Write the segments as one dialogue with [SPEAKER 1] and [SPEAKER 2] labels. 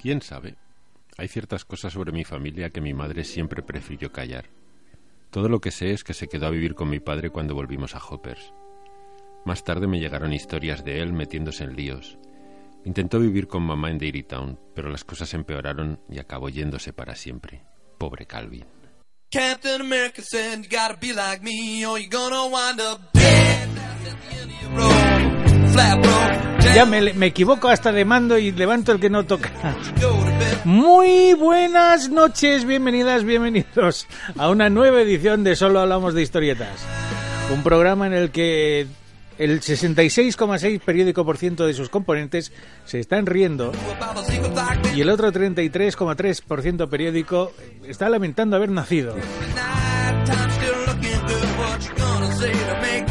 [SPEAKER 1] ¿Quién sabe? Hay ciertas cosas sobre mi familia que mi madre siempre prefirió callar. Todo lo que sé es que se quedó a vivir con mi padre cuando volvimos a Hoppers. Más tarde me llegaron historias de él metiéndose en líos. Intentó vivir con mamá en Dairytown, pero las cosas empeoraron y acabó yéndose para siempre. Pobre Calvin. Captain America said you gotta be like me or you're gonna wind up
[SPEAKER 2] dead. Ya me, me, equivoco hasta de mando y levanto el que no toca. Muy buenas noches, bienvenidas, bienvenidos a una nueva edición de Solo Hablamos de Historietas. Un programa en el que el 66,6 periódico por ciento de sus componentes se están riendo y el otro 33,3% periódico está lamentando haber nacido.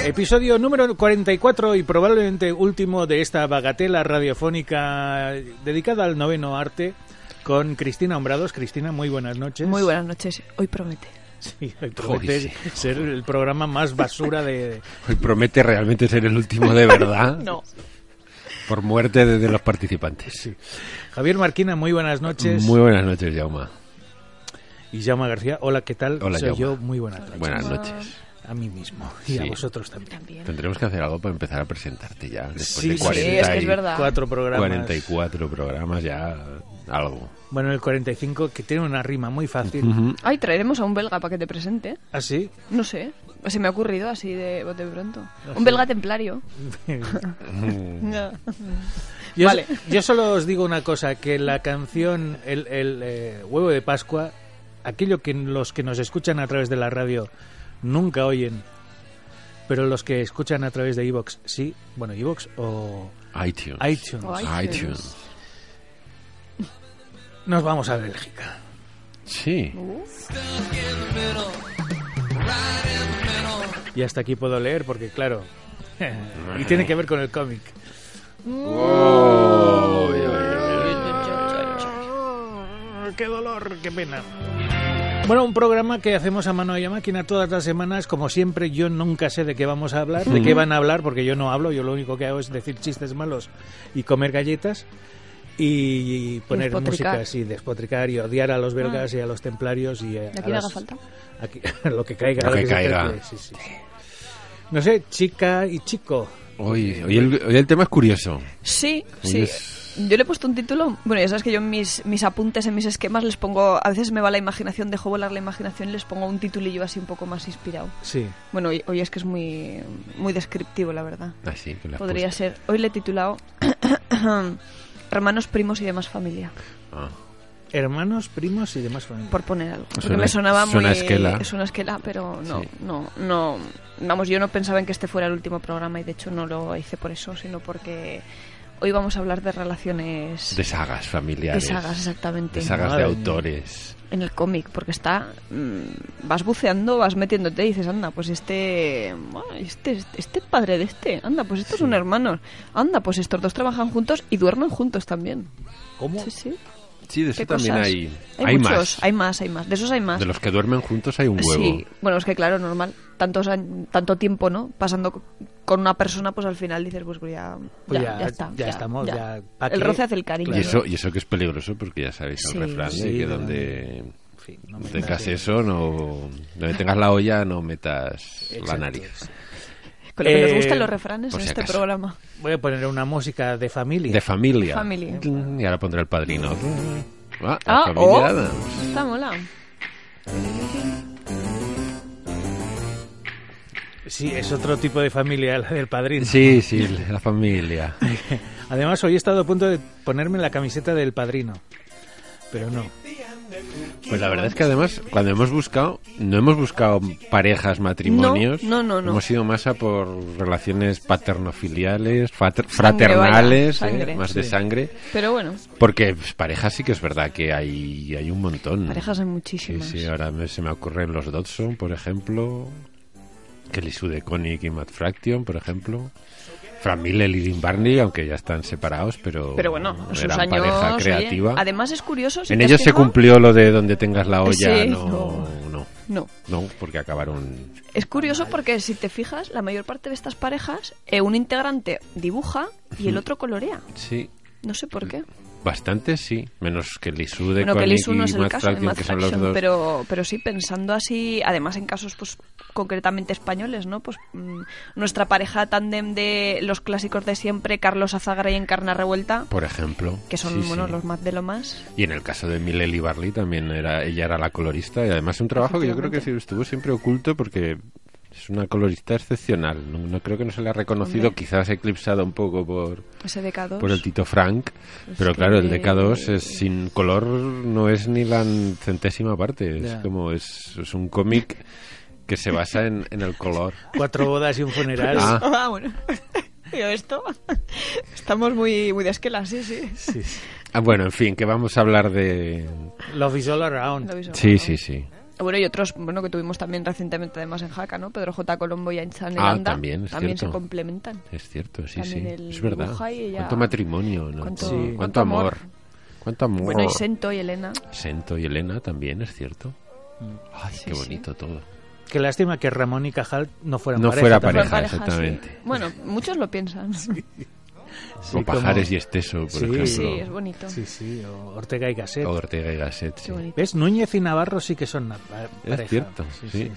[SPEAKER 2] Episodio número 44 y probablemente último de esta bagatela radiofónica dedicada al noveno arte con Cristina Hombrados. Cristina, muy buenas noches.
[SPEAKER 3] Muy buenas noches. Hoy promete.
[SPEAKER 2] Sí, hoy promete Joder, sí. ser el programa más basura de...
[SPEAKER 1] Hoy promete realmente ser el último de verdad.
[SPEAKER 3] no.
[SPEAKER 1] Por muerte de, de los participantes. Sí.
[SPEAKER 2] Javier Marquina, muy buenas noches.
[SPEAKER 1] Muy buenas noches, Yauma.
[SPEAKER 2] Y Yauma García, hola, ¿qué tal?
[SPEAKER 1] Hola,
[SPEAKER 2] Soy
[SPEAKER 1] Jaume.
[SPEAKER 2] yo, muy buenas noches.
[SPEAKER 1] Buenas noches
[SPEAKER 2] a mí mismo y sí. a vosotros también. también.
[SPEAKER 1] Tendremos que hacer algo para empezar a presentarte ya. Después
[SPEAKER 2] sí,
[SPEAKER 1] de 40
[SPEAKER 3] sí, es
[SPEAKER 2] cuatro programas.
[SPEAKER 1] 44 programas ya, algo.
[SPEAKER 2] Bueno, el 45, que tiene una rima muy fácil.
[SPEAKER 3] Uh -huh. Ay, traeremos a un belga para que te presente.
[SPEAKER 2] ¿Ah, sí?
[SPEAKER 3] No sé, se me ha ocurrido así de bote pronto. ¿Ah, un belga templario.
[SPEAKER 2] no. yo, vale. yo solo os digo una cosa, que la canción El, el eh, huevo de Pascua, aquello que los que nos escuchan a través de la radio nunca oyen. Pero los que escuchan a través de Evox, sí. Bueno, Evox o
[SPEAKER 1] iTunes.
[SPEAKER 2] iTunes.
[SPEAKER 3] o Oh, iTunes. iTunes.
[SPEAKER 2] Nos vamos a Bélgica.
[SPEAKER 1] Sí. Uh.
[SPEAKER 2] Y hasta aquí puedo leer porque, claro. y tiene que ver con el cómic.
[SPEAKER 1] Oh,
[SPEAKER 2] Ah, ¡Qué dolor! ¡Qué pena! Bueno, un programa que hacemos a mano y a máquina todas las semanas. Como siempre, yo nunca sé de qué vamos a hablar, de qué van a hablar, porque yo no hablo. Yo lo único que hago es decir chistes malos y comer galletas y poner música así, despotricar y odiar a los belgas ah. y a los templarios. y a,
[SPEAKER 3] aquí
[SPEAKER 2] a las,
[SPEAKER 3] haga falta?
[SPEAKER 2] Aquí, lo que caiga.
[SPEAKER 1] Lo que, que caiga.
[SPEAKER 2] Trate, sí, sí. No sé, chica y chico.
[SPEAKER 1] Hoy, hoy, el, hoy el tema es curioso.
[SPEAKER 3] Sí,
[SPEAKER 1] hoy
[SPEAKER 3] sí.
[SPEAKER 1] Es
[SPEAKER 3] yo le he puesto un título. Bueno, ya sabes que yo en mis, mis apuntes, en mis esquemas, les pongo. A veces me va la imaginación, dejo volar la imaginación y les pongo un titulillo así un poco más inspirado.
[SPEAKER 2] Sí.
[SPEAKER 3] Bueno, hoy, hoy es que es muy, muy descriptivo, la verdad.
[SPEAKER 1] Ah, sí, que
[SPEAKER 3] Podría puesto. ser. Hoy le he titulado Hermanos, primos y demás familia.
[SPEAKER 1] Ah.
[SPEAKER 2] Hermanos, primos y demás familia.
[SPEAKER 3] Por poner algo. Porque
[SPEAKER 1] suena,
[SPEAKER 3] me sonaba
[SPEAKER 1] suena
[SPEAKER 3] muy.
[SPEAKER 1] Esquela.
[SPEAKER 3] Es una esquela, pero no, sí. no, no. Vamos, yo no pensaba en que este fuera el último programa y de hecho no lo hice por eso, sino porque hoy vamos a hablar de relaciones...
[SPEAKER 1] De sagas familiares.
[SPEAKER 3] De sagas, exactamente.
[SPEAKER 1] De sagas Madre de autores.
[SPEAKER 3] En el cómic, porque está... Mmm, vas buceando, vas metiéndote y dices, anda, pues este... Este, este padre de este. Anda, pues estos sí. son hermanos. Anda, pues estos dos trabajan juntos y duermen juntos también.
[SPEAKER 2] ¿Cómo?
[SPEAKER 3] Sí, sí.
[SPEAKER 1] Sí, de eso también
[SPEAKER 3] cosas?
[SPEAKER 1] hay,
[SPEAKER 3] hay,
[SPEAKER 1] hay
[SPEAKER 3] muchos,
[SPEAKER 1] más.
[SPEAKER 3] Hay más, hay más. De esos hay más.
[SPEAKER 1] De los que duermen juntos hay un huevo.
[SPEAKER 3] Sí, bueno, es que claro, normal. Tantos, tanto tiempo, ¿no? Pasando con una persona, pues al final dices, pues ya,
[SPEAKER 2] Pues
[SPEAKER 3] ya, ya está.
[SPEAKER 2] ya estamos, ya. ¿Pa'
[SPEAKER 3] El
[SPEAKER 2] qué?
[SPEAKER 3] roce hace el cariño.
[SPEAKER 1] Y, eso, y eso que es peligroso porque ya sabéis el
[SPEAKER 3] Sí.
[SPEAKER 1] refrán de
[SPEAKER 2] Sí,
[SPEAKER 1] que
[SPEAKER 2] no, no,
[SPEAKER 1] donde
[SPEAKER 2] fin, no me
[SPEAKER 1] tengas
[SPEAKER 2] parece-
[SPEAKER 1] eso, no, donde tengas la olla, no metas la
[SPEAKER 2] Exacto.
[SPEAKER 1] nariz.
[SPEAKER 3] Con lo que nos
[SPEAKER 2] Eh,
[SPEAKER 3] gustan los refranes
[SPEAKER 1] por
[SPEAKER 3] en
[SPEAKER 1] si
[SPEAKER 3] este
[SPEAKER 1] acaso.
[SPEAKER 3] programa.
[SPEAKER 2] Voy a poner una música de familia.
[SPEAKER 1] De familia.
[SPEAKER 3] Familia.
[SPEAKER 1] Y ahora pondré el padrino. Ah, la
[SPEAKER 3] Ah,
[SPEAKER 1] familia
[SPEAKER 3] oh.
[SPEAKER 1] Addams.
[SPEAKER 3] Está mola.
[SPEAKER 2] Sí, es otro tipo de familia, la del padrino.
[SPEAKER 1] Sí, sí, la familia.
[SPEAKER 2] Además, hoy he estado a punto de ponerme la camiseta del padrino. Pero no.
[SPEAKER 1] Pues la verdad es que además, cuando hemos buscado, no hemos buscado parejas, matrimonios.
[SPEAKER 3] No, no, no, no.
[SPEAKER 1] Hemos ido más a por relaciones paternofiliales, fat- fraternales,
[SPEAKER 3] vaya,
[SPEAKER 1] ¿eh?
[SPEAKER 3] sangre,
[SPEAKER 1] más de
[SPEAKER 2] sí.
[SPEAKER 1] sangre.
[SPEAKER 3] Pero bueno,
[SPEAKER 1] Porque pues, parejas sí que es verdad que hay, hay un montón.
[SPEAKER 3] parejas hay
[SPEAKER 1] Mm. Sí,
[SPEAKER 3] muchísimas.
[SPEAKER 1] sí, ahora me- se me ocurren los Dodson, por ejemplo. Kelly Sue de Koenig y Matt Fraction, por ejemplo. Fran Miller y Lynn Barney, aunque ya están separados, pero,
[SPEAKER 3] Pero bueno, sus
[SPEAKER 1] eran
[SPEAKER 3] años...
[SPEAKER 1] pareja
[SPEAKER 3] oye,
[SPEAKER 1] creativa.
[SPEAKER 3] además es curioso... si
[SPEAKER 1] en
[SPEAKER 3] te has
[SPEAKER 1] ellos se
[SPEAKER 3] fijado-
[SPEAKER 1] cumplió lo de donde tengas la olla,
[SPEAKER 3] Sí,
[SPEAKER 1] no,
[SPEAKER 3] no.
[SPEAKER 1] no, no,
[SPEAKER 3] No.
[SPEAKER 1] porque acabaron.
[SPEAKER 3] Es curioso porque si te fijas, la mayor parte de estas parejas, eh, un integrante dibuja y el otro colorea.
[SPEAKER 1] Sí,
[SPEAKER 3] No sé por qué.
[SPEAKER 1] Bastantes sí, menos que Lisu de
[SPEAKER 3] Bueno, que
[SPEAKER 1] Koenig
[SPEAKER 3] Lisu no
[SPEAKER 1] y
[SPEAKER 3] es el
[SPEAKER 1] Matt
[SPEAKER 3] caso de
[SPEAKER 1] Fraction,
[SPEAKER 3] Mad
[SPEAKER 1] que son los
[SPEAKER 3] Fraction,
[SPEAKER 1] dos.
[SPEAKER 3] pero, pero sí, pensando así, además en casos pues concretamente españoles, ¿no? Pues mm, nuestra pareja tándem de los clásicos de siempre, Carlos Azagra y Encarna Revuelta,
[SPEAKER 1] Por ejemplo.
[SPEAKER 3] que son
[SPEAKER 1] sí, sí.
[SPEAKER 3] bueno, los más de lo más.
[SPEAKER 1] Y en el caso de Mileli Barley también era, ella era la colorista y además un trabajo que yo creo que sí estuvo siempre oculto porque es una colorista excepcional. No, no creo que no se le ha reconocido,
[SPEAKER 3] Hombre.
[SPEAKER 1] quizás eclipsada un poco por,
[SPEAKER 3] Ese DK2.
[SPEAKER 1] por el Tito Frank, pero
[SPEAKER 3] que-
[SPEAKER 1] claro, el DK2 es, sin color no es ni la centésima parte, es
[SPEAKER 2] Ya.
[SPEAKER 1] como es, es un cómic que se basa en, en el color.
[SPEAKER 2] Cuatro bodas y un funeral.
[SPEAKER 1] Ah.
[SPEAKER 3] Ah, bueno. Yo esto. Estamos muy, muy de esquela, sí, sí.
[SPEAKER 2] Sí, sí.
[SPEAKER 1] Ah, bueno, en fin, que vamos a hablar de...
[SPEAKER 2] Love is all around.
[SPEAKER 3] Lo mismo,
[SPEAKER 1] Sí,
[SPEAKER 3] ¿no?
[SPEAKER 1] sí, sí.
[SPEAKER 3] Bueno, y otros bueno, que tuvimos también recientemente, además en Jaca, ¿no? Pedro J. Colombo y Ainchan
[SPEAKER 1] Ah,
[SPEAKER 3] Elanda.
[SPEAKER 1] también, es
[SPEAKER 3] se
[SPEAKER 1] cierto.
[SPEAKER 3] complementan.
[SPEAKER 1] Es cierto, sí,
[SPEAKER 3] También
[SPEAKER 1] sí.
[SPEAKER 3] el
[SPEAKER 1] Es verdad.
[SPEAKER 3] dibujo ahí ya-
[SPEAKER 1] Cuánto matrimonio, ¿no?
[SPEAKER 3] Cuánto-
[SPEAKER 2] Sí.
[SPEAKER 1] Cuánto,
[SPEAKER 3] cuánto
[SPEAKER 1] amor.
[SPEAKER 3] amor.
[SPEAKER 1] Cuánto amor.
[SPEAKER 3] Bueno, y Sento y Elena.
[SPEAKER 1] Sento y Elena también, es cierto. Ay,
[SPEAKER 3] Mm. Sí,
[SPEAKER 1] qué
[SPEAKER 3] sí.
[SPEAKER 1] bonito todo.
[SPEAKER 2] Qué lástima que Ramón y Cajal no fueran
[SPEAKER 1] No
[SPEAKER 2] pareja.
[SPEAKER 1] fuera
[SPEAKER 2] también.
[SPEAKER 1] pareja,
[SPEAKER 3] Fueron pareja,
[SPEAKER 1] exactamente.
[SPEAKER 3] sí. Bueno, muchos lo piensan. Sí,
[SPEAKER 2] Sí,
[SPEAKER 1] o
[SPEAKER 2] como-
[SPEAKER 1] Pajares y Esteso, por
[SPEAKER 2] Sí.
[SPEAKER 1] ejemplo.
[SPEAKER 2] Sí,
[SPEAKER 3] es bonito.
[SPEAKER 2] Sí, sí, o Ortega y Gasset.
[SPEAKER 1] O Ortega y Gasset, sí.
[SPEAKER 3] Qué bonito.
[SPEAKER 2] ¿Ves? Núñez y Navarro sí que son na- pa- pareja.
[SPEAKER 1] cierto, sí.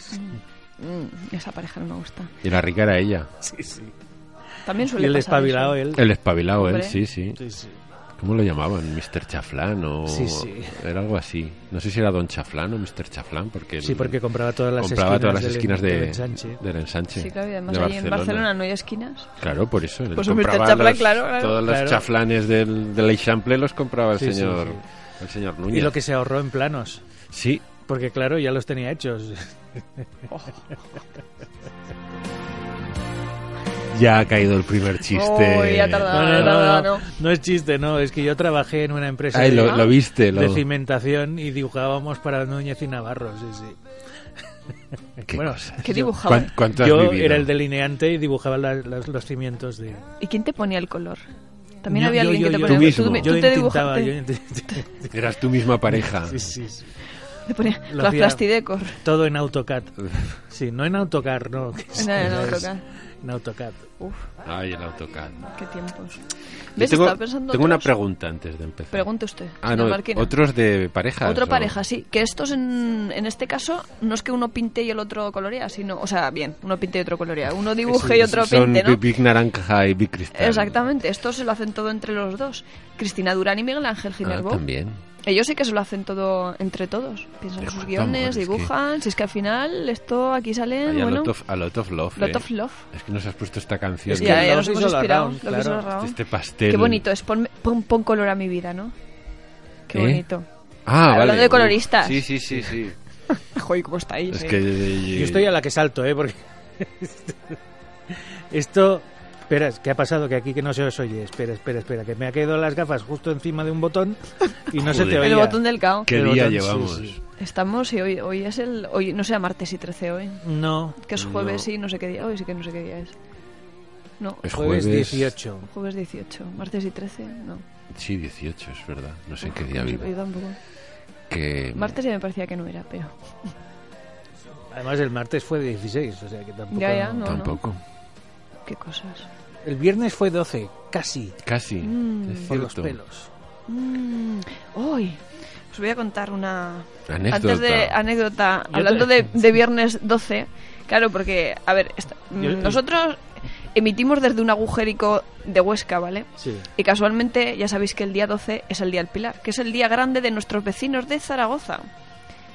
[SPEAKER 3] Mm, esa pareja no me gusta.
[SPEAKER 1] Y la rica era ella.
[SPEAKER 2] Sí, sí.
[SPEAKER 3] También
[SPEAKER 2] Y
[SPEAKER 3] suele
[SPEAKER 2] el
[SPEAKER 3] pasar
[SPEAKER 2] espabilado eh.
[SPEAKER 3] eso.
[SPEAKER 2] él.
[SPEAKER 1] El espabilado, él,
[SPEAKER 3] Hombre.
[SPEAKER 1] sí, sí.
[SPEAKER 2] Sí, sí.
[SPEAKER 1] ¿Cómo lo llamaban? ¿Mr. Chaflán o...?
[SPEAKER 2] Sí, sí.
[SPEAKER 1] Era algo así. No sé si era Don Chaflán o Mr. Chaflán, porque... él
[SPEAKER 2] Sí, porque compraba todas las
[SPEAKER 1] compraba
[SPEAKER 2] esquinas.
[SPEAKER 1] todas las
[SPEAKER 2] del-
[SPEAKER 1] esquinas de,
[SPEAKER 2] del ensanche.
[SPEAKER 1] del ensanche.
[SPEAKER 3] Sí, claro, y además
[SPEAKER 1] de
[SPEAKER 3] allí en Barcelona no hay esquinas.
[SPEAKER 1] Claro, por eso. él
[SPEAKER 3] Pues un Mr.
[SPEAKER 1] compraba
[SPEAKER 3] Chaflán,
[SPEAKER 1] los-
[SPEAKER 3] claro, claro.
[SPEAKER 1] Todos los
[SPEAKER 2] Claro.
[SPEAKER 1] chaflanes del, del Eixample los compraba el
[SPEAKER 2] Sí, sí,
[SPEAKER 1] señor... El señor Núñez.
[SPEAKER 2] Y lo que se ahorró en planos.
[SPEAKER 1] Sí,
[SPEAKER 2] Porque claro, ya los tenía hechos.
[SPEAKER 1] ya ha caído el primer chiste.
[SPEAKER 3] Uy, ha tardado. No, no, no.
[SPEAKER 2] No es chiste, no. Es que yo trabajé en una empresa
[SPEAKER 1] Ay,
[SPEAKER 2] de,
[SPEAKER 1] lo, lo viste, lo...
[SPEAKER 2] de cimentación y dibujábamos para Núñez y Navarro. Sí, sí.
[SPEAKER 1] Qué
[SPEAKER 2] Bueno,
[SPEAKER 1] cosa.
[SPEAKER 3] ¿Qué
[SPEAKER 2] Yo-
[SPEAKER 3] dibujaba?
[SPEAKER 1] ¿Cuán- ¿Cuánto has
[SPEAKER 2] Yo
[SPEAKER 1] vivido?
[SPEAKER 2] era el delineante y dibujaba la- las- los cimientos de...
[SPEAKER 3] ¿Y quién te ponía el color? También
[SPEAKER 2] Yo-
[SPEAKER 3] había
[SPEAKER 2] yo-
[SPEAKER 3] alguien
[SPEAKER 2] yo-
[SPEAKER 3] que te
[SPEAKER 2] yo-
[SPEAKER 3] ponía
[SPEAKER 1] Tú
[SPEAKER 3] el
[SPEAKER 1] mismo.
[SPEAKER 3] color.
[SPEAKER 2] Yo
[SPEAKER 3] Tú te
[SPEAKER 2] intentaba...
[SPEAKER 3] dibujaste.
[SPEAKER 2] Yo intentaba-
[SPEAKER 1] Eras tu misma pareja.
[SPEAKER 2] sí, sí, sí.
[SPEAKER 3] Te ponía
[SPEAKER 2] Lo
[SPEAKER 3] las
[SPEAKER 2] hacía-
[SPEAKER 3] plastidecor.
[SPEAKER 2] Todo en AutoCAD. Sí, no en AutoCAD, no. que es-
[SPEAKER 3] No, en
[SPEAKER 2] es-
[SPEAKER 3] AutoCAD.
[SPEAKER 2] En AutoCAD.
[SPEAKER 3] Uf,
[SPEAKER 1] Ay, el autocad.
[SPEAKER 3] qué tiempos.
[SPEAKER 1] Yo
[SPEAKER 3] ¿Ves?
[SPEAKER 1] tengo
[SPEAKER 3] Estaba pensando
[SPEAKER 1] tengo una
[SPEAKER 3] otros.
[SPEAKER 1] pregunta antes de empezar.
[SPEAKER 3] Pregunte usted.
[SPEAKER 1] Ah,
[SPEAKER 3] señor
[SPEAKER 1] no,
[SPEAKER 3] Marquina.
[SPEAKER 1] otros de pareja.
[SPEAKER 3] Otro pareja, sí. Que estos en, en este caso no es que uno pinte y el otro colorea, sino, o sea, bien, uno pinte y otro colorea, uno dibuje y otro
[SPEAKER 1] Son
[SPEAKER 3] pinte, ¿no?
[SPEAKER 1] Big- Big Naranja y Big Cristal.
[SPEAKER 3] Exactamente, esto se lo hacen todo entre los dos. Cristina Durán y Miguel Ángel
[SPEAKER 1] Ah,
[SPEAKER 3] Ginerbo.
[SPEAKER 1] también.
[SPEAKER 3] Ellos sí que se lo hacen todo entre todos.
[SPEAKER 1] Pero
[SPEAKER 3] Piensan sus
[SPEAKER 1] cuánto
[SPEAKER 3] guiones,
[SPEAKER 1] amor, es
[SPEAKER 3] dibujan. Si es que al final esto aquí sale,
[SPEAKER 1] Vaya,
[SPEAKER 3] Eh, bueno,
[SPEAKER 1] lot of- a lot of love.
[SPEAKER 3] lot
[SPEAKER 1] eh.
[SPEAKER 3] of love.
[SPEAKER 1] Es que nos has puesto esta canción.
[SPEAKER 2] Es que
[SPEAKER 3] ya,
[SPEAKER 2] el
[SPEAKER 3] ya
[SPEAKER 2] love
[SPEAKER 3] nos hemos
[SPEAKER 2] is all
[SPEAKER 3] inspirado.
[SPEAKER 2] around,
[SPEAKER 3] love is all
[SPEAKER 2] claro.
[SPEAKER 3] around.
[SPEAKER 1] Este pastel.
[SPEAKER 3] Qué bonito es, ponme- pon, pon color a mi vida, ¿no? Qué
[SPEAKER 1] ¿Eh?
[SPEAKER 3] bonito.
[SPEAKER 1] Ah,
[SPEAKER 3] Hablando
[SPEAKER 1] vale.
[SPEAKER 3] de coloristas.
[SPEAKER 1] Sí, sí, sí, sí.
[SPEAKER 3] Joder, ¿cómo está ahí?
[SPEAKER 1] Es
[SPEAKER 3] eh?
[SPEAKER 1] que...
[SPEAKER 2] Yo estoy a la que salto, ¿eh? Porque... Esto... Espera, ¿qué ha pasado? Que aquí que no se os oye. Espera, espera, espera. Que me ha caído las gafas justo encima de un botón y no se te
[SPEAKER 1] Joder.
[SPEAKER 2] oye.
[SPEAKER 1] Pero
[SPEAKER 3] El botón del caos.
[SPEAKER 1] ¿Qué
[SPEAKER 2] El
[SPEAKER 1] día
[SPEAKER 2] botón, sí,
[SPEAKER 1] llevamos?
[SPEAKER 2] sí.
[SPEAKER 3] Estamos y hoy, hoy es el... Hoy, no sé, martes y 13 hoy.
[SPEAKER 2] No,
[SPEAKER 3] Que es
[SPEAKER 1] No.
[SPEAKER 3] jueves y no sé qué día. Hoy sí que no sé qué día es. No,
[SPEAKER 1] Es
[SPEAKER 2] jueves
[SPEAKER 1] jueves
[SPEAKER 2] 18.
[SPEAKER 3] jueves 18. Martes y 13, no.
[SPEAKER 1] Sí, 18, es verdad. No sé en qué día
[SPEAKER 3] No sé,
[SPEAKER 1] vivo.
[SPEAKER 3] Yo tampoco.
[SPEAKER 1] Que...
[SPEAKER 3] Martes ya me parecía que no era, pero...
[SPEAKER 2] Además, el martes fue 16, o sea que tampoco...
[SPEAKER 3] Ya, ya, no.
[SPEAKER 1] Tampoco.
[SPEAKER 3] Qué cosas.
[SPEAKER 2] El viernes fue 12, casi,
[SPEAKER 1] Casi.
[SPEAKER 3] Mm.
[SPEAKER 1] es
[SPEAKER 2] por los
[SPEAKER 1] cierto.
[SPEAKER 2] pelos.
[SPEAKER 3] Mm, hoy os voy a contar una
[SPEAKER 1] Anécdota.
[SPEAKER 3] antes de anécdota
[SPEAKER 2] Yo
[SPEAKER 3] hablando
[SPEAKER 2] te-
[SPEAKER 3] de, de viernes 12 claro porque a ver esta- mm,
[SPEAKER 2] Yo-
[SPEAKER 3] nosotros emitimos desde un agujérico de Huesca vale
[SPEAKER 2] Sí.
[SPEAKER 3] y casualmente ya sabéis que el día 12 es el día del Pilar que es el día grande de nuestros vecinos de Zaragoza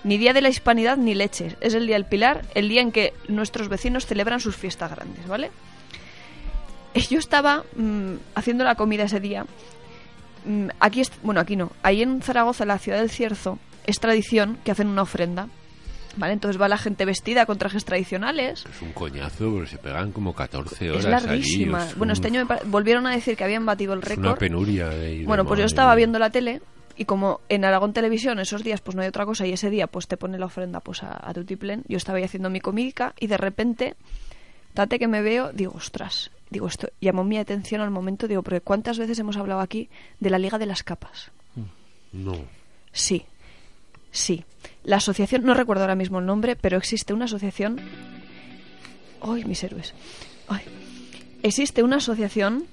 [SPEAKER 3] ni día de la hispanidad ni leches es el día del Pilar el día en que nuestros vecinos celebran sus fiestas grandes vale Eh, yo estaba mm, haciendo la comida ese día Mm, aquí es, bueno, aquí no. Ahí en Zaragoza, en la ciudad del Cierzo, es tradición que hacen una ofrenda. ¿Vale? Entonces va la gente vestida con trajes tradicionales.
[SPEAKER 1] Es un coñazo, porque se pegan como 14 horas
[SPEAKER 3] es larguísima.
[SPEAKER 1] allí. es
[SPEAKER 3] Bueno,
[SPEAKER 1] un-
[SPEAKER 3] este año me pare- volvieron a decir que habían batido el
[SPEAKER 1] es una
[SPEAKER 3] récord.
[SPEAKER 1] penuria. de ir,
[SPEAKER 3] Bueno, pues
[SPEAKER 1] madre
[SPEAKER 3] yo estaba
[SPEAKER 1] mía.
[SPEAKER 3] viendo la tele y como en Aragón Televisión esos días pues no hay otra cosa y ese día pues te pone la ofrenda pues a, a Tutiplén, yo estaba ahí haciendo mi comica y de repente, tate que me veo, digo, ostras, digo esto, llamó mi atención al momento, digo, porque ¿cuántas veces hemos hablado aquí de la Liga de las Capas?
[SPEAKER 1] No.
[SPEAKER 3] Sí, sí. La asociación, no recuerdo ahora mismo el nombre, pero existe una asociación. ¡Ay, mis héroes! ¡Ay! Existe una asociación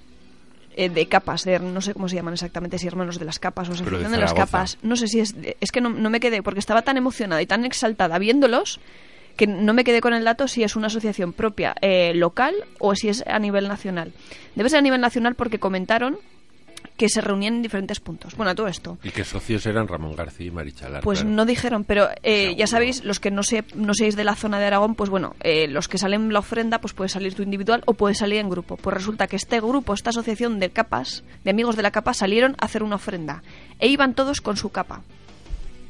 [SPEAKER 3] eh, de capas, de, no sé cómo se llaman exactamente, si hermanos de las capas o
[SPEAKER 1] Pero de
[SPEAKER 3] sección de las
[SPEAKER 1] Zaragoza.
[SPEAKER 3] capas. No sé si es, es que no, no me quedé, porque estaba tan emocionada y tan exaltada viéndolos que no me quedé con el dato si es una asociación propia eh, local o si es a nivel nacional. Debe ser a nivel nacional porque comentaron que se reunían en diferentes puntos. Bueno, a todo esto.
[SPEAKER 1] Y que socios eran Ramón García y Marichalar.
[SPEAKER 3] Pues
[SPEAKER 1] claro.
[SPEAKER 3] no dijeron, pero eh,
[SPEAKER 1] Seguro.
[SPEAKER 3] ya sabéis, los que no, se, no seáis de la zona de Aragón, pues bueno, eh, los que salen la ofrenda, pues puede salir tú individual o puede salir en grupo. Pues resulta que este grupo, esta asociación de capas, de amigos de la capa, salieron a hacer una ofrenda. E iban todos con su capa.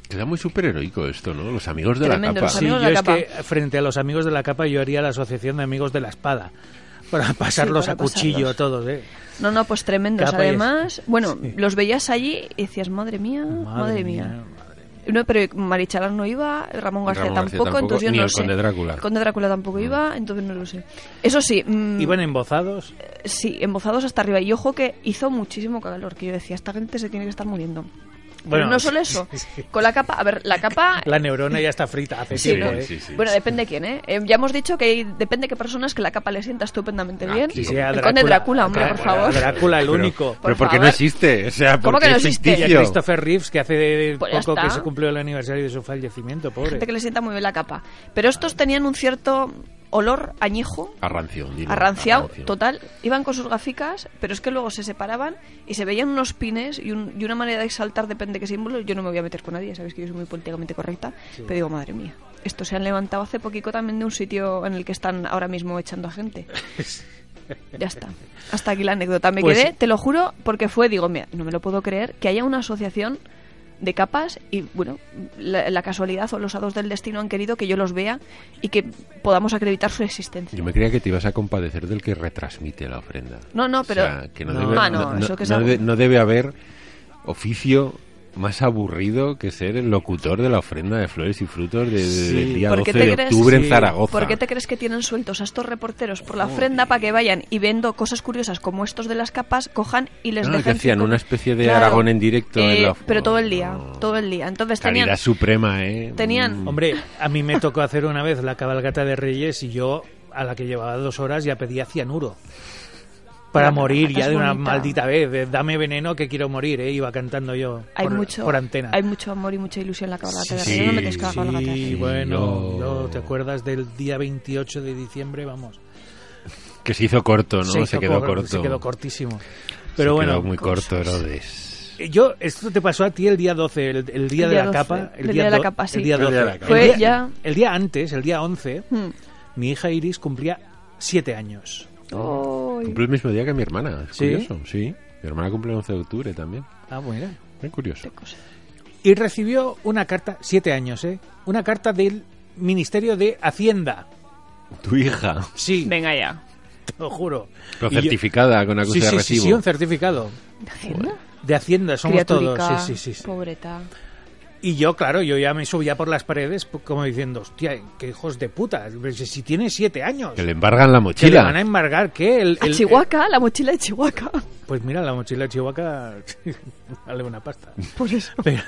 [SPEAKER 1] Queda muy superheroico esto, ¿no? Los amigos de la
[SPEAKER 3] Tremendo, los
[SPEAKER 1] capa.
[SPEAKER 2] Sí,
[SPEAKER 3] amigos
[SPEAKER 2] yo
[SPEAKER 3] de la
[SPEAKER 2] es
[SPEAKER 3] capa.
[SPEAKER 2] que frente a los amigos de la capa yo haría la asociación de amigos de la espada para pasarlos
[SPEAKER 3] para
[SPEAKER 2] a cuchillo
[SPEAKER 3] pasarlos.
[SPEAKER 2] a todos, ¿eh?
[SPEAKER 3] No, no, pues tremendos.
[SPEAKER 2] Capa y
[SPEAKER 3] Además,
[SPEAKER 2] es-
[SPEAKER 3] bueno,
[SPEAKER 2] sí.
[SPEAKER 3] los veías allí y decías, madre mía, madre, mía.
[SPEAKER 2] madre mía.
[SPEAKER 3] No, pero Marichalar no iba, Ramón García,
[SPEAKER 1] Ramón García
[SPEAKER 3] tampoco,
[SPEAKER 1] tampoco,
[SPEAKER 3] entonces yo
[SPEAKER 1] ni
[SPEAKER 3] no
[SPEAKER 1] el
[SPEAKER 3] sé.
[SPEAKER 1] Conde Drácula. Mm.
[SPEAKER 3] El Conde Drácula tampoco iba, entonces no lo sé. Eso sí, mm,
[SPEAKER 2] Iban embozados.
[SPEAKER 3] sí, embozados hasta arriba. Y ojo que hizo muchísimo calor, que yo decía, esta gente se tiene que estar muriendo.
[SPEAKER 2] Bueno,
[SPEAKER 3] Pero no solo eso, con la capa, a ver, la capa...
[SPEAKER 2] La neurona ya está frita hace
[SPEAKER 3] Sí,
[SPEAKER 2] tiempo,
[SPEAKER 3] ¿no?
[SPEAKER 2] ¿eh?
[SPEAKER 1] sí, sí.
[SPEAKER 3] Bueno, depende quién, ¿eh? Eh, Ya hemos dicho que hay- depende que personas que la capa le sienta estupendamente
[SPEAKER 1] Ah,
[SPEAKER 3] bien.
[SPEAKER 1] sí,
[SPEAKER 2] Y
[SPEAKER 1] sí,
[SPEAKER 2] sea
[SPEAKER 3] el conde Drácula, hombre, por
[SPEAKER 2] Drácula,
[SPEAKER 3] favor.
[SPEAKER 2] Drácula, el
[SPEAKER 1] Pero-
[SPEAKER 2] único.
[SPEAKER 1] Pero
[SPEAKER 3] Por
[SPEAKER 1] porque no
[SPEAKER 3] favor.
[SPEAKER 1] existe. O sea,
[SPEAKER 3] ¿Cómo
[SPEAKER 1] porque
[SPEAKER 3] que no
[SPEAKER 1] es
[SPEAKER 3] existe?
[SPEAKER 2] Y a
[SPEAKER 1] ficticio.
[SPEAKER 2] Christopher Reeves, que hace
[SPEAKER 3] Pues ya
[SPEAKER 2] poco que
[SPEAKER 3] está.
[SPEAKER 2] se cumplió el aniversario de su fallecimiento, pobre.
[SPEAKER 3] Gente que le sienta muy bien la capa. Pero estos tenían un cierto olor añejo
[SPEAKER 1] Arrancio. dilo,
[SPEAKER 3] arranciado,
[SPEAKER 1] arrancio.
[SPEAKER 3] total. Iban con sus gaficas, pero es que luego se separaban y se veían unos pines y, un- y una manera de exaltar, depende de qué símbolo. Yo no me voy a meter con nadie, sabéis que yo soy muy políticamente correcta, pero digo, madre mía. Estos se han levantado hace poquito también de un sitio en el que están ahora mismo echando a gente. Ya está. Hasta aquí la anécdota. Me
[SPEAKER 2] Pues-
[SPEAKER 3] quedé, te lo juro, porque fue, digo, mira, no me lo puedo creer, que haya una asociación de capas y, bueno, la, la casualidad o los hados del destino han querido que yo los vea y que podamos acreditar su existencia.
[SPEAKER 1] Yo me creía que te ibas a compadecer del que retransmite la ofrenda.
[SPEAKER 3] No, no, pero-
[SPEAKER 1] O sea, que no,
[SPEAKER 2] No.
[SPEAKER 1] debe,
[SPEAKER 2] Ah,
[SPEAKER 3] no, eso que es
[SPEAKER 1] no
[SPEAKER 3] algo.
[SPEAKER 1] de- no debe haber oficio más aburrido que ser el locutor de la ofrenda de flores y frutos de- de-
[SPEAKER 2] Sí.
[SPEAKER 1] del día
[SPEAKER 3] ¿Por
[SPEAKER 1] 12
[SPEAKER 3] qué
[SPEAKER 1] de
[SPEAKER 3] te crees-
[SPEAKER 1] octubre en
[SPEAKER 2] Sí.
[SPEAKER 1] Zaragoza.
[SPEAKER 3] ¿Por qué te crees que tienen sueltos a estos reporteros por la ofrenda para que vayan y viendo cosas curiosas como estos de las capas, cojan y les
[SPEAKER 1] Ah,
[SPEAKER 3] dejen
[SPEAKER 1] que hacían
[SPEAKER 3] cinco- Eh,
[SPEAKER 1] una especie de Aragón en directo en la-
[SPEAKER 3] Pero todo el día,
[SPEAKER 1] No.
[SPEAKER 3] todo el día. Entonces
[SPEAKER 1] Calidad
[SPEAKER 3] tenían...
[SPEAKER 1] suprema, ¿eh?
[SPEAKER 3] tenían-
[SPEAKER 1] Mm.
[SPEAKER 2] Hombre, a mí me tocó hacer una vez la cabalgata de Reyes y yo, a la que llevaba dos horas, ya pedía cianuro. Para
[SPEAKER 3] Una
[SPEAKER 2] morir
[SPEAKER 3] cabalgata
[SPEAKER 2] ya
[SPEAKER 3] es
[SPEAKER 2] de una
[SPEAKER 3] bonita.
[SPEAKER 2] maldita vez. de dame veneno que quiero morir, ¿eh? Iba cantando yo
[SPEAKER 3] Hay
[SPEAKER 2] por,
[SPEAKER 3] mucho,
[SPEAKER 2] por antena.
[SPEAKER 3] hay mucho amor y mucha ilusión en la cabalgata. de
[SPEAKER 1] Sí,
[SPEAKER 3] Reyes. no me ¿eh? tienes que la
[SPEAKER 1] sí,
[SPEAKER 3] cabalgata.
[SPEAKER 2] Sí,
[SPEAKER 1] Sí,
[SPEAKER 2] bueno,
[SPEAKER 1] yo-
[SPEAKER 2] yo- ¿te acuerdas del día 28 de diciembre? Vamos.
[SPEAKER 1] Que se hizo corto, ¿no? Se,
[SPEAKER 2] hizo
[SPEAKER 1] quedó
[SPEAKER 2] cor-
[SPEAKER 1] corto.
[SPEAKER 2] Se quedó cortísimo.
[SPEAKER 1] Se
[SPEAKER 2] Pero bueno, eh,
[SPEAKER 1] quedó muy
[SPEAKER 3] cosas.
[SPEAKER 1] corto, Herodes.
[SPEAKER 2] yo, esto te pasó a ti el día 12, el, el día de
[SPEAKER 3] El día
[SPEAKER 2] la
[SPEAKER 3] 12,
[SPEAKER 2] capa.
[SPEAKER 3] el día de la
[SPEAKER 2] do-
[SPEAKER 3] capa, sí.
[SPEAKER 2] El día
[SPEAKER 1] El día de
[SPEAKER 2] 12.
[SPEAKER 1] la capa.
[SPEAKER 3] Fue
[SPEAKER 2] el, día,
[SPEAKER 3] ya-
[SPEAKER 2] el día antes, el día 11,
[SPEAKER 3] Hmm.
[SPEAKER 2] mi hija Iris cumplía 7 años.
[SPEAKER 3] Ay.
[SPEAKER 1] Cumple el mismo día que mi hermana. Es
[SPEAKER 2] ¿Sí?
[SPEAKER 1] curioso, sí. Mi hermana cumple el 11 de octubre también.
[SPEAKER 2] Ah, bueno.
[SPEAKER 1] Muy curioso.
[SPEAKER 3] Qué cosa.
[SPEAKER 2] Y recibió una carta, 7 años, ¿eh? Una carta del Ministerio de Hacienda.
[SPEAKER 1] Tu hija.
[SPEAKER 2] Sí,
[SPEAKER 3] Venga ya.
[SPEAKER 2] te lo juro.
[SPEAKER 1] Pero
[SPEAKER 2] Y yo-
[SPEAKER 1] certificada con acuse
[SPEAKER 2] Sí,
[SPEAKER 1] de
[SPEAKER 2] sí, sí,
[SPEAKER 1] recibo.
[SPEAKER 2] sí, un certificado.
[SPEAKER 3] ¿Hacienda?
[SPEAKER 2] De Hacienda, somos
[SPEAKER 3] Criaturica,
[SPEAKER 2] todos. Sí, sí, sí, sí.
[SPEAKER 3] pobreta.
[SPEAKER 2] Y yo, claro, yo ya me subía por las paredes pu- como diciendo, hostia, qué hijos de puta, si si tiene siete años.
[SPEAKER 1] Que le embargan la
[SPEAKER 2] ¿Que le van
[SPEAKER 1] mochila.
[SPEAKER 2] a em- embargar qué? El,
[SPEAKER 3] A
[SPEAKER 2] el-
[SPEAKER 3] Ah, Chihuahua, la mochila de Chihuahua.
[SPEAKER 2] el- pues mira, la mochila de Chihuahua vale una pasta.
[SPEAKER 3] Por eso.
[SPEAKER 2] Pero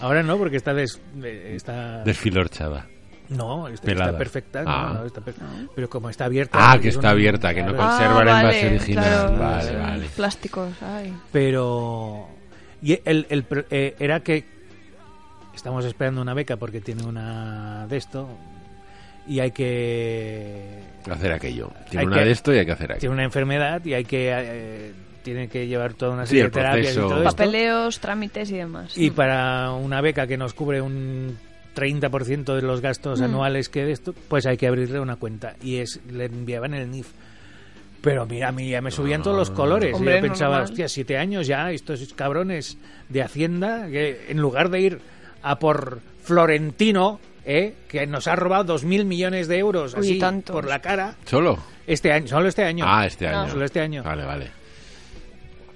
[SPEAKER 2] ahora no, porque está... des- eh, está
[SPEAKER 1] Desfilorchada.
[SPEAKER 2] no, está,
[SPEAKER 1] pelada.
[SPEAKER 2] está perfecta. no,
[SPEAKER 1] Ah.
[SPEAKER 2] no, está per- Pero como está abierta...
[SPEAKER 1] Ah,
[SPEAKER 2] no,
[SPEAKER 1] que
[SPEAKER 2] yo
[SPEAKER 1] está
[SPEAKER 2] no-
[SPEAKER 1] abierta, que no
[SPEAKER 2] claro.
[SPEAKER 1] Conserva la envase
[SPEAKER 3] Ah, vale,
[SPEAKER 1] original.
[SPEAKER 3] claro.
[SPEAKER 1] Vale, vale.
[SPEAKER 3] Plásticos, ay.
[SPEAKER 2] Pero... Y el, el pr- eh, era que estamos esperando una beca porque tiene una de esto y hay que
[SPEAKER 1] Hacer aquello. Tiene
[SPEAKER 2] Hay
[SPEAKER 1] una
[SPEAKER 2] que-
[SPEAKER 1] de esto y hay que hacer aquello.
[SPEAKER 2] tiene una enfermedad y hay que eh, tiene que llevar toda una
[SPEAKER 1] Sí,
[SPEAKER 2] serie
[SPEAKER 1] el
[SPEAKER 2] de terapias y
[SPEAKER 1] proceso.
[SPEAKER 2] todo esto.
[SPEAKER 3] Papeleos, trámites y demás.
[SPEAKER 2] y
[SPEAKER 3] Mm.
[SPEAKER 2] para una beca que nos cubre un 30% de los gastos
[SPEAKER 3] Mm.
[SPEAKER 2] anuales que de esto, pues hay que abrirle una cuenta y es le enviaban el NIF. Pero mira, a mí ya me subían todos los colores.
[SPEAKER 3] Hombre,
[SPEAKER 2] Yo pensaba,
[SPEAKER 3] normal.
[SPEAKER 2] hostia, siete años ya, estos cabrones de Hacienda, que en lugar de ir a por Florentino, ¿eh? que nos ha robado dos mil millones de euros
[SPEAKER 3] Uy,
[SPEAKER 2] así
[SPEAKER 3] tantos.
[SPEAKER 2] por la cara,
[SPEAKER 1] ¿Solo?
[SPEAKER 2] este año, solo este año.
[SPEAKER 1] Ah, este año.
[SPEAKER 2] Solo este año.
[SPEAKER 1] Vale, vale.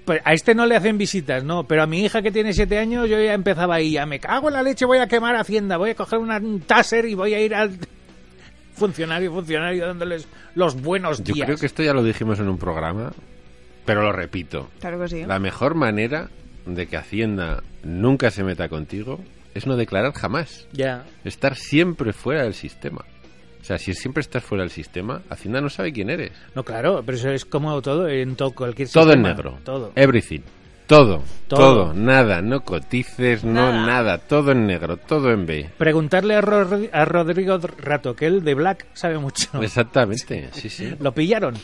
[SPEAKER 2] Pues a este no le hacen visitas, no, pero a mi hija que tiene siete años yo ya empezaba ahí, ya me cago en la leche, voy a quemar Hacienda, voy a coger una- un taser y voy a ir al funcionario, funcionario dándoles los buenos
[SPEAKER 1] Yo
[SPEAKER 2] días.
[SPEAKER 1] creo que esto ya lo dijimos en un programa, pero lo repito.
[SPEAKER 3] Claro que sí.
[SPEAKER 1] La mejor manera de que Hacienda nunca se meta contigo es no declarar jamás.
[SPEAKER 2] Ya,
[SPEAKER 1] Estar siempre fuera del sistema. O sea, si siempre estás fuera del sistema, Hacienda no sabe quién eres.
[SPEAKER 2] No, claro, pero eso es como todo en todo cualquier
[SPEAKER 1] Todo en
[SPEAKER 2] sistema.
[SPEAKER 1] negro. Eh.
[SPEAKER 2] Todo.
[SPEAKER 1] Everything. Todo,
[SPEAKER 2] Todo.
[SPEAKER 1] todo, nada, no cotices, no
[SPEAKER 3] Nada.
[SPEAKER 1] nada, todo en negro, todo en B.
[SPEAKER 2] Preguntarle a, Rod- a Rodrigo Rato, que él de Black sabe mucho.
[SPEAKER 1] Exactamente, sí, sí.
[SPEAKER 2] Lo pillaron.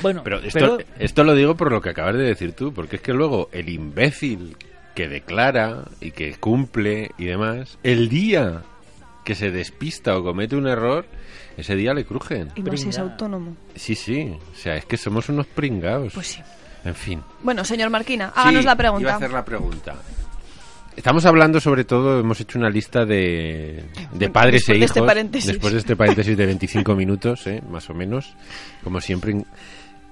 [SPEAKER 2] Bueno,
[SPEAKER 1] Pues- Pero esto,
[SPEAKER 2] pero-
[SPEAKER 1] esto lo digo por lo que acabas de decir tú, porque es que luego el imbécil que declara y que cumple y demás, el día que se despista o comete un error, ese día le crujen.
[SPEAKER 3] Y más si es
[SPEAKER 2] Pringa.
[SPEAKER 3] autónomo.
[SPEAKER 1] Sí, sí, o sea, es que somos unos pringados.
[SPEAKER 3] Pues sí.
[SPEAKER 1] En fin.
[SPEAKER 3] Bueno, señor Marquina, háganos
[SPEAKER 1] Sí,
[SPEAKER 3] la
[SPEAKER 1] Iba a
[SPEAKER 3] pregunta.
[SPEAKER 1] hacer la pregunta. Estamos hablando sobre todo, hemos hecho una lista de, de padres
[SPEAKER 3] Después
[SPEAKER 1] e
[SPEAKER 3] de
[SPEAKER 1] hijos.
[SPEAKER 3] este paréntesis.
[SPEAKER 1] Después de este paréntesis de 25 minutos, ¿eh? más o menos, como siempre.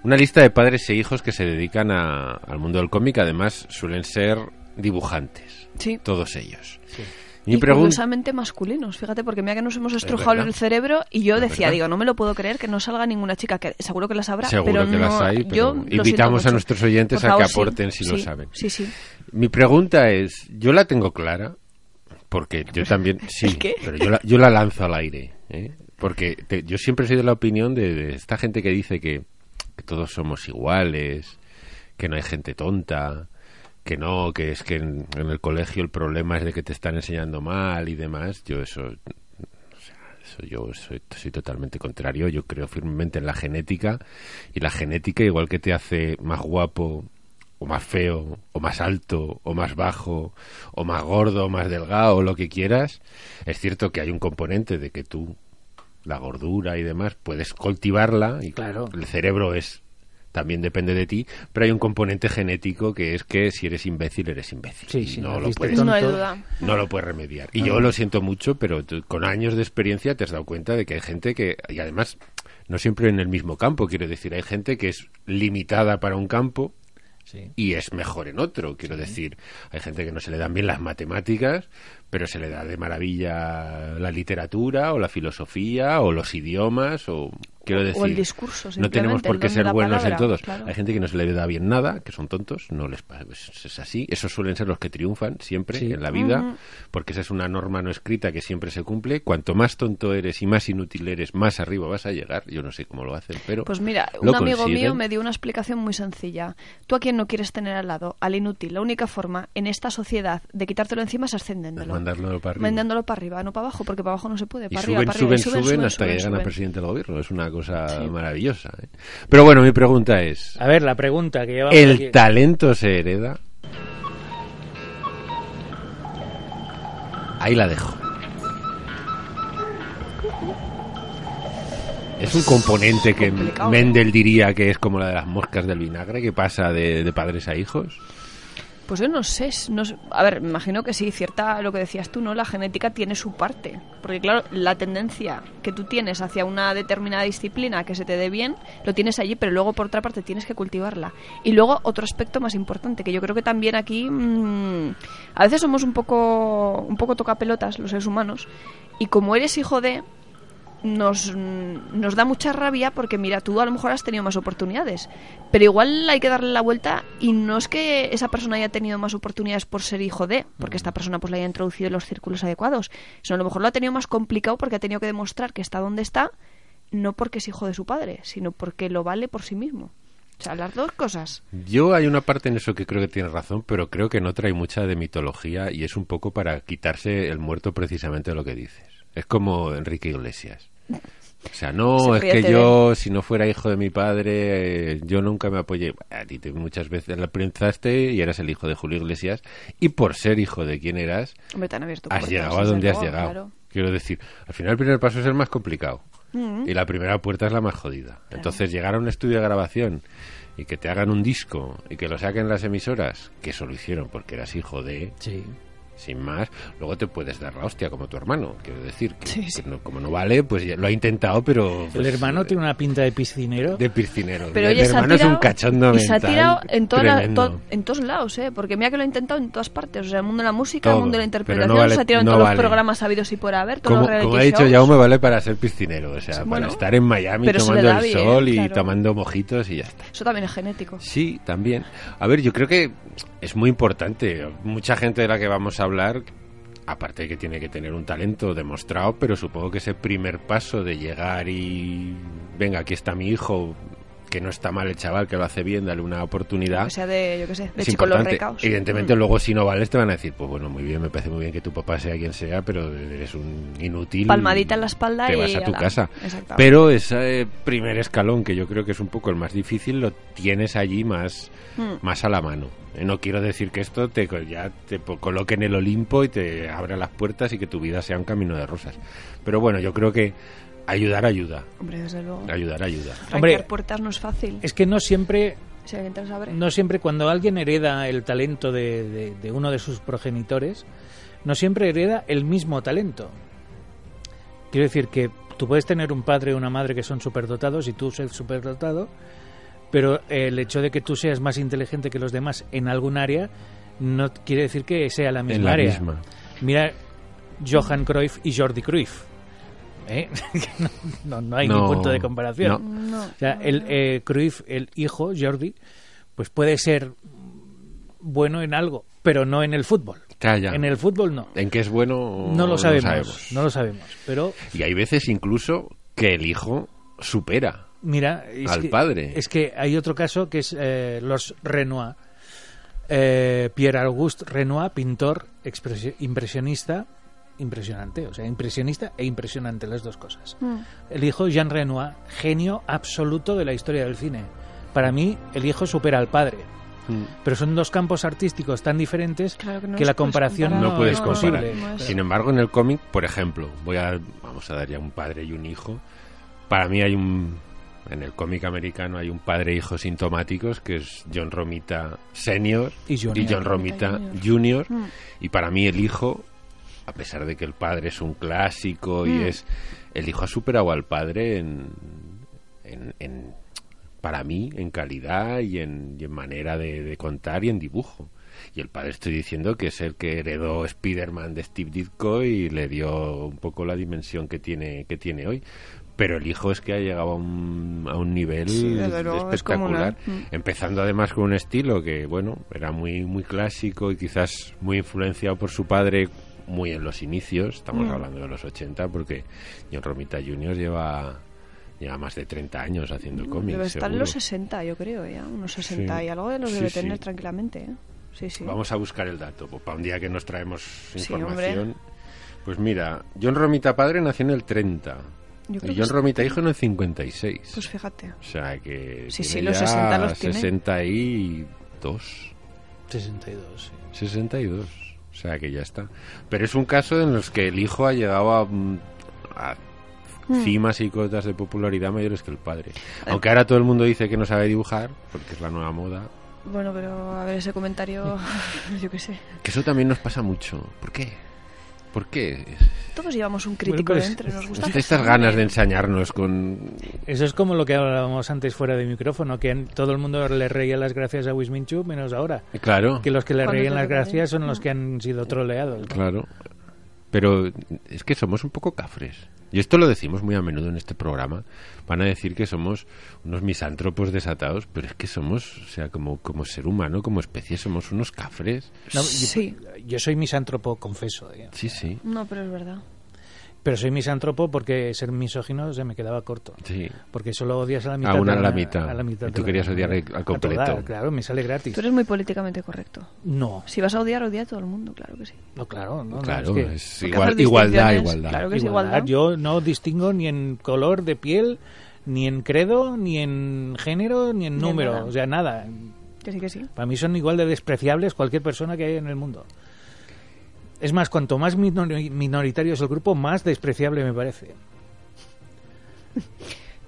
[SPEAKER 1] Una lista de padres e hijos que se dedican a- al mundo del cómic, además suelen ser dibujantes,
[SPEAKER 3] Sí.
[SPEAKER 1] todos ellos.
[SPEAKER 2] Sí.
[SPEAKER 1] Mi
[SPEAKER 3] y
[SPEAKER 1] pregunta...
[SPEAKER 3] curiosamente masculinos, fíjate, porque mira que nos hemos estrujado
[SPEAKER 1] verdad.
[SPEAKER 3] el cerebro y yo
[SPEAKER 1] Es
[SPEAKER 3] decía,
[SPEAKER 1] verdad.
[SPEAKER 3] digo, no me lo puedo creer que no salga ninguna chica, que seguro que las habrá,
[SPEAKER 1] Seguro
[SPEAKER 3] pero
[SPEAKER 1] que
[SPEAKER 3] no,
[SPEAKER 1] las hay, pero
[SPEAKER 3] yo lo siento
[SPEAKER 1] invitamos a
[SPEAKER 3] mucho.
[SPEAKER 1] nuestros oyentes
[SPEAKER 3] Por
[SPEAKER 1] a que
[SPEAKER 3] favor, sí,
[SPEAKER 1] aporten si lo
[SPEAKER 3] sí,
[SPEAKER 1] saben.
[SPEAKER 3] Sí, sí.
[SPEAKER 1] Mi pregunta es, yo la tengo clara, porque yo también, sí,
[SPEAKER 3] ¿El qué?
[SPEAKER 1] pero yo la, yo la lanzo al aire, ¿eh? porque te- yo siempre soy de la opinión de, de esta gente que dice que, que todos somos iguales, que no hay gente tonta, que no, que es que en, en el colegio el problema es de que te están enseñando mal y demás, yo eso... o sea, eso Yo soy, soy totalmente contrario, yo creo firmemente en la genética y la genética igual que te hace más guapo o más feo, o más alto, o más bajo, o más gordo, o más delgado, o lo que quieras, es cierto que hay un componente de que tú, la gordura y demás, puedes cultivarla y
[SPEAKER 2] Claro.
[SPEAKER 1] el cerebro es también depende de ti, pero hay un componente genético que es que si eres imbécil, eres imbécil.
[SPEAKER 2] Sí,
[SPEAKER 1] y
[SPEAKER 2] sí,
[SPEAKER 1] no, lo
[SPEAKER 2] naciste
[SPEAKER 1] puedes,
[SPEAKER 2] tonto.
[SPEAKER 3] No hay duda.
[SPEAKER 1] no lo puedes remediar. Y yo lo siento mucho, pero tú- con años de experiencia te has dado cuenta de que hay gente que, y además, no siempre en el mismo campo, quiero decir, hay gente que es limitada para un campo
[SPEAKER 2] Sí.
[SPEAKER 1] y es mejor en otro. Quiero decir, hay gente que no se le dan bien las matemáticas, pero se le da de maravilla la literatura o la filosofía o los idiomas o quiero
[SPEAKER 3] O- o
[SPEAKER 1] decir,
[SPEAKER 3] el discurso,
[SPEAKER 1] no tenemos
[SPEAKER 3] simplemente,
[SPEAKER 1] por
[SPEAKER 3] el
[SPEAKER 1] qué
[SPEAKER 3] don de
[SPEAKER 1] ser
[SPEAKER 3] la
[SPEAKER 1] buenos en
[SPEAKER 3] palabra,
[SPEAKER 1] todos.
[SPEAKER 3] claro.
[SPEAKER 1] Hay gente que no se le da bien nada, que son tontos, no les pa- pues es así. Esos suelen ser los que triunfan siempre
[SPEAKER 2] Sí.
[SPEAKER 1] en la vida, porque esa es una norma no escrita que siempre se cumple. Cuanto más tonto eres y más inútil eres, más arriba vas a llegar. Yo no sé cómo lo hacen, pero
[SPEAKER 3] Pues mira,
[SPEAKER 1] lo
[SPEAKER 3] un amigo mío
[SPEAKER 1] consiguen.
[SPEAKER 3] me dio una explicación muy sencilla. Tú a quien no quieres tener al lado, al inútil, la única forma en esta sociedad de quitártelo encima es ascendiéndolo.
[SPEAKER 1] Mandarlo para arriba.
[SPEAKER 3] Mandándolo para arriba, no para abajo, porque para abajo no se puede.
[SPEAKER 1] Y
[SPEAKER 3] Para
[SPEAKER 1] suben,
[SPEAKER 3] arriba, para
[SPEAKER 1] suben,
[SPEAKER 3] arriba, y
[SPEAKER 1] suben, hasta que llegan
[SPEAKER 3] suben,
[SPEAKER 1] a presidente del gobierno. Es una cosa
[SPEAKER 3] Sí.
[SPEAKER 1] maravillosa. ¿eh? Pero bueno, mi pregunta es,
[SPEAKER 2] A ver, la pregunta que llevamos
[SPEAKER 1] ¿el
[SPEAKER 2] aquí.
[SPEAKER 1] talento se hereda? Ahí la dejo. Es un componente que
[SPEAKER 3] Complicado, ¿eh?
[SPEAKER 1] Mendel diría que es como la de las moscas del vinagre, que pasa de, de padres a hijos.
[SPEAKER 3] Pues yo no sé, s- no sé. A ver, me imagino que sí, cierta lo que decías tú, ¿no? La genética tiene su parte. Porque, claro, la tendencia que tú tienes hacia una determinada disciplina que se te dé bien, lo tienes allí, pero luego, por otra parte, tienes que cultivarla. Y luego, otro aspecto más importante, que yo creo que también aquí. mm, a veces somos un poco, un poco tocapelotas los seres humanos. Y como eres hijo de. Nos, mm, nos da mucha rabia porque, mira, tú a lo mejor has tenido más oportunidades, pero igual hay que darle la vuelta y no es que esa persona haya tenido más oportunidades por ser hijo de, porque esta persona pues la haya introducido en los círculos adecuados, sino a lo mejor lo ha tenido más complicado porque ha tenido que demostrar que está donde está, no porque es hijo de su padre, sino porque lo vale por sí mismo. O sea, las dos cosas.
[SPEAKER 1] Yo hay una parte en eso que creo que tienes razón, pero creo que no trae mucha de mitología y es un poco para quitarse el muerto precisamente de lo que dices. Es como Enrique Iglesias. O sea, no,
[SPEAKER 3] Se
[SPEAKER 1] es que
[SPEAKER 3] ríete
[SPEAKER 1] yo, si no fuera hijo de mi padre, eh, yo nunca me apoyé. A ti te- muchas veces la pensaste y eras el hijo de Julio Iglesias y por ser hijo de quien eras,
[SPEAKER 3] Hombre, tan abierto.
[SPEAKER 1] has llegado a donde has llegado. Quiero decir, al final el primer paso es el más complicado
[SPEAKER 3] Mm.
[SPEAKER 1] y la primera puerta es la más jodida. Entonces, llegar a un estudio de grabación y que te hagan un disco y que lo saquen las emisoras, que eso lo hicieron porque eras hijo de,
[SPEAKER 2] Sí.
[SPEAKER 1] sin más, luego te puedes dar la hostia como tu hermano. Quiero decir, que,
[SPEAKER 3] Sí, sí.
[SPEAKER 1] que no- como no vale, pues ya lo ha intentado, pero...
[SPEAKER 2] El
[SPEAKER 1] pues,
[SPEAKER 2] hermano
[SPEAKER 1] eh,
[SPEAKER 2] tiene una pinta de piscinero.
[SPEAKER 1] de piscinero.
[SPEAKER 3] Pero
[SPEAKER 1] el
[SPEAKER 3] oye, se ha
[SPEAKER 1] hermano es un
[SPEAKER 3] tirado-
[SPEAKER 1] cachondo
[SPEAKER 3] y se ha
[SPEAKER 1] mental
[SPEAKER 3] tirado en, toda la-
[SPEAKER 1] tremendo.
[SPEAKER 3] to- en todos lados, ¿eh? Porque mira que lo ha intentado en todas partes. O sea, el mundo de la música,
[SPEAKER 1] Todo,
[SPEAKER 3] el mundo de la
[SPEAKER 1] pero no
[SPEAKER 3] interpretación,
[SPEAKER 1] vale-
[SPEAKER 3] se ha tirado
[SPEAKER 1] no
[SPEAKER 3] en todos
[SPEAKER 1] vale.
[SPEAKER 3] los programas sabidos y por haber, todos
[SPEAKER 1] Como,
[SPEAKER 3] los reality
[SPEAKER 1] como ha dicho
[SPEAKER 3] shows.
[SPEAKER 1] Jaume, vale para ser piscinero, o sea,
[SPEAKER 3] Bueno,
[SPEAKER 1] para estar en Miami
[SPEAKER 3] pero se le
[SPEAKER 1] tomando
[SPEAKER 3] da
[SPEAKER 1] el
[SPEAKER 3] bien,
[SPEAKER 1] sol y
[SPEAKER 3] claro.
[SPEAKER 1] tomando mojitos y ya está.
[SPEAKER 3] Eso también es genético.
[SPEAKER 1] Sí, también. A ver, yo creo que es muy importante. Mucha gente de la que vamos a hablar aparte de que tiene que tener un talento demostrado, pero supongo que ese primer paso de llegar y venga, aquí está mi hijo, que no está mal el chaval, que lo hace bien, dale una oportunidad.
[SPEAKER 3] O sea, de, yo qué sé, de
[SPEAKER 1] es
[SPEAKER 3] chicolos
[SPEAKER 1] importante.
[SPEAKER 3] recaos.
[SPEAKER 1] Evidentemente,
[SPEAKER 3] Mm.
[SPEAKER 1] luego si no vales te van a decir, pues bueno, muy bien, me parece muy bien que tu papá sea quien sea, pero eres un inútil.
[SPEAKER 3] Palmadita en la espalda
[SPEAKER 1] te
[SPEAKER 3] y
[SPEAKER 1] vas a tu
[SPEAKER 3] ala.
[SPEAKER 1] casa.
[SPEAKER 3] Exacto.
[SPEAKER 1] Pero ese eh, primer escalón, que yo creo que es un poco el más difícil, lo tienes allí más,
[SPEAKER 3] Mm.
[SPEAKER 1] más a la mano. Eh, No quiero decir que esto te co- ya te po- coloque en el Olimpo y te abra las puertas y que tu vida sea un camino de rosas. Pero bueno, yo creo que ayudar ayuda,
[SPEAKER 3] Hombre, desde luego.
[SPEAKER 1] ayudar ayuda.
[SPEAKER 2] Hombre,
[SPEAKER 3] Arrancar puertas no es fácil.
[SPEAKER 2] Es que no siempre
[SPEAKER 3] Si alguien te las abre.
[SPEAKER 2] No siempre, cuando alguien hereda el talento de, de- de uno de sus progenitores, no siempre hereda el mismo talento. Quiero decir que tú puedes tener un padre o una madre que son superdotados y tú ser superdotado, pero el hecho de que tú seas más inteligente que los demás en algún área no quiere decir que sea la misma
[SPEAKER 1] en la
[SPEAKER 2] área.
[SPEAKER 1] misma.
[SPEAKER 2] Mira Johan Cruyff y Jordi Cruyff. ¿eh? no, no- no hay
[SPEAKER 1] No,
[SPEAKER 2] ni punto de comparación.
[SPEAKER 1] no.
[SPEAKER 3] No.
[SPEAKER 2] O sea, el eh, Cruyff, el hijo, Jordi, pues puede ser bueno en algo, pero no en el fútbol.
[SPEAKER 1] Calla.
[SPEAKER 2] En el fútbol no.
[SPEAKER 1] ¿En qué es bueno?
[SPEAKER 2] No lo sabemos.
[SPEAKER 1] sabemos.
[SPEAKER 2] No lo sabemos. Pero
[SPEAKER 1] Y hay veces incluso que el hijo supera.
[SPEAKER 2] mira, es
[SPEAKER 1] Al
[SPEAKER 2] que,
[SPEAKER 1] padre.
[SPEAKER 2] Es que hay otro caso que es eh, los Renoir. Eh, Pierre Auguste Renoir, pintor, expresi- impresionista, impresionante, o sea, impresionista e impresionante las dos cosas.
[SPEAKER 3] Mm.
[SPEAKER 2] El hijo Jean Renoir, genio absoluto de la historia del cine. Para mí, el hijo supera al padre.
[SPEAKER 1] Mm.
[SPEAKER 2] pero son dos campos artístíticos tan diferentes
[SPEAKER 3] Claro que
[SPEAKER 2] que,
[SPEAKER 3] no
[SPEAKER 2] la
[SPEAKER 3] los puedes
[SPEAKER 2] comparación
[SPEAKER 3] comparar.
[SPEAKER 1] No,
[SPEAKER 2] no,
[SPEAKER 1] puedes
[SPEAKER 2] es
[SPEAKER 1] comparar.
[SPEAKER 2] posible.
[SPEAKER 3] No es-
[SPEAKER 1] Sin embargo, en el cómic, por ejemplo, voy a dar- vamos a dar ya un padre y un hijo. Para mí hay un en el cómic americano hay un padre e hijo sintomáticos que es John Romita senior
[SPEAKER 2] Y Junior.
[SPEAKER 1] John Romita
[SPEAKER 3] Romita
[SPEAKER 1] junior.
[SPEAKER 3] Mm.
[SPEAKER 1] Y para mí el hijo, a pesar de que el padre es un clásico y
[SPEAKER 3] Mm.
[SPEAKER 1] es... El hijo ha superado al padre en... en- en- para mí, en calidad y en, y en manera de, de contar y en dibujo. Y el padre estoy diciendo que es el que heredó Spider-Man de Steve Ditko y le dio un poco la dimensión que tiene, que tiene hoy. Pero el hijo es que ha llegado a un, a un nivel
[SPEAKER 3] Sí, desde luego, es
[SPEAKER 1] espectacular.
[SPEAKER 3] comunal. Mm.
[SPEAKER 1] Empezando además con un estilo que, bueno, era muy, muy clásico y quizás muy influenciado por su padre, muy en los inicios, estamos
[SPEAKER 3] Mm.
[SPEAKER 1] hablando de los 80, porque John Romita Jr. lleva, lleva más de 30 años haciendo cómics.
[SPEAKER 3] Mm, Debe estar en
[SPEAKER 1] Oh, seguro.
[SPEAKER 3] los 60, yo creo, ya. Unos 60
[SPEAKER 1] Sí.
[SPEAKER 3] y algo de los
[SPEAKER 1] Sí,
[SPEAKER 3] debe
[SPEAKER 1] sí.
[SPEAKER 3] tener tranquilamente. ¿eh? Sí, sí.
[SPEAKER 1] Vamos a buscar el dato, pues, para un día que nos traemos
[SPEAKER 3] Sí,
[SPEAKER 1] información. pues mira, John Romita padre nació en el 30
[SPEAKER 3] Yo creo
[SPEAKER 1] y
[SPEAKER 3] que
[SPEAKER 1] John
[SPEAKER 3] es-
[SPEAKER 1] Romita hijo en el 56.
[SPEAKER 3] Pues fíjate.
[SPEAKER 1] o sea que
[SPEAKER 3] Sí,
[SPEAKER 1] tiene
[SPEAKER 3] sí, los
[SPEAKER 1] ya
[SPEAKER 3] 60 los tiene.
[SPEAKER 1] 62.
[SPEAKER 2] 62, sí.
[SPEAKER 1] 62. O sea que ya está. Pero es un caso en los que el hijo ha llegado a, mm, a
[SPEAKER 3] Hmm.
[SPEAKER 1] cimas y cotas de popularidad mayores que el padre.
[SPEAKER 3] Eh.
[SPEAKER 1] Aunque ahora todo el mundo dice que no sabe dibujar, porque es la nueva moda.
[SPEAKER 3] Bueno, pero a ver ese comentario, yo qué sé.
[SPEAKER 1] Que eso también nos pasa mucho. ¿Por qué? ¿Por qué?
[SPEAKER 3] Todos llevamos un crítico
[SPEAKER 2] pero es-
[SPEAKER 3] dentro, nos
[SPEAKER 2] pues,
[SPEAKER 3] gusta.
[SPEAKER 1] Estas ganas de ensañarnos con...
[SPEAKER 2] Eso es como lo que hablábamos antes fuera de micrófono, que an- todo el mundo le reía las gracias a Wisminchu, menos ahora.
[SPEAKER 1] Claro,
[SPEAKER 2] Que los que le
[SPEAKER 3] Cuando
[SPEAKER 2] reían
[SPEAKER 3] te
[SPEAKER 2] las
[SPEAKER 3] toca, ¿eh?
[SPEAKER 2] gracias son los que han sido troleados. ¿no?
[SPEAKER 1] claro. Pero es que somos un poco cafres. Y esto lo decimos muy a menudo en este programa. Van a decir que somos unos misántropos desatados, pero es que somos, o sea, como, como ser humano, como especie, somos unos cafres.
[SPEAKER 2] No, yo-
[SPEAKER 3] Sí.
[SPEAKER 2] yo, soy misántropo, confeso. ¿eh?
[SPEAKER 1] Sí, sí,
[SPEAKER 3] No, pero es verdad.
[SPEAKER 2] Pero soy misántropo porque ser misógino se me quedaba corto.
[SPEAKER 1] sí.
[SPEAKER 2] Porque solo odias a la mitad.
[SPEAKER 1] A una
[SPEAKER 2] de
[SPEAKER 1] a la mitad.
[SPEAKER 2] a la mitad
[SPEAKER 1] Y tú
[SPEAKER 2] de la-
[SPEAKER 1] querías odiar al
[SPEAKER 2] a
[SPEAKER 1] completo.
[SPEAKER 2] toda, claro, me sale gratis.
[SPEAKER 3] Tú eres muy políticamente correcto.
[SPEAKER 2] No,
[SPEAKER 3] Si vas a odiar, odia a todo el mundo, claro que sí.
[SPEAKER 2] no, claro. No, no,
[SPEAKER 1] claro,
[SPEAKER 2] es que-
[SPEAKER 1] es
[SPEAKER 3] Porque
[SPEAKER 1] igual,
[SPEAKER 3] hacer
[SPEAKER 1] igualdad,
[SPEAKER 3] distinciones,
[SPEAKER 1] igualdad.
[SPEAKER 3] Claro que es
[SPEAKER 2] Igualdad.
[SPEAKER 3] igualdad.
[SPEAKER 2] Yo no distingo ni en color de piel, ni en credo, ni en género, ni en
[SPEAKER 3] Ni en
[SPEAKER 2] número,
[SPEAKER 3] nada.
[SPEAKER 2] o sea, nada.
[SPEAKER 3] Que sí, que sí.
[SPEAKER 2] Para mí son igual de despreciables cualquier persona que hay en el mundo. Es más, cuanto más minori- minoritario es el grupo, más despreciable me parece.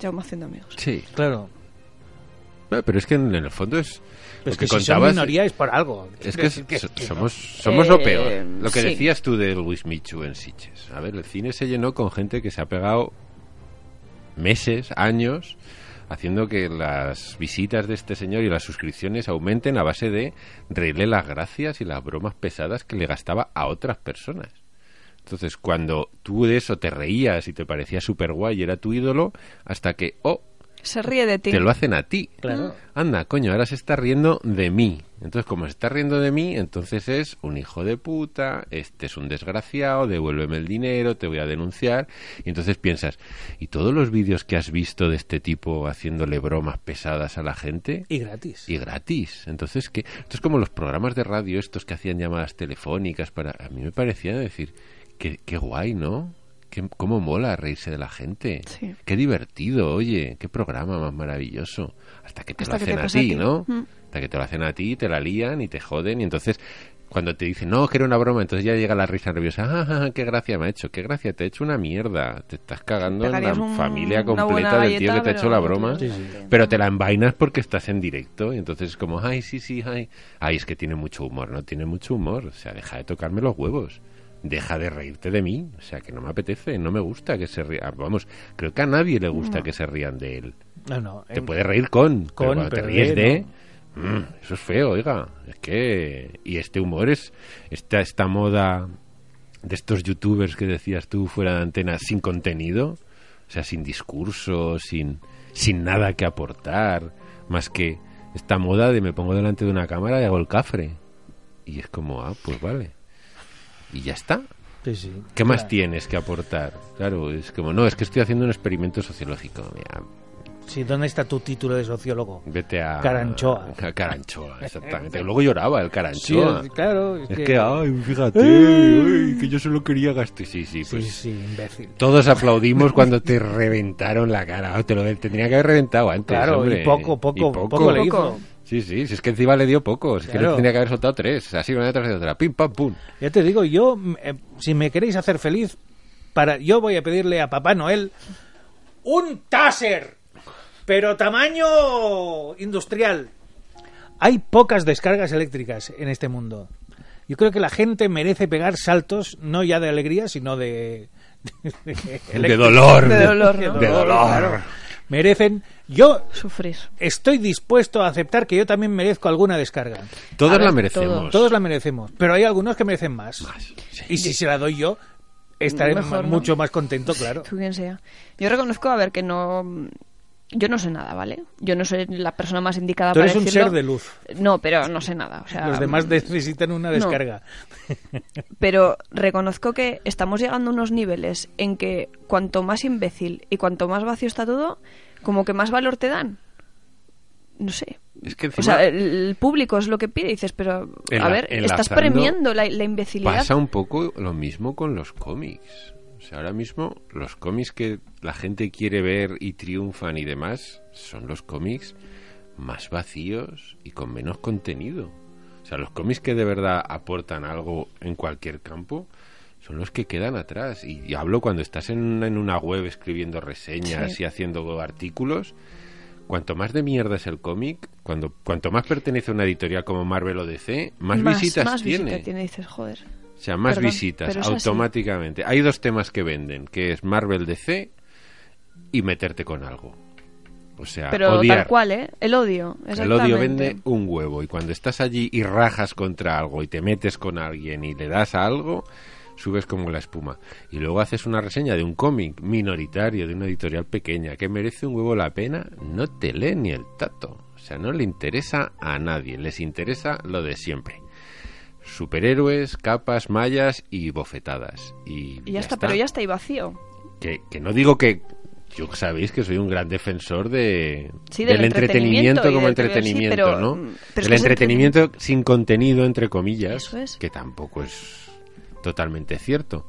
[SPEAKER 3] Ya vamos haciendo amigos.
[SPEAKER 1] Sí,
[SPEAKER 2] Claro.
[SPEAKER 1] No, pero es que en el fondo es...
[SPEAKER 2] Pero
[SPEAKER 1] lo
[SPEAKER 2] es que, si son
[SPEAKER 1] contabas,
[SPEAKER 2] minoría es por algo.
[SPEAKER 1] Es que so- somos,
[SPEAKER 3] Eh,
[SPEAKER 1] somos lo peor. Lo que
[SPEAKER 3] sí.
[SPEAKER 1] decías tú de Luis Michu en Sitges. A ver, el cine se llenó con gente que se ha pegado meses, años, haciendo que las visitas de este señor y las suscripciones aumenten a base de reírle las gracias y las bromas pesadas que le gastaba a otras personas. Entonces, cuando tú de eso te reías y te parecía súper guay y era tu ídolo, hasta que, oh,
[SPEAKER 3] Se ríe de ti.
[SPEAKER 1] Te lo hacen a ti.
[SPEAKER 2] Claro.
[SPEAKER 3] Ah.
[SPEAKER 1] Anda, coño, ahora se está riendo de mí. Entonces, como se está riendo de mí, entonces es un hijo de puta, este es un desgraciado, devuélveme el dinero, te voy a denunciar. Y entonces piensas, ¿y todos los vídeos que has visto de este tipo haciéndole bromas pesadas a la gente?
[SPEAKER 2] Y gratis.
[SPEAKER 1] y gratis. Entonces, que Esto es como los programas de radio estos que hacían llamadas telefónicas para... A mí me parecía decir, qué, qué guay, ¿no? Qué, ¿Cómo mola reírse de la gente?
[SPEAKER 3] Sí.
[SPEAKER 1] Qué divertido, oye, qué programa más maravilloso. Hasta que te lo
[SPEAKER 3] Hasta que
[SPEAKER 1] hacen
[SPEAKER 3] te
[SPEAKER 1] a
[SPEAKER 3] pasa a
[SPEAKER 1] ti,
[SPEAKER 3] ti.
[SPEAKER 1] ¿no?
[SPEAKER 3] Mm.
[SPEAKER 1] Hasta que te lo hacen a ti, te la lían y te joden y entonces... Cuando te dicen, no, que era una broma, entonces ya llega la risa nerviosa. Ah, ah, ah, qué gracia me ha hecho, qué gracia te ha hecho una mierda. Te estás cagando en la
[SPEAKER 3] Pegarías un-
[SPEAKER 1] familia
[SPEAKER 3] una buena
[SPEAKER 1] completa del tío
[SPEAKER 3] galleta,
[SPEAKER 1] que te ha hecho
[SPEAKER 3] pero
[SPEAKER 1] la
[SPEAKER 3] no te-
[SPEAKER 1] broma.
[SPEAKER 2] Sí, sí.
[SPEAKER 1] Pero te la envainas porque estás en directo y entonces es como, ay, sí, sí, ay. Ay, es que tiene mucho humor, no tiene mucho humor. O sea, deja de tocarme los huevos. Deja de reírte de mí. O sea, que no me apetece, no me gusta que se ría. Vamos, creo que a nadie le gusta que se rían de él.
[SPEAKER 2] No, no.
[SPEAKER 1] Te
[SPEAKER 2] em-
[SPEAKER 1] puedes reír con, pero
[SPEAKER 2] con,
[SPEAKER 1] cuando
[SPEAKER 2] pero
[SPEAKER 1] te ríes
[SPEAKER 2] de,
[SPEAKER 1] de... "Mm, eso es feo, oiga. Es que... Y este humor es... Esta, esta moda de estos youtubers que decías tú fuera de antena sin contenido, o sea, sin discurso, sin, sin nada que aportar, más que esta moda de me pongo delante de una cámara y hago el cafre. Y es como, ah, pues vale. Y ya está.
[SPEAKER 2] Sí, sí.
[SPEAKER 1] ¿Qué más
[SPEAKER 2] Claro.
[SPEAKER 1] tienes que aportar? Claro, es como, no, es que estoy haciendo un experimento sociológico. Mira,
[SPEAKER 2] Sí, ¿dónde está tu título de sociólogo?
[SPEAKER 1] Vete a.
[SPEAKER 2] Caranchoa.
[SPEAKER 1] A Caranchoa, exactamente. Luego lloraba el Caranchoa.
[SPEAKER 2] Sí, claro. Es,
[SPEAKER 1] es
[SPEAKER 2] que...
[SPEAKER 1] que, ay, fíjate,
[SPEAKER 2] Ay.
[SPEAKER 1] ay, que yo solo quería gastar. Sí, sí,
[SPEAKER 2] Sí,
[SPEAKER 1] pues.
[SPEAKER 2] sí, imbécil.
[SPEAKER 1] Todos aplaudimos cuando te reventaron la cara. Ah, Te lo tendría que haber reventado antes.
[SPEAKER 2] Claro,
[SPEAKER 1] hombre.
[SPEAKER 2] y poco, poco,
[SPEAKER 1] Y
[SPEAKER 2] poco, le hizo.
[SPEAKER 3] Poco.
[SPEAKER 1] Sí, sí, si es que encima le dio poco. Es que
[SPEAKER 2] Claro.
[SPEAKER 1] le tendría que haber soltado tres. Así una detrás de otra. Pim, pam, pum.
[SPEAKER 2] Ya te digo, yo, mm, eh, si me queréis hacer feliz, para, yo voy a pedirle a Papá Noel un taser, pero tamaño industrial. Hay pocas descargas eléctricas en este mundo. Yo creo que la gente merece pegar saltos, no ya de alegría, sino de...
[SPEAKER 1] De dolor.
[SPEAKER 3] De dolor,
[SPEAKER 1] De,
[SPEAKER 3] ¿no?
[SPEAKER 1] de dolor.
[SPEAKER 2] Merecen... Yo
[SPEAKER 3] Sufrir.
[SPEAKER 2] estoy dispuesto a aceptar que yo también merezco alguna descarga.
[SPEAKER 1] Todos
[SPEAKER 3] A ver,
[SPEAKER 1] la merecemos.
[SPEAKER 3] todos.
[SPEAKER 2] Todos la merecemos, pero hay algunos que merecen más.
[SPEAKER 1] Pues- Más, sí.
[SPEAKER 2] Y si se la doy yo, estaré
[SPEAKER 3] Mejor,
[SPEAKER 2] ma-
[SPEAKER 3] ¿no?
[SPEAKER 2] mucho más contento, claro.
[SPEAKER 3] Tú quien sea. Yo reconozco, a ver, que no. Yo no sé nada, ¿vale? Yo no soy la persona más indicada
[SPEAKER 2] Tú
[SPEAKER 3] para
[SPEAKER 2] eres un
[SPEAKER 3] decirlo.
[SPEAKER 2] ser de luz.
[SPEAKER 3] No, pero no sé nada. O sea,
[SPEAKER 2] Los demás necesitan una
[SPEAKER 3] no.
[SPEAKER 2] descarga.
[SPEAKER 3] Pero reconozco que estamos llegando a unos niveles en que cuanto más imbécil y cuanto más vacío está todo, como que más valor te dan. No sé.
[SPEAKER 1] Es que
[SPEAKER 3] O
[SPEAKER 1] encima
[SPEAKER 3] sea, el, el público es lo que pide. Y dices, pero a
[SPEAKER 1] Enla-
[SPEAKER 3] ver, estás
[SPEAKER 1] enlazando,
[SPEAKER 3] premiando la, la imbecilidad.
[SPEAKER 1] pasa un poco lo mismo con los cómics. O sea, ahora mismo los cómics que la gente quiere ver y triunfan y demás son los cómics más vacíos y con menos contenido. O sea, los cómics que de verdad aportan algo en cualquier campo son los que quedan atrás. Y, y hablo cuando estás en una, en una web escribiendo reseñas
[SPEAKER 3] Sí.
[SPEAKER 1] y haciendo artículos. Cuanto más de mierda es el cómic, cuando, cuanto más pertenece a una editorial como Marvel o DC, más, visitas
[SPEAKER 3] más
[SPEAKER 1] tiene.
[SPEAKER 3] visita tiene. Dices, joder.
[SPEAKER 1] O sea, más
[SPEAKER 3] Perdón,
[SPEAKER 1] visitas
[SPEAKER 3] pero es así.
[SPEAKER 1] automáticamente. Hay dos temas que venden, que es Marvel DC y meterte con algo. O sea,
[SPEAKER 3] Pero
[SPEAKER 1] odiar.
[SPEAKER 3] tal cual, ¿eh? El odio.
[SPEAKER 1] El odio
[SPEAKER 3] exactamente.
[SPEAKER 1] vende un huevo y cuando estás allí y rajas contra algo y te metes con alguien y le das a algo, subes como la espuma. Y luego haces una reseña de un cómic minoritario, de una editorial pequeña, que merece un huevo la pena, no te lee ni el tato. O sea, no le interesa a nadie, les interesa lo de siempre. Superhéroes, capas, mallas y bofetadas. Y,
[SPEAKER 3] Y ya, está, pero ya está ahí vacío.
[SPEAKER 1] que, que no digo que yo sabéis que soy un gran defensor de
[SPEAKER 3] Sí, del entretenimiento y
[SPEAKER 1] como
[SPEAKER 3] del TV, sí,
[SPEAKER 1] entretenimiento,
[SPEAKER 3] pero,
[SPEAKER 1] ¿no?
[SPEAKER 3] mm, pero es
[SPEAKER 1] el
[SPEAKER 3] que es
[SPEAKER 1] entretenimiento sin contenido entre comillas,
[SPEAKER 3] Eso es.
[SPEAKER 1] que tampoco es totalmente cierto.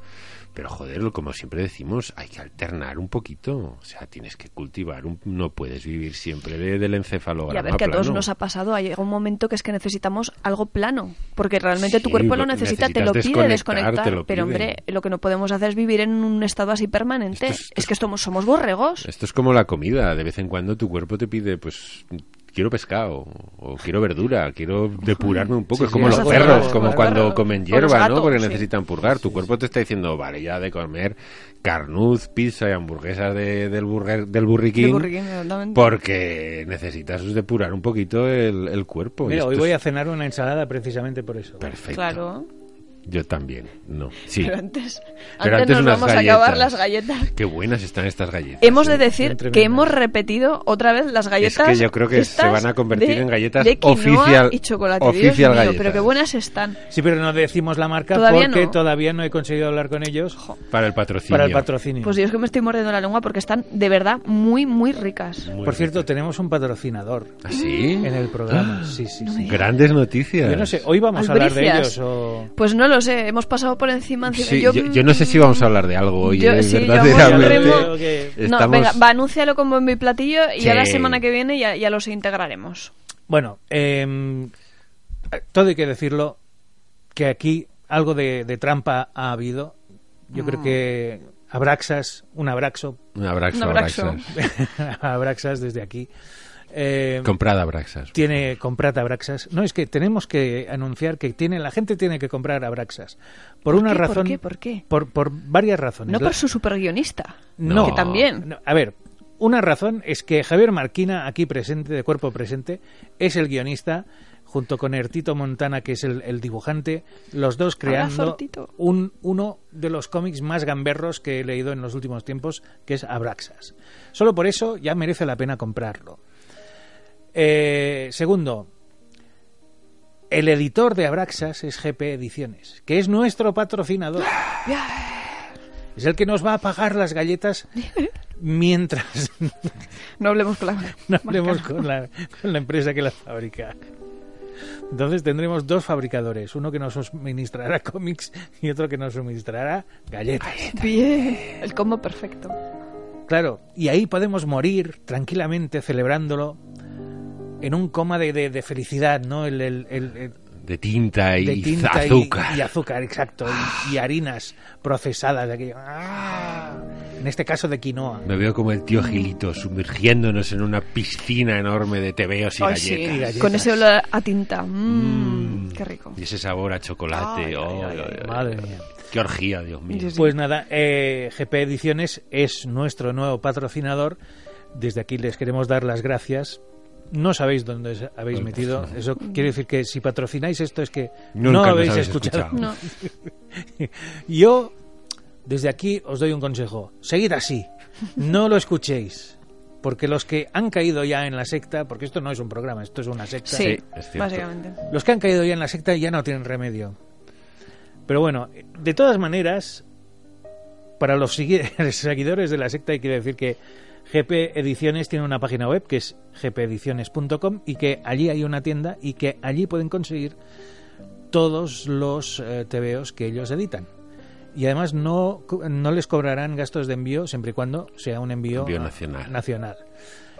[SPEAKER 1] Pero joder, lo- como siempre decimos, hay que alternar un poquito. O sea, tienes que cultivar. un- no puedes vivir siempre de- del
[SPEAKER 3] Y a
[SPEAKER 1] encefalograma
[SPEAKER 3] ver que a todos
[SPEAKER 1] plano.
[SPEAKER 3] nos ha pasado, ha llegado un momento que es que necesitamos algo plano, porque realmente tu
[SPEAKER 1] Sí,
[SPEAKER 3] cuerpo lo
[SPEAKER 1] lo-
[SPEAKER 3] necesita, te
[SPEAKER 1] necesitas
[SPEAKER 3] lo
[SPEAKER 1] desconectar,
[SPEAKER 3] pide desconectar,
[SPEAKER 1] te lo
[SPEAKER 3] pero
[SPEAKER 1] pide.
[SPEAKER 3] hombre, lo que no podemos hacer es vivir en un estado así permanente,
[SPEAKER 1] Esto es-
[SPEAKER 3] es, que somos, somos borregos.
[SPEAKER 1] Esto es como la comida. De vez en cuando tu cuerpo te pide, pues, quiero pescado o quiero verdura, quiero depurarme un poco.
[SPEAKER 2] Sí,
[SPEAKER 1] es
[SPEAKER 2] sí,
[SPEAKER 1] como los
[SPEAKER 2] vas a hacer
[SPEAKER 1] perros,
[SPEAKER 2] algo,
[SPEAKER 1] como
[SPEAKER 2] vas a
[SPEAKER 1] cuando
[SPEAKER 3] hacer algo.
[SPEAKER 1] comen
[SPEAKER 3] O los
[SPEAKER 1] hierba,
[SPEAKER 3] gatos,
[SPEAKER 1] ¿no? Porque
[SPEAKER 3] sí.
[SPEAKER 1] necesitan purgar. tu cuerpo te está diciendo, vale, ya de comer carnuz, pizza y hamburguesas de- del, burger, del burriquín.
[SPEAKER 3] De borreguín, exactamente.
[SPEAKER 1] Porque necesitas depurar un poquito el, el cuerpo. y
[SPEAKER 2] Mira,
[SPEAKER 1] Pues esto
[SPEAKER 2] hoy voy
[SPEAKER 1] es
[SPEAKER 2] a cenar una ensalada precisamente por eso.
[SPEAKER 1] Perfecto.
[SPEAKER 3] Claro.
[SPEAKER 1] Yo también, no. Sí.
[SPEAKER 3] Pero antes,
[SPEAKER 1] Pero
[SPEAKER 3] antes
[SPEAKER 1] antes
[SPEAKER 3] nos
[SPEAKER 1] unas
[SPEAKER 3] vamos a acabar
[SPEAKER 1] galletas.
[SPEAKER 3] las galletas.
[SPEAKER 1] Qué buenas están estas galletas.
[SPEAKER 3] Hemos
[SPEAKER 1] ¿eh?
[SPEAKER 3] de decir
[SPEAKER 2] son tremendas.
[SPEAKER 3] que hemos repetido otra vez las galletas.
[SPEAKER 1] Es que yo creo que se
[SPEAKER 3] estas
[SPEAKER 1] van a convertir
[SPEAKER 3] de-
[SPEAKER 1] en galletas
[SPEAKER 3] de quinoa
[SPEAKER 1] oficial-
[SPEAKER 3] y chocolate.
[SPEAKER 1] oficial
[SPEAKER 2] mío,
[SPEAKER 1] galletas.
[SPEAKER 3] Pero qué buenas están.
[SPEAKER 2] Sí, pero no decimos la marca
[SPEAKER 3] Todavía
[SPEAKER 2] porque
[SPEAKER 3] no.
[SPEAKER 2] todavía no he conseguido hablar con ellos
[SPEAKER 1] Para el patrocinio.
[SPEAKER 2] para el patrocinio.
[SPEAKER 3] Pues yo es que me estoy mordiendo la lengua porque están de verdad muy, muy ricas.
[SPEAKER 1] Muy
[SPEAKER 2] Por cierto,
[SPEAKER 1] rico.
[SPEAKER 2] tenemos un patrocinador
[SPEAKER 1] ¿Ah, sí?
[SPEAKER 2] en el
[SPEAKER 1] Ah.
[SPEAKER 2] programa. Sí, sí, sí.
[SPEAKER 1] Grandes noticias.
[SPEAKER 2] Yo no sé, hoy vamos a hablar de ellos
[SPEAKER 3] Albricias.
[SPEAKER 2] o...
[SPEAKER 3] Pues no lo sé, hemos pasado por encima. encima.
[SPEAKER 1] Sí, yo, yo no sé si vamos a hablar de algo hoy,
[SPEAKER 3] Yo-
[SPEAKER 1] eh,
[SPEAKER 3] sí, yo hago un
[SPEAKER 1] verdaderamente.
[SPEAKER 3] remo- mm, No,
[SPEAKER 1] Estamos-
[SPEAKER 3] venga, va, anúncialo como en mi platillo y ya la
[SPEAKER 1] Sí.
[SPEAKER 3] semana que viene ya, ya los integraremos.
[SPEAKER 2] Bueno, em, todo hay que decirlo, que aquí algo de, de trampa ha habido. Yo
[SPEAKER 3] Ah.
[SPEAKER 2] creo que Abraxas, un abraxo,
[SPEAKER 1] Un abrazo,
[SPEAKER 3] Un
[SPEAKER 1] a
[SPEAKER 3] abrazo.
[SPEAKER 1] Abraxas.
[SPEAKER 2] Abraxas desde aquí, eh,
[SPEAKER 1] Comprad Abraxas.
[SPEAKER 2] tiene, comprad Abraxas. No, es que tenemos que anunciar que tiene, la gente tiene que comprar Abraxas. Por, una
[SPEAKER 3] qué, por
[SPEAKER 2] razón...
[SPEAKER 3] qué, por qué?
[SPEAKER 2] Por, por varias razones.
[SPEAKER 3] No
[SPEAKER 2] La-
[SPEAKER 3] por su superguionista.
[SPEAKER 2] No.
[SPEAKER 1] Que
[SPEAKER 3] también.
[SPEAKER 2] No, a ver, una razón es que Javier Marquina, aquí presente, de cuerpo presente, es el guionista, junto con Ertito Montana, que es el, el dibujante, los dos
[SPEAKER 3] Abrazo,
[SPEAKER 2] creando
[SPEAKER 3] Ertito.
[SPEAKER 2] un, uno de los cómics más gamberros que he leído en los últimos tiempos, que es Abraxas. Solo por eso ya merece la pena comprarlo. Eh, segundo, el editor de Abraxas es GP Ediciones, que es nuestro patrocinador. Es el que nos va a pagar las galletas mientras
[SPEAKER 3] No hablemos con la-
[SPEAKER 2] no hablemos con la, con la empresa que las fabrica. Entonces tendremos dos fabricadores, uno que nos suministrará cómics y otro que nos suministrará galletas.
[SPEAKER 3] Bien. El combo perfecto.
[SPEAKER 2] Claro, y ahí podemos morir tranquilamente celebrándolo en un coma de, de- de felicidad, ¿no? El, el- el- el-
[SPEAKER 1] De tinta y
[SPEAKER 2] de tinta y-
[SPEAKER 1] azúcar.
[SPEAKER 2] Y, azúcar, exacto, y, y harinas procesadas. de aquello. ¡Ah! En este caso de quinoa.
[SPEAKER 1] Me veo como el tío Gilito sumergiéndonos en una piscina enorme de tebeos y
[SPEAKER 3] Ay, sí,
[SPEAKER 1] galletas.
[SPEAKER 2] galletas.
[SPEAKER 3] Con ese olor a tinta. Mm,
[SPEAKER 1] Mm.
[SPEAKER 3] Qué rico.
[SPEAKER 1] Y ese sabor a chocolate.
[SPEAKER 3] Ay, ay,
[SPEAKER 1] oh,
[SPEAKER 3] ay,
[SPEAKER 1] ay,
[SPEAKER 3] ay,
[SPEAKER 1] ay.
[SPEAKER 2] Madre mía.
[SPEAKER 1] Qué orgía, Dios mío.
[SPEAKER 3] Dios. Sí.
[SPEAKER 2] Pues nada, eh, GP Ediciones es nuestro nuevo patrocinador. Desde aquí les queremos dar las gracias. No sabéis dónde os habéis metido. Eso quiere decir que si patrocináis esto es que
[SPEAKER 1] Nunca
[SPEAKER 2] no
[SPEAKER 1] nos
[SPEAKER 2] habéis
[SPEAKER 1] habéis
[SPEAKER 2] escuchado.
[SPEAKER 1] escuchado.
[SPEAKER 3] No.
[SPEAKER 2] Yo, desde aquí, os doy un consejo. Seguid así. No lo escuchéis. Porque los que han caído ya en la secta, porque esto no es un programa, esto es una secta.
[SPEAKER 3] Sí,
[SPEAKER 1] es cierto.
[SPEAKER 3] básicamente.
[SPEAKER 2] Los que han caído ya en la secta ya no tienen remedio. Pero bueno, de todas maneras, para los sigui- seguidores de la secta hay que decir que GP Ediciones tiene una página web que es gpediciones.com y que allí hay una tienda y que allí pueden conseguir todos los eh, TVOs que ellos editan. Y además no, co- no les cobrarán gastos de envío siempre y cuando sea un envío,
[SPEAKER 1] Envío
[SPEAKER 2] ah,
[SPEAKER 1] nacional.
[SPEAKER 2] nacional.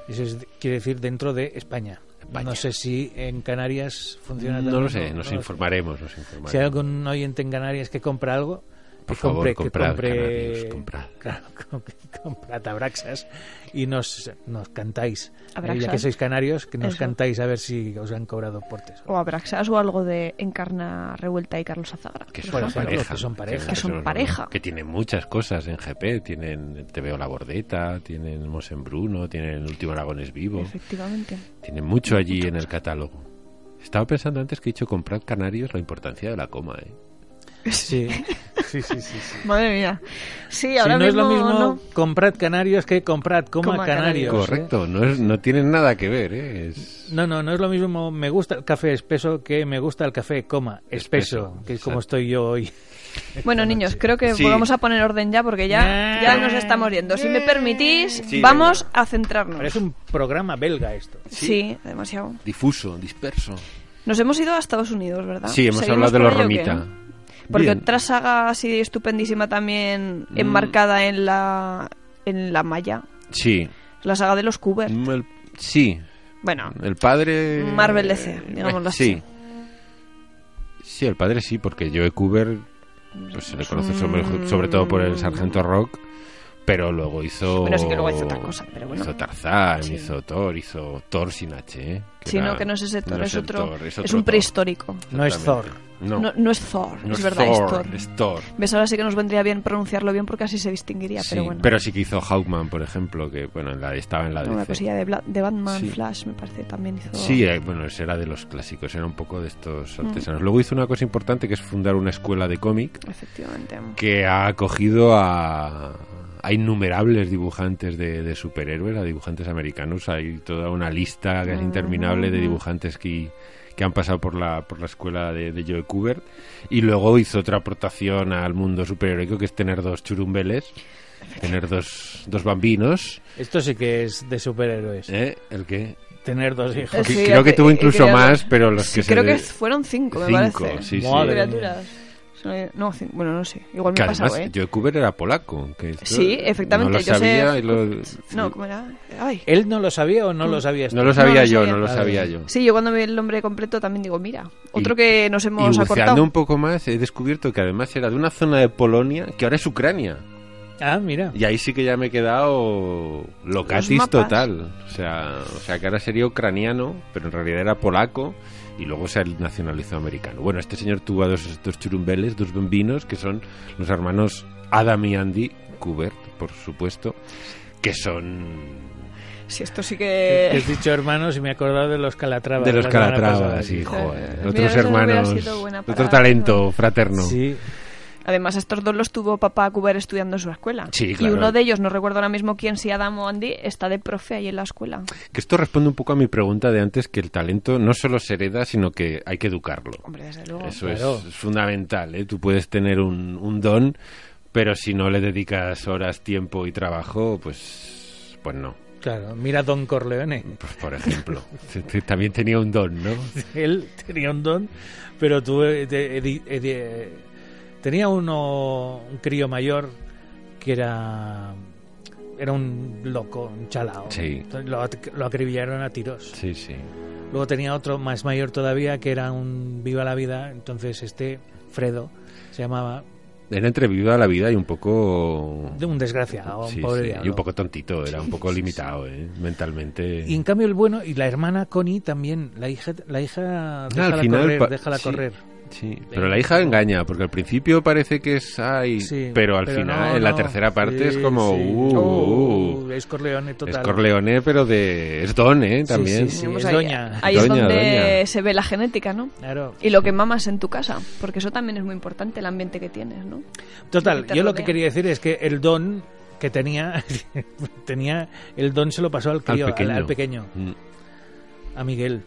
[SPEAKER 2] Eso es- quiere decir dentro de España.
[SPEAKER 1] España.
[SPEAKER 2] No sé si en Canarias funciona
[SPEAKER 1] No
[SPEAKER 2] también,
[SPEAKER 1] lo sé, nos informaremos, nos informaremos.
[SPEAKER 2] Si hay algún oyente en Canarias que compra algo,
[SPEAKER 1] Por
[SPEAKER 2] que
[SPEAKER 1] favor,
[SPEAKER 2] compre,
[SPEAKER 1] comprad,
[SPEAKER 2] que compre,
[SPEAKER 1] canarios, comprad.
[SPEAKER 2] Claro, com- que comprad abraxas y nos, nos cantáis. Eh, ya
[SPEAKER 3] Abraxas.
[SPEAKER 2] que sois canarios, que nos
[SPEAKER 3] Eso.
[SPEAKER 2] cantáis a ver si os han cobrado portes.
[SPEAKER 3] O Abraxas o algo de Encarna Revuelta y Carlos Azagra.
[SPEAKER 1] que
[SPEAKER 3] por
[SPEAKER 1] son
[SPEAKER 2] Por
[SPEAKER 3] ejemplo.
[SPEAKER 1] pareja.
[SPEAKER 2] ejemplo, que son pareja.
[SPEAKER 3] Que son pareja.
[SPEAKER 1] Que tienen muchas cosas en GP. Tienen Te veo la bordeta, tienen Mosen Bruno, tienen Último Aragones Vivo.
[SPEAKER 3] Efectivamente.
[SPEAKER 1] Tienen mucho allí en el catálogo. Estaba pensando antes que he dicho comprar canarios la importancia de la coma, ¿eh?
[SPEAKER 2] Sí, sí, sí. sí, sí.
[SPEAKER 3] Madre mía. Sí,
[SPEAKER 2] Si
[SPEAKER 3] ahora
[SPEAKER 2] no es lo mismo
[SPEAKER 3] no.
[SPEAKER 2] comprad canarios que comprad coma,
[SPEAKER 3] Coma
[SPEAKER 2] canarios.
[SPEAKER 3] canarios.
[SPEAKER 2] ¿eh?
[SPEAKER 1] Correcto, no, es- no tienen nada que ver, ¿eh? Es-
[SPEAKER 2] No, no, no es lo mismo me gusta el café espeso que me gusta el café, coma, espeso,
[SPEAKER 1] Espeso,
[SPEAKER 2] que es como
[SPEAKER 1] exacto.
[SPEAKER 2] estoy yo hoy.
[SPEAKER 3] Bueno, niños, creo que
[SPEAKER 1] Sí.
[SPEAKER 3] vamos a poner orden ya porque ya,
[SPEAKER 2] Nah.
[SPEAKER 3] ya nos estamos yendo. Si me permitís,
[SPEAKER 1] Sí,
[SPEAKER 3] vamos a centrarnos.
[SPEAKER 2] Parece un programa belga esto.
[SPEAKER 3] Sí, demasiado.
[SPEAKER 1] Difuso, disperso.
[SPEAKER 3] Nos hemos ido a Estados Unidos, ¿verdad?
[SPEAKER 1] Sí, hemos
[SPEAKER 3] ¿Seguimos
[SPEAKER 1] hablado de
[SPEAKER 3] por
[SPEAKER 1] los
[SPEAKER 3] ello o qué?
[SPEAKER 1] Romita.
[SPEAKER 3] Porque
[SPEAKER 1] Bien. Mm.
[SPEAKER 3] otra saga así estupendísima también enmarcada en la en la malla,
[SPEAKER 1] Sí.
[SPEAKER 3] la saga de los Cooper.
[SPEAKER 1] Mm, el- Sí,
[SPEAKER 3] Bueno,
[SPEAKER 1] el padre... eh,
[SPEAKER 3] Marvel DC, digámoslo
[SPEAKER 1] sí.
[SPEAKER 3] así.
[SPEAKER 1] Sí, el padre sí, porque Joe Cooper pues, se le conoce sobre,
[SPEAKER 3] un-
[SPEAKER 1] sobre todo por el Sargento Rock, Pero luego hizo.
[SPEAKER 3] Bueno, sí que luego hizo otra cosa, pero bueno.
[SPEAKER 1] Hizo Tarzán,
[SPEAKER 3] Sí.
[SPEAKER 1] hizo Thor, hizo Thor sin H. ¿eh?
[SPEAKER 3] Sí, no,
[SPEAKER 1] era-
[SPEAKER 3] que no es ese Thor, es
[SPEAKER 1] el
[SPEAKER 3] otro-
[SPEAKER 1] Thor,
[SPEAKER 3] es
[SPEAKER 1] otro
[SPEAKER 3] un
[SPEAKER 1] Thor.
[SPEAKER 3] prehistórico.
[SPEAKER 2] No es Thor.
[SPEAKER 1] Exactamente.
[SPEAKER 3] No,
[SPEAKER 1] No,
[SPEAKER 3] no, es Thor,
[SPEAKER 1] no
[SPEAKER 3] es verdad, es Thor.
[SPEAKER 1] es Thor.
[SPEAKER 3] ¿Ves? Ahora sí que nos vendría bien pronunciarlo bien porque así se distinguiría,
[SPEAKER 1] Sí,
[SPEAKER 3] pero bueno.
[SPEAKER 1] sí que hizo Hawkman, por ejemplo, que bueno, en la, estaba en la
[SPEAKER 3] Una
[SPEAKER 1] DC.
[SPEAKER 3] cosilla de, Bla- de Batman,
[SPEAKER 1] Sí.
[SPEAKER 3] Flash, me parece, también hizo...
[SPEAKER 1] Sí, eh, bueno, ese era de los clásicos, era un poco de estos
[SPEAKER 3] Mm.
[SPEAKER 1] artesanos. Luego hizo una cosa importante que es fundar una escuela de cómic
[SPEAKER 3] Efectivamente.
[SPEAKER 1] que ha acogido a, a innumerables dibujantes de, de superhéroes, a dibujantes americanos. Hay toda una lista
[SPEAKER 3] Mm.
[SPEAKER 1] que es interminable de dibujantes que, que han pasado por la, por la escuela de, de Joe Kubert. Y luego hizo otra aportación al mundo superheroico que es tener dos churumbeles, tener dos, dos bambinos.
[SPEAKER 2] Esto sí que es de superhéroes.
[SPEAKER 1] ¿eh? ¿El qué?
[SPEAKER 2] Tener dos
[SPEAKER 3] Eh,
[SPEAKER 2] hijos.
[SPEAKER 1] Que-
[SPEAKER 3] sí,
[SPEAKER 1] creo que
[SPEAKER 3] eh,
[SPEAKER 1] tuvo
[SPEAKER 3] eh,
[SPEAKER 1] incluso
[SPEAKER 3] creo-
[SPEAKER 1] más, pero los
[SPEAKER 3] Sí,
[SPEAKER 1] que se
[SPEAKER 3] creo
[SPEAKER 1] de-
[SPEAKER 3] que fueron cinco, me
[SPEAKER 1] Cinco,
[SPEAKER 3] parece.
[SPEAKER 1] sí, sí.
[SPEAKER 2] Madre
[SPEAKER 3] Criaturas. Son- eh, No, cinco. Bueno, no sé. Igual me
[SPEAKER 1] Que
[SPEAKER 3] he pasado,
[SPEAKER 1] además,
[SPEAKER 3] ¿eh?
[SPEAKER 1] Joe Kubert era polaco. Que esto
[SPEAKER 3] Sí, efectivamente,
[SPEAKER 1] No lo
[SPEAKER 3] yo sé-
[SPEAKER 1] sabía y lo-
[SPEAKER 3] No, ¿cómo era? Ay.
[SPEAKER 2] ¿Él no lo sabía o no lo sabías? tú?
[SPEAKER 1] Mm. No lo sabía
[SPEAKER 3] lo
[SPEAKER 1] yo,
[SPEAKER 3] sabía.
[SPEAKER 1] no lo
[SPEAKER 2] Ah,
[SPEAKER 1] sabía
[SPEAKER 2] bien.
[SPEAKER 1] yo.
[SPEAKER 3] Sí, yo cuando vi el nombre completo también digo, mira, otro
[SPEAKER 1] Eh. Y-
[SPEAKER 3] que nos
[SPEAKER 1] Y
[SPEAKER 3] hemos
[SPEAKER 1] buceando
[SPEAKER 3] acortado.
[SPEAKER 1] un poco más, he descubierto que además era de una zona de Polonia que ahora es Ucrania.
[SPEAKER 2] Ah, mira.
[SPEAKER 1] Y ahí sí que ya me he quedado
[SPEAKER 3] Los
[SPEAKER 1] locatis
[SPEAKER 3] mapas.
[SPEAKER 1] total. O sea, o sea, que ahora sería ucraniano, pero en realidad era polaco y luego se nacionalizó americano. Bueno, este señor tuvo a dos, dos churumbeles, dos bombinos, que son los hermanos Adam y Andy Kubert, por supuesto, que son
[SPEAKER 3] Sí, esto sí
[SPEAKER 2] Que
[SPEAKER 3] que...
[SPEAKER 2] Has dicho hermanos y me he acordado de los Calatrava.
[SPEAKER 1] Eh. de los Calatravas,
[SPEAKER 2] sí.
[SPEAKER 1] sí,
[SPEAKER 3] pasada.
[SPEAKER 1] joder.
[SPEAKER 3] Mira,
[SPEAKER 1] Otros
[SPEAKER 3] esa no hubiera
[SPEAKER 1] hermanos,
[SPEAKER 3] sido buena
[SPEAKER 1] otro
[SPEAKER 3] para-
[SPEAKER 1] talento fraterno.
[SPEAKER 2] Sí.
[SPEAKER 3] Además, a estos dos los tuvo papá Cuber estudiando en su escuela.
[SPEAKER 1] Sí,
[SPEAKER 3] Y
[SPEAKER 1] claro.
[SPEAKER 3] uno de ellos, no recuerdo ahora mismo quién, si Adam o Andy, está de profe ahí en la escuela.
[SPEAKER 1] Que esto responde un poco a mi pregunta de antes, que el talento no solo se hereda, sino que hay que educarlo.
[SPEAKER 3] Hombre, desde luego.
[SPEAKER 1] Eso
[SPEAKER 2] Claro.
[SPEAKER 1] es, es fundamental, ¿eh? Tú puedes tener un, un don, pero si no le dedicas horas, tiempo y trabajo, pues, pues no.
[SPEAKER 2] Claro, mira Don Corleone.
[SPEAKER 1] Pues, por ejemplo, T- t- también tenía un don, ¿no?
[SPEAKER 2] Él tenía un don, pero tú eh, te- edi- edi- tenía uno un crío mayor que era era un loco, un chalao.
[SPEAKER 1] Sí.
[SPEAKER 2] Entonces Lo, at- lo acribillaron a tiros.
[SPEAKER 1] Sí, sí.
[SPEAKER 2] Luego tenía otro más mayor todavía que era un viva la vida, entonces este Fredo se llamaba
[SPEAKER 1] Era entrevivida a la vida y un poco...
[SPEAKER 2] de un desgraciado, un
[SPEAKER 1] Sí,
[SPEAKER 2] pobre
[SPEAKER 1] sí,
[SPEAKER 2] diablo.
[SPEAKER 1] y un poco tontito, era un poco limitado, ¿eh? Mentalmente...
[SPEAKER 2] Y en cambio el bueno y la hermana Connie también, la hija la
[SPEAKER 1] Ah,
[SPEAKER 2] hija
[SPEAKER 1] al
[SPEAKER 2] déjala
[SPEAKER 1] final
[SPEAKER 2] correr,
[SPEAKER 1] pa-
[SPEAKER 2] déjala
[SPEAKER 1] sí.
[SPEAKER 2] correr.
[SPEAKER 1] Sí, pero la hija engaña, porque al principio parece que es ay,
[SPEAKER 2] Sí,
[SPEAKER 1] pero al
[SPEAKER 2] pero
[SPEAKER 1] final,
[SPEAKER 2] no,
[SPEAKER 1] en la
[SPEAKER 2] no.
[SPEAKER 1] tercera parte, es
[SPEAKER 2] Sí,
[SPEAKER 1] como
[SPEAKER 2] sí.
[SPEAKER 1] uh, uh,
[SPEAKER 2] Uh, es Corleone total.
[SPEAKER 1] es Corleone, pero de es Don, ¿eh? También.
[SPEAKER 2] Sí,
[SPEAKER 3] Digamos,
[SPEAKER 2] es
[SPEAKER 3] ahí
[SPEAKER 2] doña.
[SPEAKER 3] ahí es
[SPEAKER 1] Doña,
[SPEAKER 3] donde
[SPEAKER 1] doña.
[SPEAKER 3] se ve la genética, ¿no?
[SPEAKER 2] Claro.
[SPEAKER 3] Y lo que mamas en tu casa, porque eso también es muy importante, el ambiente que tienes, ¿no?
[SPEAKER 2] Total,
[SPEAKER 3] lo que te
[SPEAKER 2] yo lo
[SPEAKER 3] rodea.
[SPEAKER 2] que quería decir es que el don que tenía tenía el don se lo pasó al crío, al al pequeño,
[SPEAKER 1] pequeño.
[SPEAKER 2] a,
[SPEAKER 1] Mm.
[SPEAKER 2] Miguel,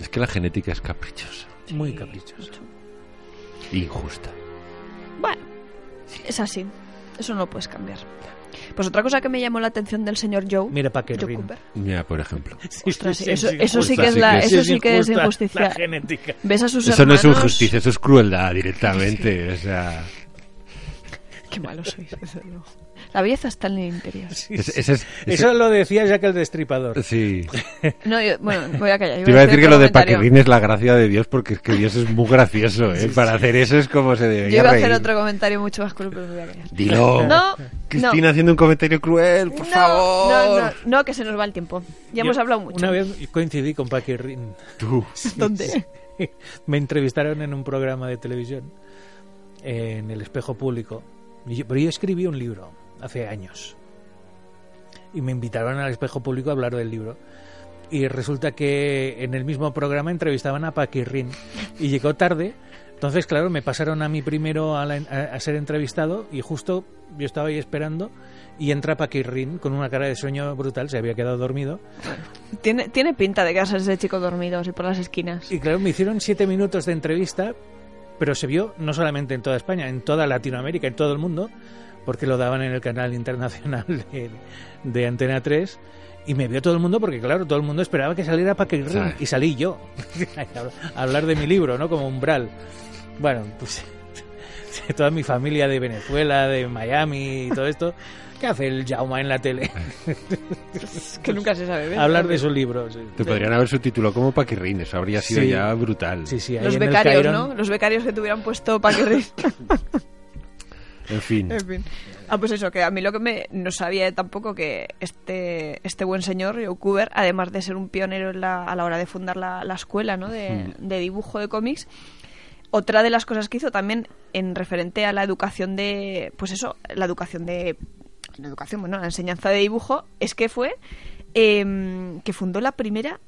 [SPEAKER 1] Es que la genética es caprichosa,
[SPEAKER 2] muy caprichoso.
[SPEAKER 1] injusta.
[SPEAKER 3] Pues Bueno, es así. Eso no lo puedes cambiar. Pues otra cosa que me llamó la atención del señor Joe.
[SPEAKER 2] Mira pa' qué
[SPEAKER 3] Joe
[SPEAKER 2] rin.
[SPEAKER 3] Cooper.
[SPEAKER 1] Mira, por ejemplo.
[SPEAKER 3] Ostras, eso- eso sí que
[SPEAKER 1] es la-
[SPEAKER 3] eso sí que es
[SPEAKER 2] injusta
[SPEAKER 3] injusticia.
[SPEAKER 2] La genética.
[SPEAKER 3] ¿Ves a sus
[SPEAKER 1] Eso no es
[SPEAKER 3] hermanos?
[SPEAKER 1] injusticia, eso es crueldad directamente. O sea,
[SPEAKER 3] Qué malo sois, desde luego. La belleza está en el interior.
[SPEAKER 2] Sí,
[SPEAKER 1] es-
[SPEAKER 2] sí.
[SPEAKER 1] ese es- ese-
[SPEAKER 2] Eso lo decía Jack el Destripador.
[SPEAKER 1] sí.
[SPEAKER 3] No, yo- bueno, voy a callar.
[SPEAKER 1] Te iba a decir que
[SPEAKER 3] otro
[SPEAKER 1] lo de
[SPEAKER 3] comentario.
[SPEAKER 1] Paquerrín es la gracia de Dios, porque es que Dios es muy gracioso, ¿eh? Para hacer eso es como se
[SPEAKER 3] Yo
[SPEAKER 1] debería
[SPEAKER 3] iba a hacer
[SPEAKER 1] reír.
[SPEAKER 3] otro comentario mucho más cruel, pero me voy a callar.
[SPEAKER 1] Dilo.
[SPEAKER 3] No,
[SPEAKER 1] Cristina haciendo un comentario cruel, por
[SPEAKER 3] no,
[SPEAKER 1] favor.
[SPEAKER 3] No, no, no, que se nos va el tiempo. Ya hemos
[SPEAKER 2] Yo
[SPEAKER 3] hablado mucho.
[SPEAKER 2] Una vez coincidí con Paquirrin. Rin.
[SPEAKER 1] Tú.
[SPEAKER 3] ¿Dónde?
[SPEAKER 2] Me entrevistaron en un programa de televisión, eh, en el espejo público. Y yo- pero yo escribí un libro hace años. Y me invitaron al espejo público a hablar del libro. Y resulta que en el mismo programa entrevistaban a Paquirrin. Y llegó tarde. Entonces, claro, me pasaron a mí primero a, la- a- a ser entrevistado. Y justo yo estaba ahí esperando. Y entra Paquirrin con una cara de sueño brutal. Se había quedado dormido.
[SPEAKER 3] Tiene, tiene pinta de casas de chico dormido, así por las esquinas.
[SPEAKER 2] Y claro, me hicieron siete minutos de entrevista, pero se vio no solamente en toda España, en toda Latinoamérica, en todo el mundo, porque lo daban en el canal internacional de, de Antena 3. Y me vio todo el mundo porque, claro, todo el mundo esperaba que saliera Paquirrin
[SPEAKER 1] Claro.
[SPEAKER 2] y salí yo a hablar de mi libro, ¿no? Como umbral. Bueno, pues toda mi familia de Venezuela, de Miami y todo esto. ¿Qué hace el Jauma en la tele? pues
[SPEAKER 3] que nunca se sabe. ¿ves?
[SPEAKER 2] Hablar de sus libros.
[SPEAKER 1] Te podrían haber subtitulado como Paquirrín, eso habría sido
[SPEAKER 2] Sí.
[SPEAKER 1] ya brutal.
[SPEAKER 2] Sí, sí, ahí
[SPEAKER 3] Los
[SPEAKER 2] en el
[SPEAKER 3] becarios,
[SPEAKER 2] Cairón.
[SPEAKER 3] ¿no? Los becarios que tuvieran puesto para que
[SPEAKER 1] En fin.
[SPEAKER 3] En fin. Ah, pues eso, que a mí lo que me no sabía tampoco que este, este buen señor, Joe Cooper, además de ser un pionero en la- a la hora de fundar la, la escuela ¿no? de, de dibujo de cómics, otra de las cosas que hizo también en referente a la educación de, pues eso, la educación de, la educación, bueno, la enseñanza de dibujo, es que fue em, que fundó la primera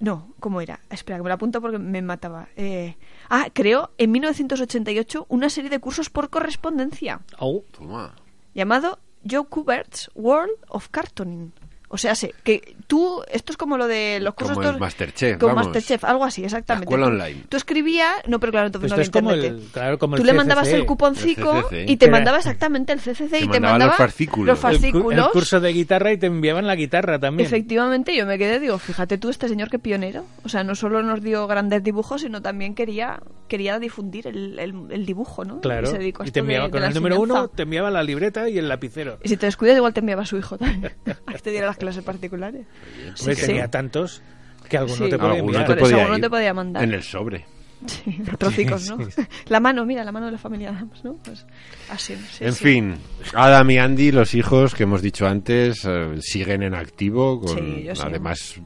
[SPEAKER 3] no, ¿cómo era? Espera, que me lo apunto porque me mataba. Eh, ah, creó en 1988 una serie de cursos por correspondencia
[SPEAKER 2] Oh,
[SPEAKER 1] Toma.
[SPEAKER 3] llamado Joe Kubert's World of Cartooning. O sea, sé que tú, esto es como lo de los
[SPEAKER 1] Como
[SPEAKER 3] cursos...
[SPEAKER 1] el
[SPEAKER 3] estos-
[SPEAKER 1] Masterchef,
[SPEAKER 3] Como
[SPEAKER 1] vamos.
[SPEAKER 3] Masterchef, algo así,
[SPEAKER 1] La
[SPEAKER 3] exactamente.
[SPEAKER 1] escuela
[SPEAKER 3] Tú-
[SPEAKER 1] online.
[SPEAKER 3] Tú escribías... No, pero claro, entonces
[SPEAKER 2] Esto
[SPEAKER 3] no había
[SPEAKER 2] es como el-
[SPEAKER 3] internet.
[SPEAKER 2] claro, como el
[SPEAKER 3] Tú le mandabas
[SPEAKER 2] CCC.
[SPEAKER 3] el cuponcito
[SPEAKER 1] El CCC.
[SPEAKER 3] y te
[SPEAKER 2] Era-
[SPEAKER 3] mandaba exactamente el CCC
[SPEAKER 1] Te
[SPEAKER 3] y te
[SPEAKER 1] mandaba los
[SPEAKER 3] mandaba
[SPEAKER 1] fascículos.
[SPEAKER 3] los
[SPEAKER 2] el, cu- el
[SPEAKER 3] fascículos.
[SPEAKER 2] curso de guitarra y te enviaban la guitarra también.
[SPEAKER 3] Efectivamente, yo me quedé, digo, fíjate tú, este señor que pionero. O sea, no solo nos dio grandes dibujos, sino también quería, quería difundir el, el- el dibujo, ¿no?
[SPEAKER 2] Claro.
[SPEAKER 3] Y se dedicó a
[SPEAKER 2] Y
[SPEAKER 3] esto
[SPEAKER 2] te
[SPEAKER 3] de-
[SPEAKER 2] enviaba
[SPEAKER 3] de
[SPEAKER 2] con
[SPEAKER 3] la
[SPEAKER 2] el número uno,
[SPEAKER 3] enseñanza.
[SPEAKER 2] te enviaba la libreta y el lapicero.
[SPEAKER 3] Y si te descuidas, igual te enviaba a su hijo también. a que te diera las clases particulares.
[SPEAKER 2] Hombre,
[SPEAKER 3] sí.
[SPEAKER 2] tenía tantos que alguno
[SPEAKER 3] Sí.
[SPEAKER 2] te podía
[SPEAKER 1] Alguno
[SPEAKER 2] enviar.
[SPEAKER 1] te
[SPEAKER 3] Por eso
[SPEAKER 1] podía
[SPEAKER 3] alguno
[SPEAKER 1] ir
[SPEAKER 3] te podía mandar.
[SPEAKER 1] En el sobre.
[SPEAKER 3] Sí, a trocicos, ¿no? La mano, mira, la mano de la familia Adams, ¿no? Pues así. sí,
[SPEAKER 1] en
[SPEAKER 3] sí.
[SPEAKER 1] fin, Adam y Andy, los hijos que hemos dicho antes, eh, siguen en activo. Con,
[SPEAKER 3] Sí, yo sí.
[SPEAKER 1] Además,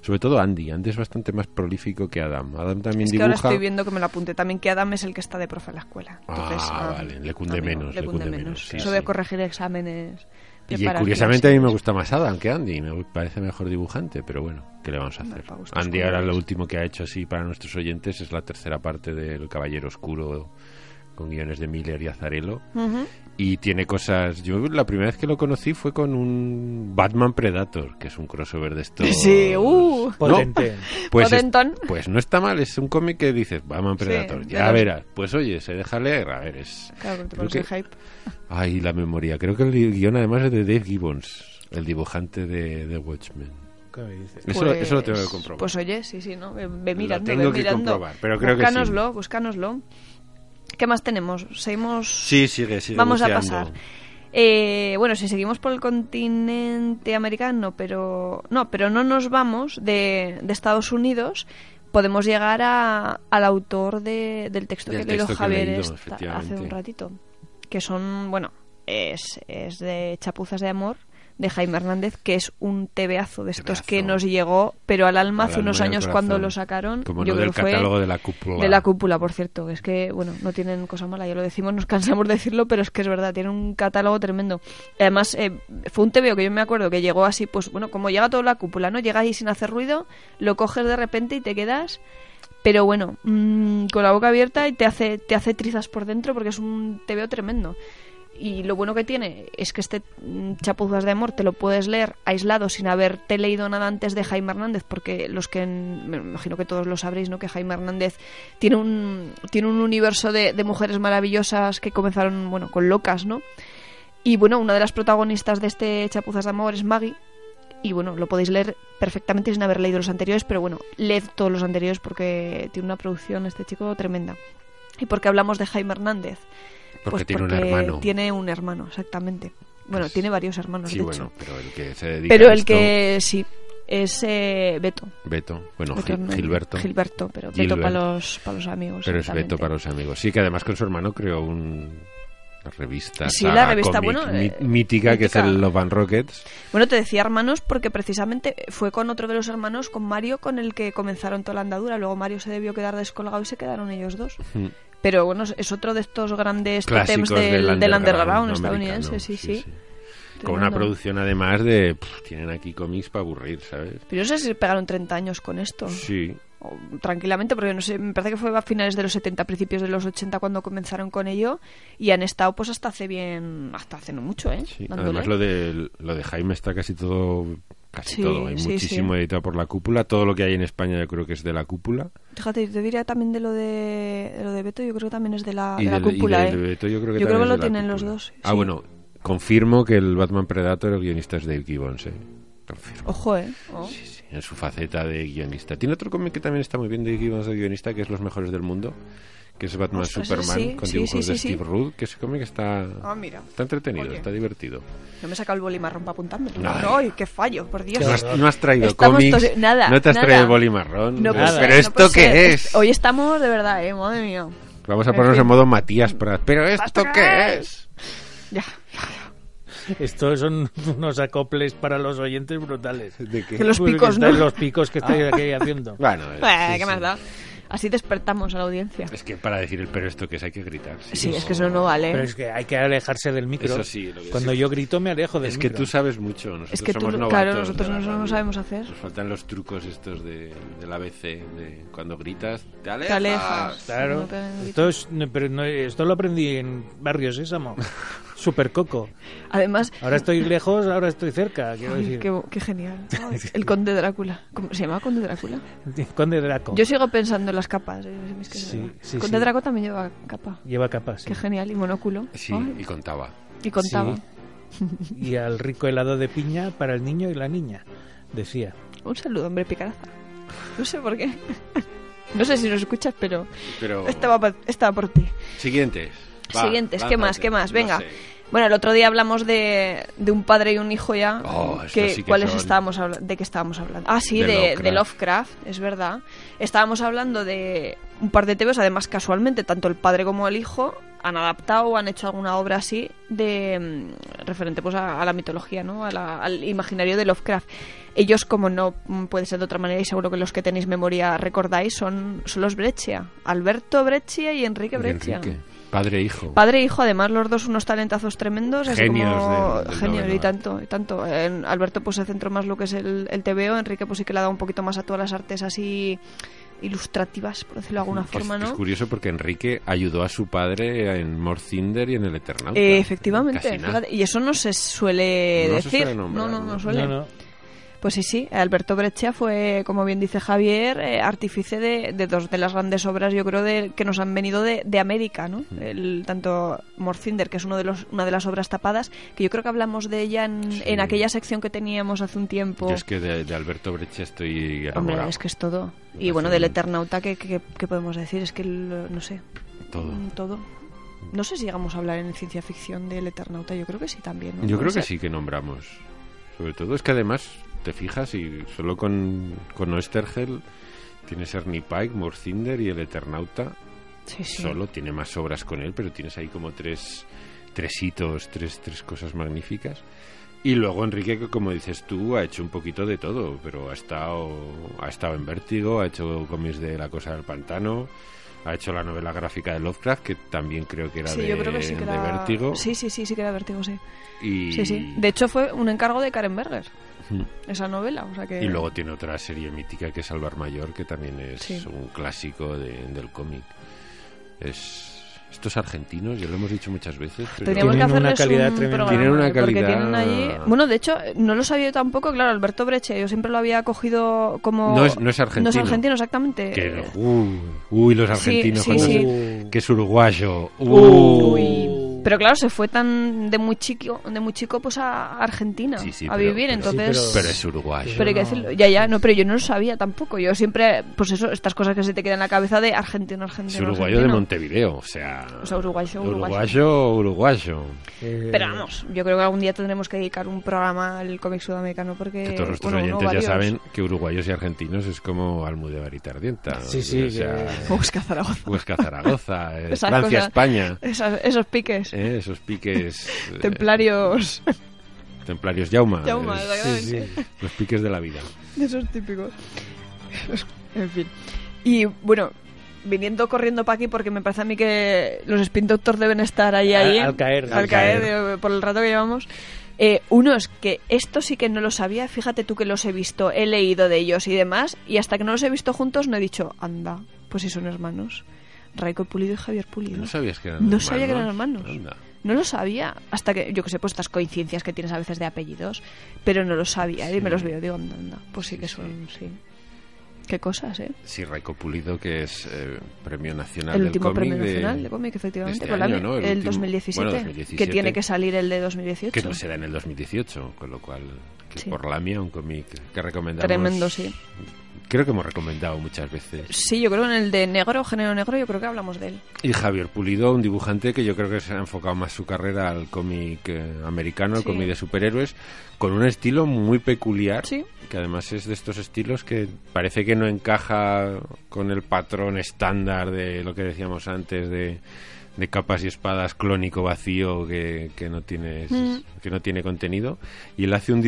[SPEAKER 1] sobre todo Andy. Andy es bastante más prolífico que Adam. Adam también
[SPEAKER 3] Es que
[SPEAKER 1] dibuja.
[SPEAKER 3] ahora estoy viendo que me lo apunte también que Adam es el que está de profe en la escuela. Entonces,
[SPEAKER 1] Ah, vale, le cunde menos,
[SPEAKER 3] Le cunde menos.
[SPEAKER 1] sí,
[SPEAKER 3] Eso
[SPEAKER 1] sí.
[SPEAKER 3] de corregir exámenes.
[SPEAKER 1] Y eh,
[SPEAKER 3] preparar
[SPEAKER 1] curiosamente a mí me
[SPEAKER 3] clases.
[SPEAKER 1] gusta más Adam que Andy, me gu- parece mejor dibujante, pero bueno, ¿qué le vamos a
[SPEAKER 3] Bueno,
[SPEAKER 1] hacer?
[SPEAKER 3] para gustos
[SPEAKER 1] Andy ahora lo
[SPEAKER 3] colores.
[SPEAKER 1] último que ha hecho así para nuestros oyentes es la tercera parte del Caballero Oscuro con guiones de Miller y Azarello
[SPEAKER 3] Ujú.
[SPEAKER 1] y tiene cosas, yo la primera vez que lo conocí fue con un Batman Predator, que es un crossover de estos
[SPEAKER 3] Sí, uh.
[SPEAKER 1] No,
[SPEAKER 2] Potente.
[SPEAKER 1] pues, es-
[SPEAKER 3] Potentón.
[SPEAKER 1] pues no está mal, es un cómic que dices Batman
[SPEAKER 3] Sí,
[SPEAKER 1] Predator,
[SPEAKER 3] de
[SPEAKER 1] ya
[SPEAKER 3] los-
[SPEAKER 1] verás, pues oye, se deja leer, a ver, es...
[SPEAKER 3] Claro, que te
[SPEAKER 1] creo
[SPEAKER 3] pones
[SPEAKER 1] que-
[SPEAKER 3] el hype.
[SPEAKER 1] Ay, la memoria. Creo que el guión además es de Dave Gibbons, el dibujante de, de Watchmen.
[SPEAKER 2] ¿Qué me dices?
[SPEAKER 1] Eso,
[SPEAKER 3] Pues-
[SPEAKER 1] eso lo tengo que comprobar.
[SPEAKER 3] Pues oye, sí, sí, ¿no? Ve, ve
[SPEAKER 1] Lo
[SPEAKER 3] mirando,
[SPEAKER 1] tengo
[SPEAKER 3] ve
[SPEAKER 1] que
[SPEAKER 3] mirando.
[SPEAKER 1] comprobar, pero creo que sí.
[SPEAKER 3] búscanoslo, búscanoslo. ¿Qué más tenemos? Seguimos...
[SPEAKER 1] sí, sigue, sigue.
[SPEAKER 3] Vamos a
[SPEAKER 1] buceando.
[SPEAKER 3] pasar. Eh, bueno, si seguimos por el continente americano, pero no, pero no nos vamos de, de Estados Unidos, podemos llegar a- al autor de- del texto
[SPEAKER 1] Del
[SPEAKER 3] que
[SPEAKER 1] texto
[SPEAKER 3] leído
[SPEAKER 1] que he
[SPEAKER 3] Javier
[SPEAKER 1] leído,
[SPEAKER 3] esta- hace
[SPEAKER 1] efectivamente.
[SPEAKER 3] un ratito, que son, bueno, es, es de Chapuzas de Amor de Jaime Hernández, que es un tebeazo de estos
[SPEAKER 1] Tebeazo.
[SPEAKER 3] que nos llegó, pero al alma
[SPEAKER 1] Al
[SPEAKER 3] hace
[SPEAKER 1] alma
[SPEAKER 3] unos
[SPEAKER 1] y al
[SPEAKER 3] años
[SPEAKER 1] corazón.
[SPEAKER 3] cuando lo sacaron.
[SPEAKER 1] Como
[SPEAKER 3] yo
[SPEAKER 1] no
[SPEAKER 3] creo
[SPEAKER 1] del
[SPEAKER 3] que fue
[SPEAKER 1] catálogo de la cúpula.
[SPEAKER 3] de la cúpula, por cierto. Es que, bueno, no tienen cosa mala, ya lo decimos, nos cansamos de decirlo, pero es que es verdad, tienen un catálogo tremendo. Además, eh, fue un TVO que yo me acuerdo que llegó así, pues bueno, como llega toda la cúpula, ¿no? Llega ahí sin hacer ruido, lo coges de repente y te quedas, pero bueno, mm, con la boca abierta y te hace, te hace trizas por dentro porque es un TVO tremendo. Y lo bueno que tiene es que este mm, Chapuzas de Amor te lo puedes leer aislado sin haberte leído nada antes de Jaime Hernández, porque los que, en- me imagino que todos lo sabréis, ¿no? Que Jaime Hernández tiene un, tiene un universo de, de mujeres maravillosas que comenzaron, bueno, con locas, ¿no? Y bueno, una de las protagonistas de este Chapuzas de Amor es Maggie. Y bueno, lo podéis leer perfectamente sin haber leído los anteriores, pero bueno, leed todos los anteriores porque tiene una producción este chico tremenda. ¿Y por qué hablamos de Jaime Hernández?
[SPEAKER 1] Porque tiene un hermano.
[SPEAKER 3] Pues Tiene un hermano, exactamente. Bueno,
[SPEAKER 1] Pues-
[SPEAKER 3] tiene varios hermanos,
[SPEAKER 1] Sí,
[SPEAKER 3] de
[SPEAKER 1] bueno,
[SPEAKER 3] hecho.
[SPEAKER 1] pero el que se dedica
[SPEAKER 3] Pero
[SPEAKER 1] a
[SPEAKER 3] el
[SPEAKER 1] esto,
[SPEAKER 3] que sí, es eh, Beto.
[SPEAKER 1] Beto, bueno,
[SPEAKER 3] Beto
[SPEAKER 1] Gil-
[SPEAKER 3] Hernández.
[SPEAKER 1] Gilberto.
[SPEAKER 3] Gilberto, pero
[SPEAKER 1] Gilbert.
[SPEAKER 3] Beto para los, para los amigos.
[SPEAKER 1] Pero es Beto
[SPEAKER 3] exactamente.
[SPEAKER 1] para los amigos. Sí, que además con su hermano creó un... una Revista,
[SPEAKER 3] Sí, la
[SPEAKER 1] saga,
[SPEAKER 3] revista,
[SPEAKER 1] cómic
[SPEAKER 3] bueno,
[SPEAKER 1] mi-
[SPEAKER 3] eh,
[SPEAKER 1] mítica, que es
[SPEAKER 3] mítica.
[SPEAKER 1] el Love and Rockets.
[SPEAKER 3] Bueno, te decía hermanos porque precisamente fue con otro de los hermanos, con Mario, con el que comenzaron toda la andadura. Luego Mario se debió quedar descolgado y se quedaron ellos dos.
[SPEAKER 1] Mm.
[SPEAKER 3] Pero bueno, es otro de estos grandes
[SPEAKER 1] Clásicos
[SPEAKER 3] tótems del,
[SPEAKER 1] del,
[SPEAKER 3] del
[SPEAKER 1] underground
[SPEAKER 3] underground estadounidense,
[SPEAKER 1] americano,
[SPEAKER 3] sí, sí.
[SPEAKER 1] Con una
[SPEAKER 3] Tremendo.
[SPEAKER 1] producción además de... pff, tienen aquí cómics para aburrir, ¿sabes?
[SPEAKER 3] Pero no sé si pegaron 30 años con esto.
[SPEAKER 1] Sí.
[SPEAKER 3] o- tranquilamente, porque no sé, me parece que fue a finales de los 70, principios de los 80 cuando comenzaron con ello y han estado pues hasta hace bien, hasta hace no mucho, ¿eh?
[SPEAKER 1] Sí,
[SPEAKER 3] Dándole.
[SPEAKER 1] Además lo de lo de Jaime está casi todo casi
[SPEAKER 3] Sí,
[SPEAKER 1] todo, hay
[SPEAKER 3] sí,
[SPEAKER 1] muchísimo
[SPEAKER 3] sí.
[SPEAKER 1] editado por la cúpula, todo lo que hay en España yo creo que es de la cúpula
[SPEAKER 3] Fíjate, te diría también de lo de, de lo de Beto, yo creo que también es de la,
[SPEAKER 1] y
[SPEAKER 3] de la
[SPEAKER 1] del- y
[SPEAKER 3] cúpula,
[SPEAKER 1] del
[SPEAKER 3] ¿eh?
[SPEAKER 1] Beto yo creo que
[SPEAKER 3] Yo
[SPEAKER 1] también
[SPEAKER 3] creo que
[SPEAKER 1] es
[SPEAKER 3] lo
[SPEAKER 1] de la
[SPEAKER 3] tienen los
[SPEAKER 1] cúpula.
[SPEAKER 3] dos,
[SPEAKER 1] Ah,
[SPEAKER 3] sí.
[SPEAKER 1] bueno, confirmo que el Batman Predator el guionista es Dave Gibbons, eh. Confirmo.
[SPEAKER 3] Ojo, ¿eh? Oh.
[SPEAKER 1] Sí, sí, en su faceta de guionista. Tiene otro cómic que también está muy bien de Gibbons de guionista que es Los mejores del mundo, que es Batman
[SPEAKER 3] Ostras, ese
[SPEAKER 1] Superman
[SPEAKER 3] sí,
[SPEAKER 1] con
[SPEAKER 3] sí,
[SPEAKER 1] dibujos
[SPEAKER 3] sí, sí,
[SPEAKER 1] de
[SPEAKER 3] sí.
[SPEAKER 1] Steve Rudd, que ese cómic está
[SPEAKER 3] Ah, mira.
[SPEAKER 1] Está entretenido,
[SPEAKER 3] Oye.
[SPEAKER 1] está divertido.
[SPEAKER 3] No me he sacado el bolimarrón para apuntarme.
[SPEAKER 1] Ay.
[SPEAKER 3] No, ¡Ay, qué fallo! Por Dios.
[SPEAKER 1] No has, no has traído
[SPEAKER 3] Estamos
[SPEAKER 1] cómics,
[SPEAKER 3] tos- nada,
[SPEAKER 1] no te has
[SPEAKER 3] nada.
[SPEAKER 1] traído el boli marrón.
[SPEAKER 3] No puede
[SPEAKER 1] pero
[SPEAKER 3] ser, no
[SPEAKER 1] esto
[SPEAKER 3] puede
[SPEAKER 1] qué
[SPEAKER 3] ser.
[SPEAKER 1] es?
[SPEAKER 3] Hoy estamos de verdad, ¿eh? Madre mía.
[SPEAKER 1] Vamos a ponernos en modo Matías Prat. ¿Pero esto qué es?
[SPEAKER 3] Ya.
[SPEAKER 2] Estos son unos acoples para los oyentes brutales.
[SPEAKER 1] ¿De qué?
[SPEAKER 3] Que los
[SPEAKER 2] Pues que
[SPEAKER 3] picos, ¿no? Ah.
[SPEAKER 2] estáis- Los picos que estáis aquí haciendo.
[SPEAKER 1] Bueno, es,
[SPEAKER 3] Eh,
[SPEAKER 1] sí,
[SPEAKER 3] ¿Qué
[SPEAKER 1] sí.
[SPEAKER 3] más da? Así despertamos a la audiencia.
[SPEAKER 1] Es que para decir el pero esto que es hay que gritar.
[SPEAKER 3] Sí,
[SPEAKER 1] ¿no?
[SPEAKER 3] es que eso no vale. ¿eh?
[SPEAKER 2] Pero es que hay que alejarse del micro.
[SPEAKER 1] Eso sí, lo que
[SPEAKER 2] Cuando
[SPEAKER 1] sí.
[SPEAKER 2] yo grito me alejo del
[SPEAKER 1] Es que
[SPEAKER 2] micro.
[SPEAKER 1] tú sabes mucho. Nosotros
[SPEAKER 3] Es que tú-
[SPEAKER 1] somos
[SPEAKER 3] claro,
[SPEAKER 1] novatos
[SPEAKER 3] nosotros
[SPEAKER 1] de la
[SPEAKER 3] no- no
[SPEAKER 1] radio.
[SPEAKER 3] sabemos hacer.
[SPEAKER 1] Nos faltan los trucos estos de, del ABC. De cuando gritas, te alejas.
[SPEAKER 3] Te alejas.
[SPEAKER 2] Claro.
[SPEAKER 3] No te-
[SPEAKER 2] Esto, es- no, pero no- esto lo aprendí en Barrio Sésamo. Super Coco.
[SPEAKER 3] Además,
[SPEAKER 2] Ahora estoy lejos, ahora estoy cerca. Quiero
[SPEAKER 3] ay,
[SPEAKER 2] decir,
[SPEAKER 3] qué, qué genial. Ay, El conde Drácula. ¿Cómo ¿Se llama conde Drácula?
[SPEAKER 2] Conde Draco.
[SPEAKER 3] Yo sigo pensando en las capas. eh, es que
[SPEAKER 2] Sí,
[SPEAKER 3] no.
[SPEAKER 2] sí,
[SPEAKER 3] conde
[SPEAKER 2] sí.
[SPEAKER 3] Draco también lleva capa.
[SPEAKER 2] Lleva capas. sí.
[SPEAKER 3] Qué genial. Y monóculo.
[SPEAKER 1] Sí,
[SPEAKER 3] Ay,
[SPEAKER 1] y contaba.
[SPEAKER 3] y contaba.
[SPEAKER 2] Sí. Y al rico helado de piña para el niño y la niña, decía.
[SPEAKER 3] Un saludo, hombre picaraza. No sé por qué. No sé si nos escuchas, pero
[SPEAKER 2] Oh.
[SPEAKER 1] Pero.
[SPEAKER 3] esta va pa- esta va por ti.
[SPEAKER 1] Siguientes. va,
[SPEAKER 3] Siguientes,
[SPEAKER 1] lánzate,
[SPEAKER 3] ¿qué más? ¿Qué más?
[SPEAKER 1] no
[SPEAKER 3] Venga.
[SPEAKER 1] sé.
[SPEAKER 3] Bueno, el otro día hablamos de, de un padre y un hijo ya.
[SPEAKER 1] Oh, estos sí que
[SPEAKER 3] ¿cuáles
[SPEAKER 1] son-
[SPEAKER 3] estábamos habla- ¿De qué estábamos hablando? Ah, sí,
[SPEAKER 1] De
[SPEAKER 3] de,
[SPEAKER 1] Lovecraft.
[SPEAKER 3] de Lovecraft, es verdad. Estábamos hablando de un par de temas, además casualmente, tanto el padre como el hijo han adaptado o han hecho alguna obra así de mm, referente pues a, a la mitología, ¿no? A la- al imaginario de Lovecraft. Ellos, como no mm, puede ser de otra manera, y seguro que los que tenéis memoria recordáis, son, son los Breccia. Alberto Breccia y Enrique
[SPEAKER 1] Y
[SPEAKER 3] Breccia.
[SPEAKER 1] Enrique, Padre e hijo.
[SPEAKER 3] Padre e hijo, además, los dos unos talentazos tremendos. así
[SPEAKER 1] Genios
[SPEAKER 3] como-
[SPEAKER 1] del- del
[SPEAKER 3] Genios,
[SPEAKER 1] noveno
[SPEAKER 3] y tanto, y tanto. En Alberto pues se centró más lo que es el, el TVO, Enrique pues sí que le ha dado un poquito más a todas las artes así ilustrativas, por decirlo de alguna
[SPEAKER 1] Pues-
[SPEAKER 3] forma,
[SPEAKER 1] pues
[SPEAKER 3] ¿no?
[SPEAKER 1] curioso porque Enrique ayudó a su padre en Morcinder y en el Eternauta.
[SPEAKER 3] Eh, efectivamente,
[SPEAKER 1] Casi nada.
[SPEAKER 3] fíjate, y eso no se suele
[SPEAKER 1] No se
[SPEAKER 3] decir.
[SPEAKER 1] suele nombrar,
[SPEAKER 3] no, no,
[SPEAKER 1] ¿no?
[SPEAKER 3] no suele.
[SPEAKER 2] No, no.
[SPEAKER 3] Pues sí, sí, Alberto Breccia fue, como bien dice Javier, eh, artífice de, de dos de las grandes obras, yo creo, de, que nos han venido de, de América, ¿no?
[SPEAKER 1] Mm.
[SPEAKER 3] El, tanto Morcinder, que es uno de los, una de las obras tapadas, que yo creo que hablamos de ella en,
[SPEAKER 1] Sí.
[SPEAKER 3] en aquella sección que teníamos hace un tiempo.
[SPEAKER 1] Yo es que de, de Alberto Brecha estoy enamorado.
[SPEAKER 3] Hombre, es que es todo. Y
[SPEAKER 1] Hace
[SPEAKER 3] bueno, del
[SPEAKER 1] un-
[SPEAKER 3] Eternauta, ¿qué, qué, qué podemos decir? Es que, el- no sé,
[SPEAKER 1] Todo.
[SPEAKER 3] mm, todo. No sé si llegamos a hablar en ciencia ficción del Eternauta, yo creo que sí también. ¿no?
[SPEAKER 1] Yo
[SPEAKER 3] Puede
[SPEAKER 1] creo que
[SPEAKER 3] ser.
[SPEAKER 1] sí que nombramos. Sobre todo es que además te fijas y solo con, con Oesterhel tienes Ernie Pike, Morcinder y el Eternauta.
[SPEAKER 3] Sí, sí.
[SPEAKER 1] Solo tiene más obras con él, pero tienes ahí como tres, tres hitos, tres, tres cosas magníficas. Y luego Enrique, que como dices tú, ha hecho un poquito de todo, pero ha estado, ha estado en Vértigo, ha hecho cómics de La Cosa del Pantano, ha hecho la novela gráfica de Lovecraft, que también creo que era,
[SPEAKER 3] Sí,
[SPEAKER 1] de,
[SPEAKER 3] yo creo que sí que
[SPEAKER 1] de
[SPEAKER 3] era...
[SPEAKER 1] Vértigo.
[SPEAKER 3] Sí, sí, sí, sí que era vértigo, sí.
[SPEAKER 1] Y,
[SPEAKER 3] Sí, sí. De hecho, fue un encargo de Karen Berger,
[SPEAKER 1] Mm.
[SPEAKER 3] esa novela. O sea que...
[SPEAKER 1] Y luego tiene otra serie mítica que es Salvar Mayor, que también es
[SPEAKER 3] Sí.
[SPEAKER 1] un clásico de- del cómic. Es estos argentinos, ya lo hemos dicho muchas veces, pero
[SPEAKER 3] Teníamos que
[SPEAKER 2] Tienen una
[SPEAKER 3] hacerles
[SPEAKER 2] calidad
[SPEAKER 3] un
[SPEAKER 2] tremenda.
[SPEAKER 3] programa,
[SPEAKER 1] Tienen una
[SPEAKER 3] porque
[SPEAKER 1] calidad-
[SPEAKER 3] tienen allí- Bueno, de hecho, no lo sabía yo tampoco, claro, Alberto Breche, yo siempre lo había cogido como...
[SPEAKER 1] No es- no es argentino.
[SPEAKER 3] No es argentino, exactamente.
[SPEAKER 1] que uy, uy, los
[SPEAKER 3] Sí,
[SPEAKER 1] argentinos
[SPEAKER 3] sí,
[SPEAKER 1] cuando
[SPEAKER 3] sí.
[SPEAKER 1] se- que es uruguayo.
[SPEAKER 2] Uh.
[SPEAKER 1] uy.
[SPEAKER 3] Uy. Pero claro, se fue tan de muy chico, de muy chico pues a Argentina
[SPEAKER 1] Sí, sí,
[SPEAKER 3] a
[SPEAKER 1] pero-
[SPEAKER 3] vivir,
[SPEAKER 1] pero-
[SPEAKER 3] entonces...
[SPEAKER 2] Sí,
[SPEAKER 1] Pero es uruguayo.
[SPEAKER 3] Pero hay que
[SPEAKER 2] No.
[SPEAKER 3] decirlo, ya, ya, no, pero yo no lo sabía tampoco. Yo siempre, pues eso, estas cosas que se te quedan en la cabeza de argentino,
[SPEAKER 1] Es
[SPEAKER 3] argentino.
[SPEAKER 1] uruguayo de
[SPEAKER 3] argentino.
[SPEAKER 1] Montevideo, o sea,
[SPEAKER 3] O sea, uruguayo, uruguayo.
[SPEAKER 1] uruguayo, uruguayo.
[SPEAKER 2] Eh,
[SPEAKER 3] Pero vamos, yo creo que algún día tendremos que dedicar un programa al cómic sudamericano porque...
[SPEAKER 1] Que todos nuestros
[SPEAKER 3] Eh, bueno, uno,
[SPEAKER 1] oyentes ya
[SPEAKER 3] varios.
[SPEAKER 1] saben que uruguayos y argentinos es como Almudévar y Tardienta.
[SPEAKER 2] Sí, sí,
[SPEAKER 1] O sea,
[SPEAKER 2] que-
[SPEAKER 3] O Busca Zaragoza.
[SPEAKER 1] Huesca, Zaragoza, eh,
[SPEAKER 3] Esas
[SPEAKER 1] Francia,
[SPEAKER 3] cosas-
[SPEAKER 1] España.
[SPEAKER 3] Esas- esos piques.
[SPEAKER 1] ¿eh? esos piques eh,
[SPEAKER 3] Templarios.
[SPEAKER 1] templarios Yauma,
[SPEAKER 3] Yauma,
[SPEAKER 1] es-
[SPEAKER 2] sí,
[SPEAKER 3] exactamente.
[SPEAKER 2] sí.
[SPEAKER 1] los piques de la vida
[SPEAKER 3] Esos típicos. en fin. Y bueno, viniendo corriendo para aquí porque me parece a mí que los Spin Doctors deben estar ahí, ahí.
[SPEAKER 2] Al- al caer,
[SPEAKER 3] Al
[SPEAKER 2] al
[SPEAKER 3] caer,
[SPEAKER 2] caer.
[SPEAKER 3] eh, por el rato que llevamos. Eh, uno es que esto sí que no lo sabía, fíjate tú que los he visto, he leído de ellos y demás, y hasta que no los he visto juntos no he dicho, anda, pues si son hermanos. Raico Pulido y Javier Pulido.
[SPEAKER 1] no sabías que eran
[SPEAKER 3] No
[SPEAKER 1] hermanos?
[SPEAKER 3] sabía que eran hermanos.
[SPEAKER 1] Anda.
[SPEAKER 3] No lo sabía. Hasta que, yo que sé, pues estas coincidencias que tienes a veces de apellidos. Pero no lo sabía. ¿eh? Y me los veo. Digo, anda, anda. Pues sí,
[SPEAKER 1] Sí,
[SPEAKER 3] que
[SPEAKER 1] sí.
[SPEAKER 3] son, sí. Qué cosas, ¿eh?
[SPEAKER 1] sí Raico Pulido que es eh, premio nacional
[SPEAKER 3] el
[SPEAKER 1] del
[SPEAKER 3] último
[SPEAKER 1] cómic
[SPEAKER 3] premio
[SPEAKER 1] de-
[SPEAKER 3] nacional de cómic, efectivamente.
[SPEAKER 1] este
[SPEAKER 3] con la-
[SPEAKER 1] año, ¿no? El
[SPEAKER 3] el,
[SPEAKER 1] último-
[SPEAKER 3] 2017,
[SPEAKER 1] bueno, 2017.
[SPEAKER 3] Que tiene que salir el de 2018.
[SPEAKER 1] pues que no se da en el 2018 con lo cual que
[SPEAKER 3] Sí.
[SPEAKER 1] por la mía un cómic que recomendamos
[SPEAKER 3] Tremendo, sí.
[SPEAKER 1] Creo que hemos recomendado muchas veces.
[SPEAKER 3] Sí, yo creo que en el de negro, género negro, yo creo que hablamos de él.
[SPEAKER 1] Y Javier Pulido, un dibujante que yo creo que se ha enfocado más su carrera al cómic eh, americano, al
[SPEAKER 3] Sí.
[SPEAKER 1] cómic de superhéroes, con un estilo muy peculiar,
[SPEAKER 3] Sí.
[SPEAKER 1] que además es de estos estilos que parece que no encaja con el patrón estándar de lo que decíamos antes de, de capas y espadas clónico vacío que, que no tiene
[SPEAKER 3] Mm.
[SPEAKER 1] que no tiene contenido y él hace un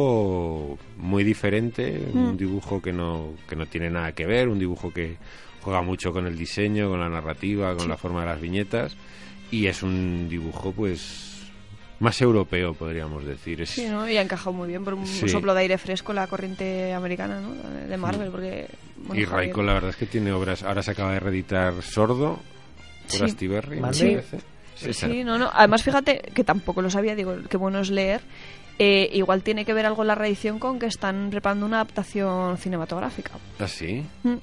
[SPEAKER 1] dibujo muy diferente un
[SPEAKER 3] Mm.
[SPEAKER 1] dibujo que no que no tiene nada que ver un dibujo que juega mucho con el diseño con la narrativa con la forma de las viñetas y es un dibujo pues más europeo podríamos decir es
[SPEAKER 3] Sí, ¿no? Y ha encajado muy bien por un
[SPEAKER 1] Sí.
[SPEAKER 3] soplo de aire fresco la corriente americana, ¿no? De Marvel, porque... bueno,
[SPEAKER 1] Mm.
[SPEAKER 3] eh,
[SPEAKER 1] y
[SPEAKER 3] Javier-
[SPEAKER 1] Raiko la verdad es que tiene obras ahora se acaba de reeditar Sordo por
[SPEAKER 3] Sí.
[SPEAKER 1] Astiberri me
[SPEAKER 2] Vale.
[SPEAKER 1] parece. Sí, esa-
[SPEAKER 3] Sí, no, no. Además, fíjate que tampoco lo sabía, digo, qué bueno es leer. Eh, igual tiene que ver algo la reedición con que están preparando una adaptación cinematográfica.
[SPEAKER 1] ¿Ah, sí?
[SPEAKER 3] Mm.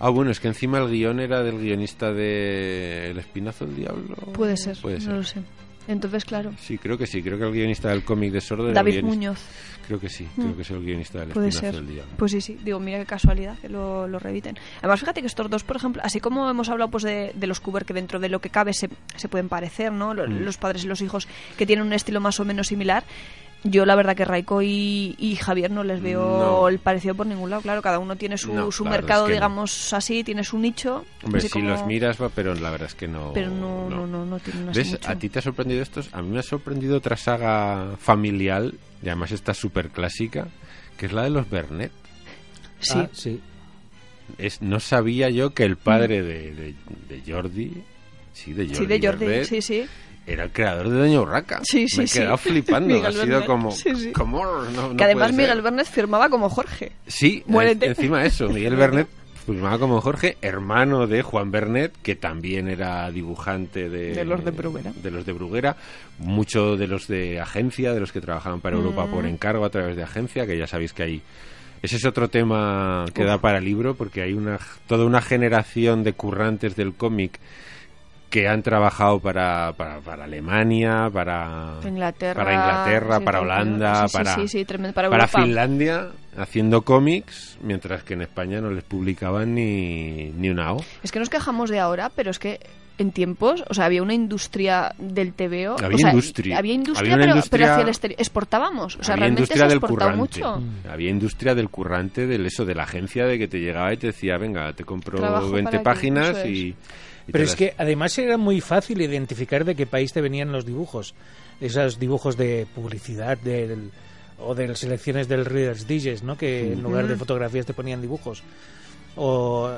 [SPEAKER 1] Ah, bueno, es que encima el guión era del guionista de El Espinazo del Diablo.
[SPEAKER 3] Puede ser,
[SPEAKER 1] Puede ser.
[SPEAKER 3] no lo sé. Entonces, claro.
[SPEAKER 1] Sí, creo que sí. Creo que el guionista del cómic de Sordo era el
[SPEAKER 3] David
[SPEAKER 1] guionista-
[SPEAKER 3] Muñoz,
[SPEAKER 1] Creo que sí.
[SPEAKER 3] Mm.
[SPEAKER 1] Creo que es el guionista del
[SPEAKER 3] puede
[SPEAKER 1] Espinazo
[SPEAKER 3] ser.
[SPEAKER 1] del Diablo.
[SPEAKER 3] Pues sí, sí. Digo, mira qué casualidad que lo, lo reediten. Además, fíjate que estos dos, por ejemplo, así como hemos hablado pues de, de los Cooper, que dentro de lo que cabe se, se pueden parecer, ¿no? Lo-
[SPEAKER 1] Mm.
[SPEAKER 3] Los padres y los hijos que tienen un estilo más o menos similar. Yo la verdad que Raiko y, y Javier no les veo
[SPEAKER 1] No.
[SPEAKER 3] el parecido por ningún lado. Claro, cada uno tiene su,
[SPEAKER 1] No,
[SPEAKER 3] su
[SPEAKER 1] claro,
[SPEAKER 3] mercado,
[SPEAKER 1] es que no.
[SPEAKER 3] digamos así, tiene su nicho.
[SPEAKER 1] Hombre,
[SPEAKER 3] así
[SPEAKER 1] si
[SPEAKER 3] como-
[SPEAKER 1] los miras, va, pero la verdad es que no.
[SPEAKER 3] Pero no, no, no, no tienen así
[SPEAKER 1] ¿Ves?
[SPEAKER 3] mucho.
[SPEAKER 1] ¿A ti te ha sorprendido estos? A mí me ha sorprendido otra saga familiar, y además está súper clásica, que es la de los Bernet.
[SPEAKER 3] Sí.
[SPEAKER 2] Ah, sí.
[SPEAKER 1] Es, no sabía yo que el padre de, de, de Jordi. Sí, de Jordi.
[SPEAKER 3] Mm. Sí, de Jordi,
[SPEAKER 1] Bernet,
[SPEAKER 3] sí, sí.
[SPEAKER 1] Era el creador de Doña Urraca.
[SPEAKER 3] Sí, sí,
[SPEAKER 1] Me he
[SPEAKER 3] sí.
[SPEAKER 1] quedado flipando. ha
[SPEAKER 3] Miguel
[SPEAKER 1] sido
[SPEAKER 3] Bernet.
[SPEAKER 1] como.
[SPEAKER 3] Sí, sí.
[SPEAKER 1] como no- no
[SPEAKER 3] que además
[SPEAKER 1] puede ser.
[SPEAKER 3] Miguel Bernet firmaba como Jorge.
[SPEAKER 1] Sí,
[SPEAKER 3] Muérete.
[SPEAKER 1] en- encima eso. Miguel Bernet firmaba como Jorge, hermano de Juan Bernet, que también era dibujante de.
[SPEAKER 3] De los de Bruguera.
[SPEAKER 1] De los de Bruguera. Mucho de los de agencia, de los que trabajaban para Europa por
[SPEAKER 3] Mm.
[SPEAKER 1] encargo a través de agencia, que ya sabéis que hay. Ese es otro tema que da para libro, porque hay una toda una generación de currantes del cómic que han trabajado para, para, para Alemania, para
[SPEAKER 3] Inglaterra,
[SPEAKER 1] para, Inglaterra,
[SPEAKER 3] sí,
[SPEAKER 1] para
[SPEAKER 3] tremendo.
[SPEAKER 1] Holanda,
[SPEAKER 3] Sí, sí,
[SPEAKER 1] para,
[SPEAKER 3] sí, sí, tremendo, para
[SPEAKER 1] para
[SPEAKER 3] Europa.
[SPEAKER 1] Finlandia, haciendo cómics, mientras que en España no les publicaban ni, ni una O.
[SPEAKER 3] Es que nos quejamos de ahora, pero es que en tiempos, o sea, había una industria del TVO.
[SPEAKER 1] Había
[SPEAKER 3] o sea,
[SPEAKER 1] industria.
[SPEAKER 3] Había industria,
[SPEAKER 1] Había una
[SPEAKER 3] pero,
[SPEAKER 1] industria-
[SPEAKER 3] pero hacia el exterior. Exportábamos. O sea,
[SPEAKER 1] Había
[SPEAKER 3] realmente se
[SPEAKER 1] industria
[SPEAKER 3] ha
[SPEAKER 1] del
[SPEAKER 3] exportado
[SPEAKER 1] currante. Mm.
[SPEAKER 3] mucho.
[SPEAKER 1] Había industria del currante, del eso, de la agencia de que te llegaba y te decía, venga, te compro
[SPEAKER 3] Trabajo para
[SPEAKER 1] 20
[SPEAKER 3] ti,
[SPEAKER 1] páginas
[SPEAKER 3] eso es.
[SPEAKER 1] y... y te
[SPEAKER 2] Pero es
[SPEAKER 1] las-
[SPEAKER 2] que además era muy fácil identificar de qué país te venían los dibujos. Esos dibujos de publicidad del, o de las selecciones del Reader's Digest, ¿no? Que en lugar de
[SPEAKER 3] Mm.
[SPEAKER 2] fotografías te ponían dibujos. O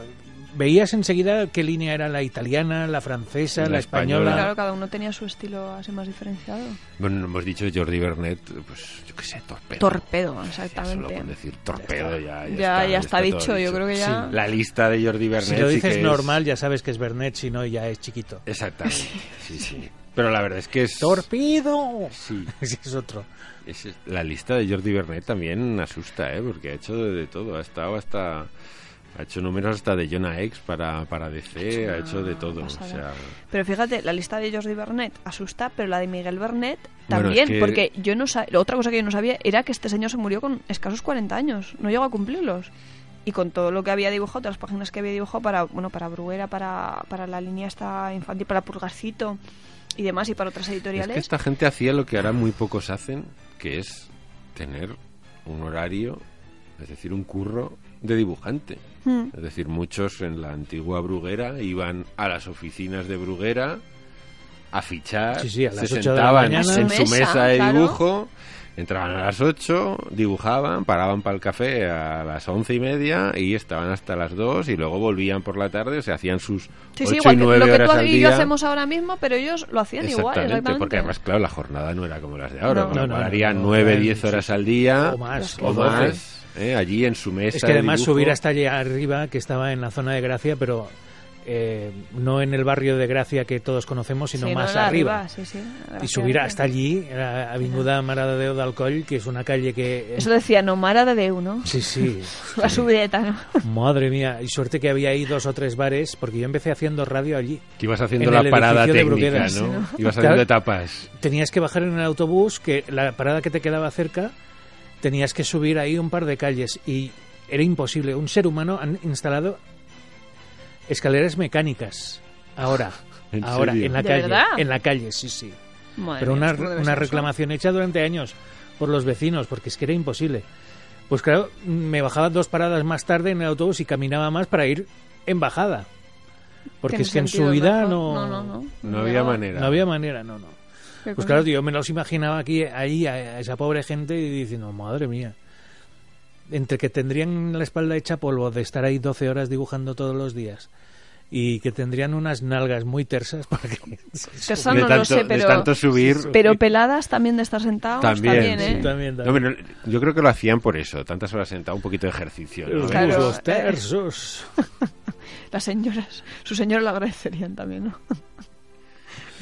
[SPEAKER 2] veías enseguida qué línea era la italiana, la francesa,
[SPEAKER 1] La
[SPEAKER 2] la, española.
[SPEAKER 1] española.
[SPEAKER 3] Claro, cada uno tenía su estilo así más diferenciado.
[SPEAKER 1] Bueno, no hemos dicho Jordi Bernet, pues yo qué sé, torpedo.
[SPEAKER 3] Torpedo,
[SPEAKER 1] Ya solo
[SPEAKER 3] exactamente.
[SPEAKER 1] con decir torpedo ya, ya,
[SPEAKER 3] Ya,
[SPEAKER 1] está,
[SPEAKER 3] ya está,
[SPEAKER 1] todo
[SPEAKER 3] dicho, yo creo que ya.
[SPEAKER 1] La lista de Jordi Bernet
[SPEAKER 2] Si lo
[SPEAKER 1] sí
[SPEAKER 2] dices
[SPEAKER 1] que es-
[SPEAKER 2] normal, ya sabes que es Bernet, si no, ya es chiquito.
[SPEAKER 1] Exactamente, sí, sí. Pero la verdad es que es...
[SPEAKER 2] ¡Torpido!
[SPEAKER 1] Sí,
[SPEAKER 2] Ese es otro.
[SPEAKER 1] Es- es- la lista de Jordi Bernet también asusta, ¿eh? Porque ha hecho de, de todo. Ha estado hasta... Ha hecho números hasta de Jonah X para, para DC, ha
[SPEAKER 3] una
[SPEAKER 1] hecho de todo. O
[SPEAKER 3] pasada.
[SPEAKER 1] sea,
[SPEAKER 3] Pero fíjate, la lista de Jordi Bernet asusta, pero la de Miguel Bernet
[SPEAKER 1] Bueno,
[SPEAKER 3] también,
[SPEAKER 1] es que-
[SPEAKER 3] porque yo no sa- otra cosa que yo no sabía era que este señor se murió con escasos 40 años, no llegó a cumplirlos. Y con todo lo que había dibujado, todas las páginas que había dibujado para, bueno, para Bruguera, para, para la línea esta infantil, para Purgarcito y demás, y para otras
[SPEAKER 1] es
[SPEAKER 3] editoriales.
[SPEAKER 1] que esta gente hacía lo que ahora muy pocos hacen, que es tener un horario, es decir, un curro de dibujante.
[SPEAKER 3] Mm.
[SPEAKER 1] Es decir, muchos en la antigua Bruguera iban a las oficinas de Bruguera a fichar,
[SPEAKER 2] Sí, sí, a las
[SPEAKER 1] se
[SPEAKER 2] ocho de la
[SPEAKER 1] sentaban
[SPEAKER 2] mañana.
[SPEAKER 1] en
[SPEAKER 3] A su
[SPEAKER 1] su
[SPEAKER 3] mesa,
[SPEAKER 1] mesa de
[SPEAKER 3] claro.
[SPEAKER 1] dibujo, entraban a las 8, dibujaban, paraban para el café a las once y media y estaban hasta las 2 y luego volvían por la tarde, o sea, hacían sus
[SPEAKER 3] Sí,
[SPEAKER 1] ocho
[SPEAKER 3] sí, igual
[SPEAKER 1] y
[SPEAKER 3] que-
[SPEAKER 1] 9
[SPEAKER 3] lo que
[SPEAKER 1] horas
[SPEAKER 3] tú
[SPEAKER 1] al
[SPEAKER 3] y yo
[SPEAKER 1] día.
[SPEAKER 3] hacemos ahora mismo, pero ellos lo hacían igual, exactamente.
[SPEAKER 1] porque además, claro, la jornada no era como las de ahora,
[SPEAKER 3] No.
[SPEAKER 1] con lo
[SPEAKER 2] No, no,
[SPEAKER 1] cual
[SPEAKER 2] no,
[SPEAKER 1] harían
[SPEAKER 2] no,
[SPEAKER 1] 9,
[SPEAKER 2] eran-
[SPEAKER 1] 10 horas al día
[SPEAKER 2] O más.
[SPEAKER 1] Ah. o
[SPEAKER 2] o doce.
[SPEAKER 1] más, eh, allí en su mesa.
[SPEAKER 2] Es que
[SPEAKER 1] de
[SPEAKER 2] además
[SPEAKER 1] dibujo.
[SPEAKER 2] subir hasta allá arriba, que estaba en la zona de Gracia, pero eh, no en el barrio de Gracia que todos conocemos, sino
[SPEAKER 3] Sí, no,
[SPEAKER 2] más
[SPEAKER 3] la
[SPEAKER 2] arriba.
[SPEAKER 3] sí, sí,
[SPEAKER 2] Y subir
[SPEAKER 3] arriba.
[SPEAKER 2] hasta allí, a la Avinguda Marada de Odalcoll, que es una calle que... eh,
[SPEAKER 3] Eso decía Nomara de Deu, ¿no?
[SPEAKER 2] Sí, sí.
[SPEAKER 3] La subideta, ¿no?
[SPEAKER 2] Madre mía. Y suerte que había ahí dos o tres bares, porque yo empecé haciendo radio allí.
[SPEAKER 1] Que ibas haciendo
[SPEAKER 2] En
[SPEAKER 1] la
[SPEAKER 2] el
[SPEAKER 1] parada
[SPEAKER 2] edificio de
[SPEAKER 1] técnica,
[SPEAKER 2] Bruguera.
[SPEAKER 1] ¿no?
[SPEAKER 2] Sí, ¿no?
[SPEAKER 1] Ibas haciendo
[SPEAKER 2] Claro.
[SPEAKER 1] etapas.
[SPEAKER 2] Tenías que bajar en el autobús, que la parada que te quedaba cerca, tenías que subir ahí un par de calles. Y era imposible. Un ser humano han instalado escaleras mecánicas. Ahora,
[SPEAKER 1] ¿En
[SPEAKER 2] ahora,
[SPEAKER 1] serio?
[SPEAKER 2] en la
[SPEAKER 3] ¿De
[SPEAKER 2] calle.
[SPEAKER 3] verdad?
[SPEAKER 2] En la calle, sí, sí.
[SPEAKER 3] Madre
[SPEAKER 2] Pero
[SPEAKER 3] mía,
[SPEAKER 2] una,
[SPEAKER 3] esto debe
[SPEAKER 2] una
[SPEAKER 3] ser
[SPEAKER 2] reclamación hecha durante años por los vecinos, porque es que era imposible. Pues claro, me bajaba dos paradas más tarde en el autobús y caminaba más para ir en bajada. Porque
[SPEAKER 3] Tiene
[SPEAKER 2] es que en su
[SPEAKER 3] sentido,
[SPEAKER 2] vida
[SPEAKER 3] ¿no?
[SPEAKER 2] no,
[SPEAKER 3] No, no, no.
[SPEAKER 1] No había manera.
[SPEAKER 2] no había manera, no, no.
[SPEAKER 3] Qué
[SPEAKER 2] Pues
[SPEAKER 3] cosa.
[SPEAKER 2] claro, tío, yo me los imaginaba aquí, ahí, a a esa pobre gente y diciendo, madre mía. Entre que tendrían la espalda hecha polvo de estar ahí 12 horas dibujando todos los días y que tendrían unas nalgas muy tersas para que...
[SPEAKER 3] Tersa
[SPEAKER 1] de
[SPEAKER 3] no
[SPEAKER 1] tanto,
[SPEAKER 3] lo sé,
[SPEAKER 1] de
[SPEAKER 3] pero,
[SPEAKER 1] tanto subir.
[SPEAKER 3] pero peladas también de estar sentados.
[SPEAKER 1] También,
[SPEAKER 3] También,
[SPEAKER 1] sí.
[SPEAKER 3] ¿eh?
[SPEAKER 2] También,
[SPEAKER 1] No,
[SPEAKER 2] también.
[SPEAKER 1] pero yo creo que lo hacían por eso, tantas horas sentado, un poquito de ejercicio. ¿no?
[SPEAKER 2] Los
[SPEAKER 3] Claro.
[SPEAKER 2] muslos
[SPEAKER 3] eh.
[SPEAKER 2] tersos.
[SPEAKER 3] Las señoras, su señora lo agradecerían también, ¿no?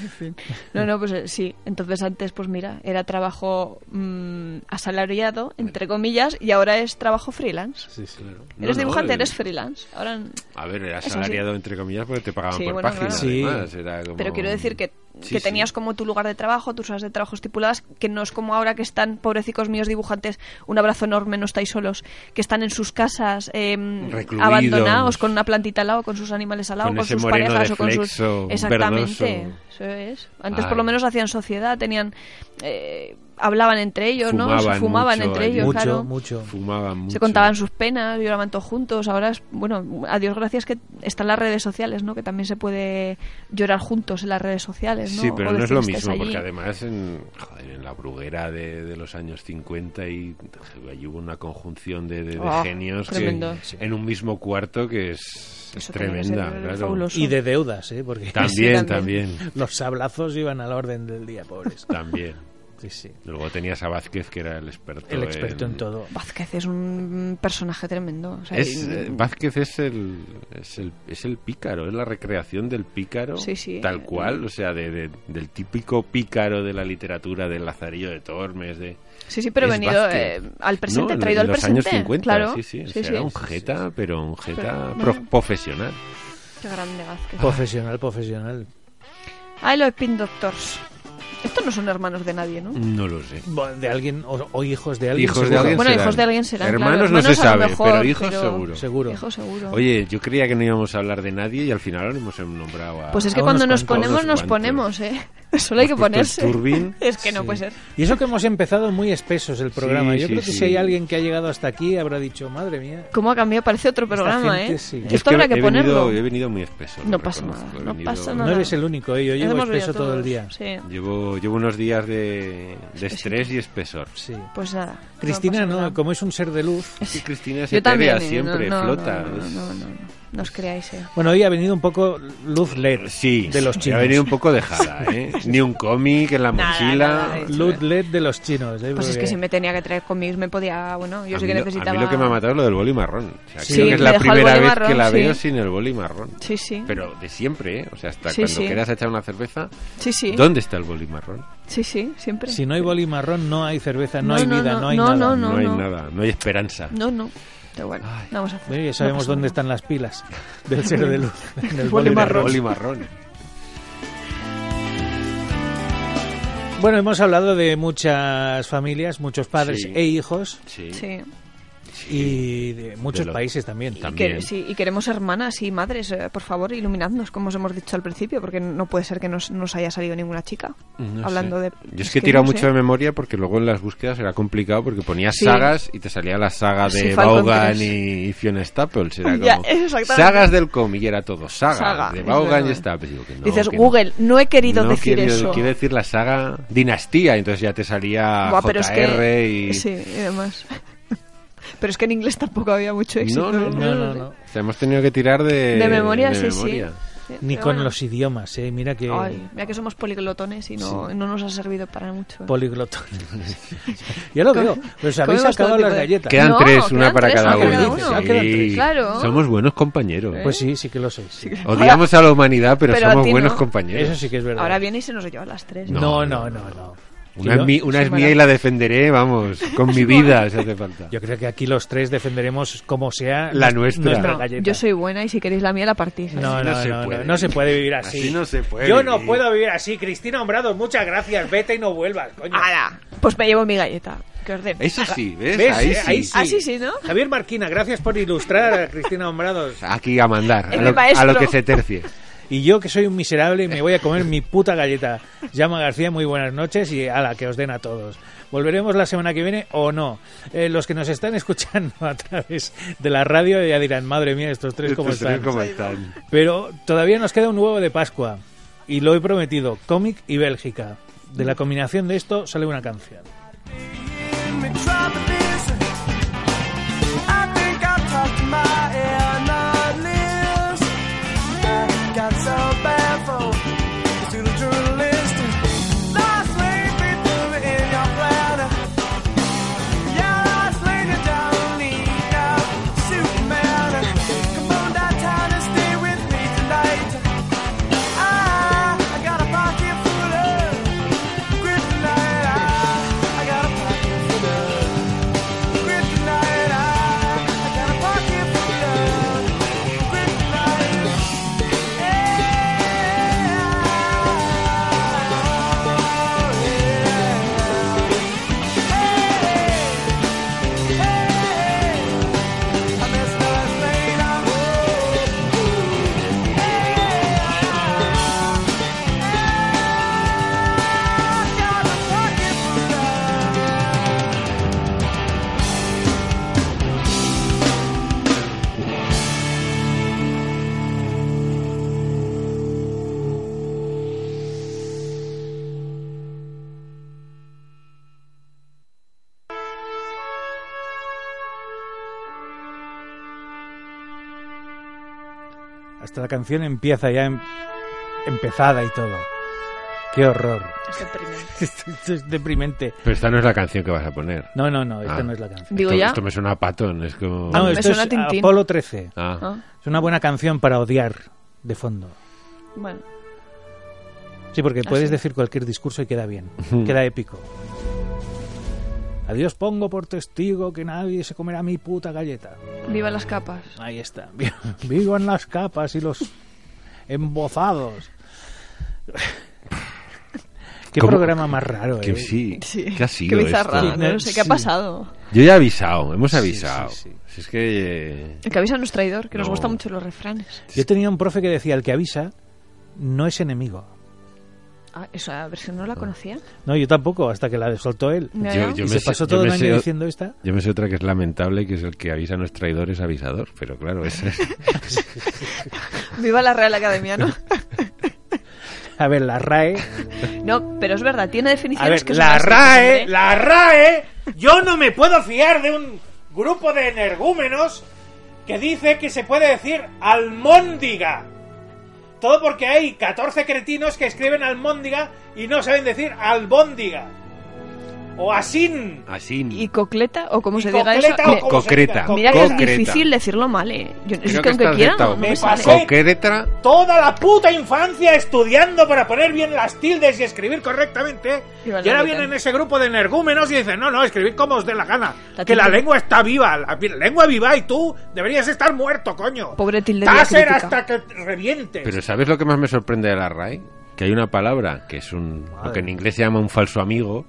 [SPEAKER 3] En fin. No, no, pues eh, sí. Entonces antes, pues mira, era trabajo mm, asalariado, entre comillas, y ahora es trabajo freelance.
[SPEAKER 2] Sí, sí.
[SPEAKER 1] No,
[SPEAKER 3] eres
[SPEAKER 1] no, eh.
[SPEAKER 3] dibujante,
[SPEAKER 1] el-
[SPEAKER 3] eres freelance. Ahora, n-
[SPEAKER 1] A ver, era
[SPEAKER 3] Eso sí.
[SPEAKER 1] salariado entre comillas porque te pagaban
[SPEAKER 3] Sí,
[SPEAKER 1] por
[SPEAKER 3] bueno,
[SPEAKER 1] página.
[SPEAKER 3] claro.
[SPEAKER 2] Sí.
[SPEAKER 1] además, era como-
[SPEAKER 3] Pero quiero decir que,
[SPEAKER 1] Sí,
[SPEAKER 3] que
[SPEAKER 1] sí.
[SPEAKER 3] tenías como tu lugar de trabajo, tus horas de trabajo estipuladas, que no es como ahora que están, pobrecicos míos dibujantes, un abrazo enorme, no estáis solos, que están en sus casas eh,
[SPEAKER 1] Recluidos.
[SPEAKER 3] abandonados con una plantita al lado, con sus animales al lado,
[SPEAKER 1] Con
[SPEAKER 3] con,
[SPEAKER 1] ese
[SPEAKER 3] sus
[SPEAKER 1] moreno
[SPEAKER 3] parejas
[SPEAKER 1] de
[SPEAKER 3] o con
[SPEAKER 1] flexo,
[SPEAKER 3] sus... Exactamente,
[SPEAKER 1] verdoso.
[SPEAKER 3] eso es. Antes
[SPEAKER 1] Ay.
[SPEAKER 3] por lo menos hacían sociedad, tenían... eh, hablaban entre ellos, ¿no? Se
[SPEAKER 1] Fumaban
[SPEAKER 3] fumaban
[SPEAKER 1] mucho
[SPEAKER 3] entre
[SPEAKER 1] allí.
[SPEAKER 3] ellos,
[SPEAKER 2] mucho,
[SPEAKER 3] claro.
[SPEAKER 2] mucho.
[SPEAKER 1] Fumaban mucho.
[SPEAKER 3] Se contaban sus penas, lloraban todos juntos. Ahora es, bueno, a Dios gracias que están las redes sociales, ¿no? Que también se puede llorar juntos en las redes sociales, ¿no?
[SPEAKER 1] Sí, pero
[SPEAKER 3] O
[SPEAKER 1] no es
[SPEAKER 3] decir,
[SPEAKER 1] lo
[SPEAKER 3] "Estés
[SPEAKER 1] mismo,
[SPEAKER 3] allí".
[SPEAKER 1] porque además en, joder, en la bruguera de, de los años 50 y joder, allí hubo una conjunción de, de- de
[SPEAKER 3] Ah,
[SPEAKER 1] genios que-
[SPEAKER 3] tremendo.
[SPEAKER 1] en un mismo cuarto que es, es
[SPEAKER 3] Eso tenía que
[SPEAKER 1] tremenda.
[SPEAKER 3] ser
[SPEAKER 1] claro.
[SPEAKER 3] fabuloso.
[SPEAKER 2] Y de deudas, ¿eh? Porque
[SPEAKER 1] También,
[SPEAKER 3] Sí,
[SPEAKER 1] también,
[SPEAKER 3] también.
[SPEAKER 2] los sablazos iban al orden del día, pobres.
[SPEAKER 1] también.
[SPEAKER 2] Sí, sí.
[SPEAKER 1] Luego tenías a Vázquez, que era el experto.
[SPEAKER 2] El experto en todo.
[SPEAKER 3] Vázquez es un personaje tremendo. o sea,
[SPEAKER 1] Es,
[SPEAKER 3] y-
[SPEAKER 1] eh, Vázquez es el, es, el, es el pícaro, es la recreación del pícaro
[SPEAKER 3] Sí, sí.
[SPEAKER 1] tal cual, o sea, de- de- del típico pícaro de la literatura, del Lazarillo de Tormes, de...
[SPEAKER 3] sí, sí, pero
[SPEAKER 1] es
[SPEAKER 3] venido
[SPEAKER 1] Vázquez.
[SPEAKER 3] eh, al presente,
[SPEAKER 1] No, en-
[SPEAKER 3] traído
[SPEAKER 1] en
[SPEAKER 3] al
[SPEAKER 1] los
[SPEAKER 3] presente.
[SPEAKER 1] años 50,
[SPEAKER 3] claro.
[SPEAKER 1] sí, sí. o sea, era un jeta, pero un jeta
[SPEAKER 3] Pero-
[SPEAKER 1] pro- profesional.
[SPEAKER 3] Qué grande Vázquez.
[SPEAKER 1] Oh.
[SPEAKER 2] Profesional, profesional.
[SPEAKER 3] Ay, los Spin Doctors. Estos no son hermanos de nadie, ¿no?
[SPEAKER 1] No lo sé.
[SPEAKER 2] Bueno, De alguien o, o hijos de alguien.
[SPEAKER 1] Hijos de
[SPEAKER 2] seguro.
[SPEAKER 1] alguien
[SPEAKER 3] Bueno,
[SPEAKER 1] serán.
[SPEAKER 3] hijos de alguien serán. claro.
[SPEAKER 1] Hermanos no se
[SPEAKER 3] Hermanos a lo
[SPEAKER 1] sabe,
[SPEAKER 3] mejor,
[SPEAKER 1] pero hijos seguro.
[SPEAKER 2] Seguro.
[SPEAKER 3] Hijos seguro.
[SPEAKER 1] Oye, yo creía que no íbamos a hablar de nadie y al final lo hemos nombrado a...
[SPEAKER 3] Pues es que
[SPEAKER 2] a
[SPEAKER 3] cuando
[SPEAKER 2] unos
[SPEAKER 3] nos
[SPEAKER 2] cuantos,
[SPEAKER 3] ponemos,
[SPEAKER 1] unos
[SPEAKER 3] nos
[SPEAKER 1] cuantos.
[SPEAKER 3] ponemos, ¿eh? Solo hay que
[SPEAKER 1] Hemos puesto
[SPEAKER 3] ponerse.
[SPEAKER 1] el turbín.
[SPEAKER 3] Es que no
[SPEAKER 2] Sí.
[SPEAKER 3] puede ser.
[SPEAKER 2] Y eso que hemos empezado muy espesos el programa.
[SPEAKER 1] Sí,
[SPEAKER 2] Yo
[SPEAKER 1] sí,
[SPEAKER 2] creo que
[SPEAKER 1] sí.
[SPEAKER 2] si hay alguien que ha llegado hasta aquí habrá dicho, madre mía.
[SPEAKER 3] ¿Cómo ha cambiado? Parece otro
[SPEAKER 2] Esta
[SPEAKER 3] programa,
[SPEAKER 2] gente,
[SPEAKER 3] ¿eh?
[SPEAKER 2] sí.
[SPEAKER 1] Yo
[SPEAKER 2] Esto
[SPEAKER 1] es que
[SPEAKER 3] Esto habrá que
[SPEAKER 1] he venido-
[SPEAKER 3] ponerlo.
[SPEAKER 1] he venido muy espeso.
[SPEAKER 3] No
[SPEAKER 1] lo
[SPEAKER 3] pasa
[SPEAKER 1] reconozco,
[SPEAKER 3] nada,
[SPEAKER 1] he
[SPEAKER 3] no
[SPEAKER 1] venido-
[SPEAKER 3] pasa
[SPEAKER 2] No,
[SPEAKER 3] nada.
[SPEAKER 2] eres el único, ¿eh? yo llevo
[SPEAKER 3] Hemos
[SPEAKER 2] espeso
[SPEAKER 3] venido
[SPEAKER 2] todo el
[SPEAKER 3] todos,
[SPEAKER 2] día.
[SPEAKER 3] Sí.
[SPEAKER 1] Llevo, llevo unos días de, de estrés y espesor.
[SPEAKER 2] Sí.
[SPEAKER 3] Pues nada. no
[SPEAKER 2] Cristina,
[SPEAKER 3] pasa
[SPEAKER 2] no,
[SPEAKER 3] nada.
[SPEAKER 2] como es un ser de luz.
[SPEAKER 1] Es que Cristina es
[SPEAKER 3] Yo también.
[SPEAKER 1] etérea
[SPEAKER 3] ¿eh?
[SPEAKER 1] siempre,
[SPEAKER 3] No, no,
[SPEAKER 1] flota.
[SPEAKER 3] No, no,
[SPEAKER 1] es-
[SPEAKER 3] no, no, no. No os creáis, ¿eh?
[SPEAKER 2] Bueno, hoy ha venido un poco luz LED
[SPEAKER 1] Sí,
[SPEAKER 2] de los
[SPEAKER 1] ha
[SPEAKER 2] chinos.
[SPEAKER 1] venido un poco dejada, ¿eh? Ni un cómic en la
[SPEAKER 3] Nada,
[SPEAKER 1] mochila.
[SPEAKER 3] nada de eso.
[SPEAKER 2] Luz LED de los chinos. ¿eh?
[SPEAKER 3] Pues es
[SPEAKER 2] Porque-
[SPEAKER 3] que si me tenía que traer conmigo, me podía. Bueno, yo
[SPEAKER 1] a
[SPEAKER 3] sí
[SPEAKER 1] mí
[SPEAKER 3] que
[SPEAKER 1] lo-
[SPEAKER 3] necesitaba.
[SPEAKER 1] A mí lo que me ha matado es lo del boli marrón. O sea,
[SPEAKER 2] Sí,
[SPEAKER 1] creo que es
[SPEAKER 3] me
[SPEAKER 1] la
[SPEAKER 3] dejó el
[SPEAKER 1] primera
[SPEAKER 3] boli
[SPEAKER 1] vez que
[SPEAKER 3] marrón,
[SPEAKER 1] la
[SPEAKER 3] sí.
[SPEAKER 1] veo sin el boli marrón.
[SPEAKER 3] Sí, sí.
[SPEAKER 1] Pero de siempre, ¿eh? O sea, hasta
[SPEAKER 3] Sí,
[SPEAKER 1] cuando
[SPEAKER 3] sí.
[SPEAKER 1] quedas a echar una cerveza,
[SPEAKER 3] Sí, sí.
[SPEAKER 1] ¿dónde está el boli marrón?
[SPEAKER 3] Sí, sí, siempre.
[SPEAKER 2] Si no hay boli marrón, no hay cerveza, no,
[SPEAKER 3] No,
[SPEAKER 2] hay
[SPEAKER 3] no,
[SPEAKER 2] vida, no,
[SPEAKER 3] no,
[SPEAKER 2] hay
[SPEAKER 3] no,
[SPEAKER 2] nada.
[SPEAKER 3] no,
[SPEAKER 1] No, hay nada, no hay esperanza.
[SPEAKER 3] No, no. Pero bueno, vamos a hacer.
[SPEAKER 2] Bueno, ya
[SPEAKER 3] No
[SPEAKER 2] sabemos
[SPEAKER 3] pasa
[SPEAKER 2] dónde
[SPEAKER 3] nada.
[SPEAKER 2] están las pilas del ser de luz. del
[SPEAKER 3] Boli
[SPEAKER 2] boli marrón.
[SPEAKER 1] Boli marrón.
[SPEAKER 2] Bueno, hemos hablado de muchas familias, muchos padres
[SPEAKER 1] Sí.
[SPEAKER 2] e hijos
[SPEAKER 1] Sí.
[SPEAKER 3] Sí.
[SPEAKER 2] y de muchos
[SPEAKER 1] De lo-
[SPEAKER 2] países también.
[SPEAKER 1] Tam-
[SPEAKER 3] Que-
[SPEAKER 1] Bien.
[SPEAKER 3] sí, y queremos hermanas y madres, eh, por favor, iluminadnos, como os hemos dicho al principio, porque no puede ser que nos, nos haya salido ninguna chica
[SPEAKER 1] No
[SPEAKER 3] hablando
[SPEAKER 1] sé.
[SPEAKER 3] de...
[SPEAKER 1] Yo es que he tirado
[SPEAKER 3] no
[SPEAKER 1] mucho
[SPEAKER 3] sé.
[SPEAKER 1] de memoria porque luego en las búsquedas era complicado porque ponías
[SPEAKER 3] Sí.
[SPEAKER 1] sagas y te salía la saga de
[SPEAKER 3] Sí, Falcon
[SPEAKER 1] Vaughan
[SPEAKER 3] 3.
[SPEAKER 1] y, y Fiona Staples. Era
[SPEAKER 3] Ya,
[SPEAKER 1] como
[SPEAKER 3] exactamente.
[SPEAKER 1] sagas del cómic y era todo sagas
[SPEAKER 3] Saga,
[SPEAKER 1] de
[SPEAKER 3] es
[SPEAKER 1] Vaughan y
[SPEAKER 3] verdad.
[SPEAKER 1] Staples. Digo que no,
[SPEAKER 3] Dices,
[SPEAKER 1] que no.
[SPEAKER 3] Google, no he querido
[SPEAKER 1] No
[SPEAKER 3] decir
[SPEAKER 1] quiero-
[SPEAKER 3] eso.
[SPEAKER 1] Quiero decir la saga Dinastía, entonces ya te salía
[SPEAKER 3] Buah,
[SPEAKER 1] JR
[SPEAKER 3] pero es que...
[SPEAKER 1] y...
[SPEAKER 3] Sí, y demás. pero es que en inglés tampoco había mucho éxito.
[SPEAKER 1] No, no,
[SPEAKER 2] No, no, no.
[SPEAKER 1] O sea, hemos tenido que tirar de...
[SPEAKER 3] De memoria,
[SPEAKER 1] de
[SPEAKER 3] sí,
[SPEAKER 1] memoria.
[SPEAKER 3] sí.
[SPEAKER 2] Ni
[SPEAKER 3] Pero
[SPEAKER 2] con
[SPEAKER 3] bueno.
[SPEAKER 2] los idiomas, ¿eh? Mira que
[SPEAKER 3] Ay, mira que somos poliglotones y no, no nos ha servido para mucho.
[SPEAKER 2] poliglotón. ya lo veo. Pero os habéis
[SPEAKER 3] Comemos todo
[SPEAKER 2] sacado
[SPEAKER 3] tipo
[SPEAKER 2] las
[SPEAKER 3] de-
[SPEAKER 2] galletas.
[SPEAKER 1] Quedan
[SPEAKER 3] No,
[SPEAKER 1] tres, una
[SPEAKER 3] quedan
[SPEAKER 1] para
[SPEAKER 3] tres,
[SPEAKER 1] cada
[SPEAKER 2] una cada
[SPEAKER 1] uno.
[SPEAKER 2] uno. Ah, quedan tres.
[SPEAKER 3] Claro.
[SPEAKER 1] Somos buenos compañeros.
[SPEAKER 2] Pues sí, sí que lo sois. sí.
[SPEAKER 1] Odiamos a la humanidad, pero,
[SPEAKER 3] Pero a
[SPEAKER 1] somos
[SPEAKER 3] ti no.
[SPEAKER 1] buenos compañeros.
[SPEAKER 2] Eso sí que es verdad.
[SPEAKER 3] Ahora viene y se nos lleva a las tres.
[SPEAKER 2] No,
[SPEAKER 1] No,
[SPEAKER 2] no, no, no.
[SPEAKER 1] Una es,
[SPEAKER 2] Yo-
[SPEAKER 1] mi- una es mía y la defenderé, vamos, con mi vida si hace falta.
[SPEAKER 2] Yo creo que aquí los tres defenderemos como sea
[SPEAKER 1] La
[SPEAKER 2] nues-
[SPEAKER 1] nuestra.
[SPEAKER 2] nuestra
[SPEAKER 1] No,
[SPEAKER 2] galleta.
[SPEAKER 3] Yo soy buena y si queréis la mía la partís. ¿eh?
[SPEAKER 2] No, no,
[SPEAKER 1] no
[SPEAKER 2] no,
[SPEAKER 1] se
[SPEAKER 2] no,
[SPEAKER 1] puede.
[SPEAKER 2] no se puede vivir así.
[SPEAKER 1] Así no se puede
[SPEAKER 2] Yo no
[SPEAKER 1] vivir.
[SPEAKER 2] puedo vivir así. Cristina Hombrados, muchas gracias. Vete y no vuelvas, coño.
[SPEAKER 3] ¡Hala! Pues me llevo mi galleta. Que os den.
[SPEAKER 4] Eso sí, ¿ves?
[SPEAKER 2] ¿Ves?
[SPEAKER 4] Ahí
[SPEAKER 2] Eh, ahí
[SPEAKER 4] sí.
[SPEAKER 2] sí.
[SPEAKER 3] Ah, sí, sí, ¿no?
[SPEAKER 2] Javier Marquina, gracias por ilustrar a Cristina Hombrados.
[SPEAKER 4] Aquí a mandar, a
[SPEAKER 3] El
[SPEAKER 4] lo, a
[SPEAKER 3] maestro.
[SPEAKER 4] lo que se tercie.
[SPEAKER 2] Y yo que soy un miserable me voy a comer mi puta galleta. Llama García, muy buenas noches y ala, que os den a todos. Volveremos la semana que viene o no. Eh, los que nos están escuchando a través de la radio ya dirán, madre mía, estos tres cómo
[SPEAKER 4] Estos tres
[SPEAKER 2] están.
[SPEAKER 4] ¿Cómo están?
[SPEAKER 2] Pero todavía nos queda un huevo de Pascua. Y lo he prometido, cómic y Bélgica. De la combinación de esto sale una canción. Hasta la canción empieza ya em- empezada y todo. Qué horror.
[SPEAKER 3] Es deprimente.
[SPEAKER 2] Esto, esto es deprimente.
[SPEAKER 1] Pero esta no es la canción que vas a poner.
[SPEAKER 2] No, no, no, esta
[SPEAKER 1] Ah.
[SPEAKER 2] no es la canción.
[SPEAKER 3] Digo
[SPEAKER 1] esto,
[SPEAKER 3] ya.
[SPEAKER 1] esto me suena a patón, es como...
[SPEAKER 2] Ah, no,
[SPEAKER 3] Me
[SPEAKER 2] esto es
[SPEAKER 3] suena Tintín.
[SPEAKER 2] Apolo 13.
[SPEAKER 1] Ah.
[SPEAKER 3] Ah,
[SPEAKER 2] Es una buena canción para odiar de fondo.
[SPEAKER 3] bueno.
[SPEAKER 2] Sí, porque puedes
[SPEAKER 3] Ah, sí.
[SPEAKER 2] decir cualquier discurso y queda bien, queda épico. A Dios pongo por testigo que nadie se comerá mi puta galleta.
[SPEAKER 3] Viva las capas.
[SPEAKER 2] Ahí está. Vivan las capas y los embozados. Qué
[SPEAKER 1] ¿Cómo?
[SPEAKER 2] programa más raro,
[SPEAKER 1] Que
[SPEAKER 2] eh.
[SPEAKER 1] sí,
[SPEAKER 3] Sí.
[SPEAKER 1] ¿qué ha
[SPEAKER 3] Qué
[SPEAKER 1] sido
[SPEAKER 3] bizarra.
[SPEAKER 1] esto?
[SPEAKER 3] No sé qué ha
[SPEAKER 2] Sí.
[SPEAKER 3] pasado.
[SPEAKER 1] Yo ya he avisado, hemos
[SPEAKER 2] Sí,
[SPEAKER 1] avisado.
[SPEAKER 2] sí, sí.
[SPEAKER 1] Si es que... eh,
[SPEAKER 3] El que avisa no es traidor, que nos
[SPEAKER 1] No.
[SPEAKER 3] gustan mucho los refranes.
[SPEAKER 2] Yo tenía un profe que decía, el que avisa no es enemigo.
[SPEAKER 3] Ah, esa versión no la conocía.
[SPEAKER 2] No, yo tampoco, hasta que la soltó él.
[SPEAKER 3] No,
[SPEAKER 1] Yo-
[SPEAKER 3] no.
[SPEAKER 1] yo-
[SPEAKER 2] y se
[SPEAKER 1] sé-
[SPEAKER 2] pasó todo
[SPEAKER 1] yo
[SPEAKER 2] el
[SPEAKER 1] me
[SPEAKER 2] año
[SPEAKER 1] sé-
[SPEAKER 2] diciendo esta.
[SPEAKER 1] Yo me sé otra que es lamentable, que es el que avisa a los traidores avisador, pero claro, es,
[SPEAKER 3] Viva la Real Academia, ¿no?
[SPEAKER 2] A ver, la RAE.
[SPEAKER 3] No, pero es verdad, tiene
[SPEAKER 2] A
[SPEAKER 3] definiciones
[SPEAKER 2] ver,
[SPEAKER 3] que son
[SPEAKER 2] la
[SPEAKER 3] las que
[SPEAKER 2] RAE,
[SPEAKER 3] siempre-
[SPEAKER 2] la RAE. Yo no me puedo fiar de un grupo de energúmenos que dice que se puede decir almóndiga. Todo porque hay 14 cretinos que escriben almóndiga y no saben decir albóndiga. O asín.
[SPEAKER 1] así.
[SPEAKER 3] Y cocleta, o como
[SPEAKER 2] y
[SPEAKER 3] se diga eso.
[SPEAKER 2] cocleta o
[SPEAKER 3] me-
[SPEAKER 2] como se
[SPEAKER 1] Concreta.
[SPEAKER 2] diga,
[SPEAKER 3] Mira que es
[SPEAKER 1] Concreta.
[SPEAKER 3] difícil decirlo mal, ¿eh? Yo,
[SPEAKER 1] Creo
[SPEAKER 3] es que
[SPEAKER 1] que
[SPEAKER 3] aunque
[SPEAKER 1] está
[SPEAKER 3] quiera, no,
[SPEAKER 1] acertado.
[SPEAKER 3] no me
[SPEAKER 2] Me
[SPEAKER 3] sale.
[SPEAKER 2] pasé.
[SPEAKER 1] Concreta,
[SPEAKER 2] toda la puta infancia estudiando para poner bien las tildes y escribir correctamente. Y,
[SPEAKER 3] Y vale,
[SPEAKER 2] ahora
[SPEAKER 3] vale.
[SPEAKER 2] vienen ese grupo de energúmenos y dicen, no, no, escribid como os dé la gana.
[SPEAKER 3] La
[SPEAKER 2] que la
[SPEAKER 3] tilde.
[SPEAKER 2] lengua está viva, la vi- lengua viva y tú deberías estar muerto, coño.
[SPEAKER 3] Pobre tilde
[SPEAKER 2] Táser
[SPEAKER 3] diacrítica.
[SPEAKER 2] hasta que revientes.
[SPEAKER 1] Pero ¿sabes lo que más me sorprende de la RAE? Que hay una palabra que es un, lo que en inglés se llama un falso amigo,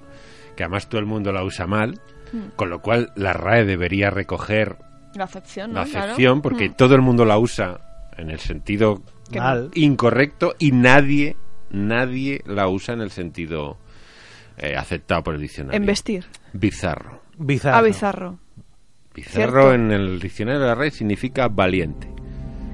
[SPEAKER 1] que además todo el mundo la usa mal,
[SPEAKER 3] Hmm.
[SPEAKER 1] con lo cual la RAE debería recoger
[SPEAKER 3] La acepción, ¿no?
[SPEAKER 1] la
[SPEAKER 3] Claro.
[SPEAKER 1] acepción, porque
[SPEAKER 3] Mm.
[SPEAKER 1] todo el mundo la usa en el sentido
[SPEAKER 2] Qué mal.
[SPEAKER 1] incorrecto y nadie, nadie la usa en el sentido eh, aceptado por el diccionario.
[SPEAKER 3] En vestir.
[SPEAKER 1] Bizarro.
[SPEAKER 2] Bizarro.
[SPEAKER 3] A bizarro.
[SPEAKER 1] Bizarro
[SPEAKER 3] Cierto.
[SPEAKER 1] en el diccionario de la RAE significa valiente.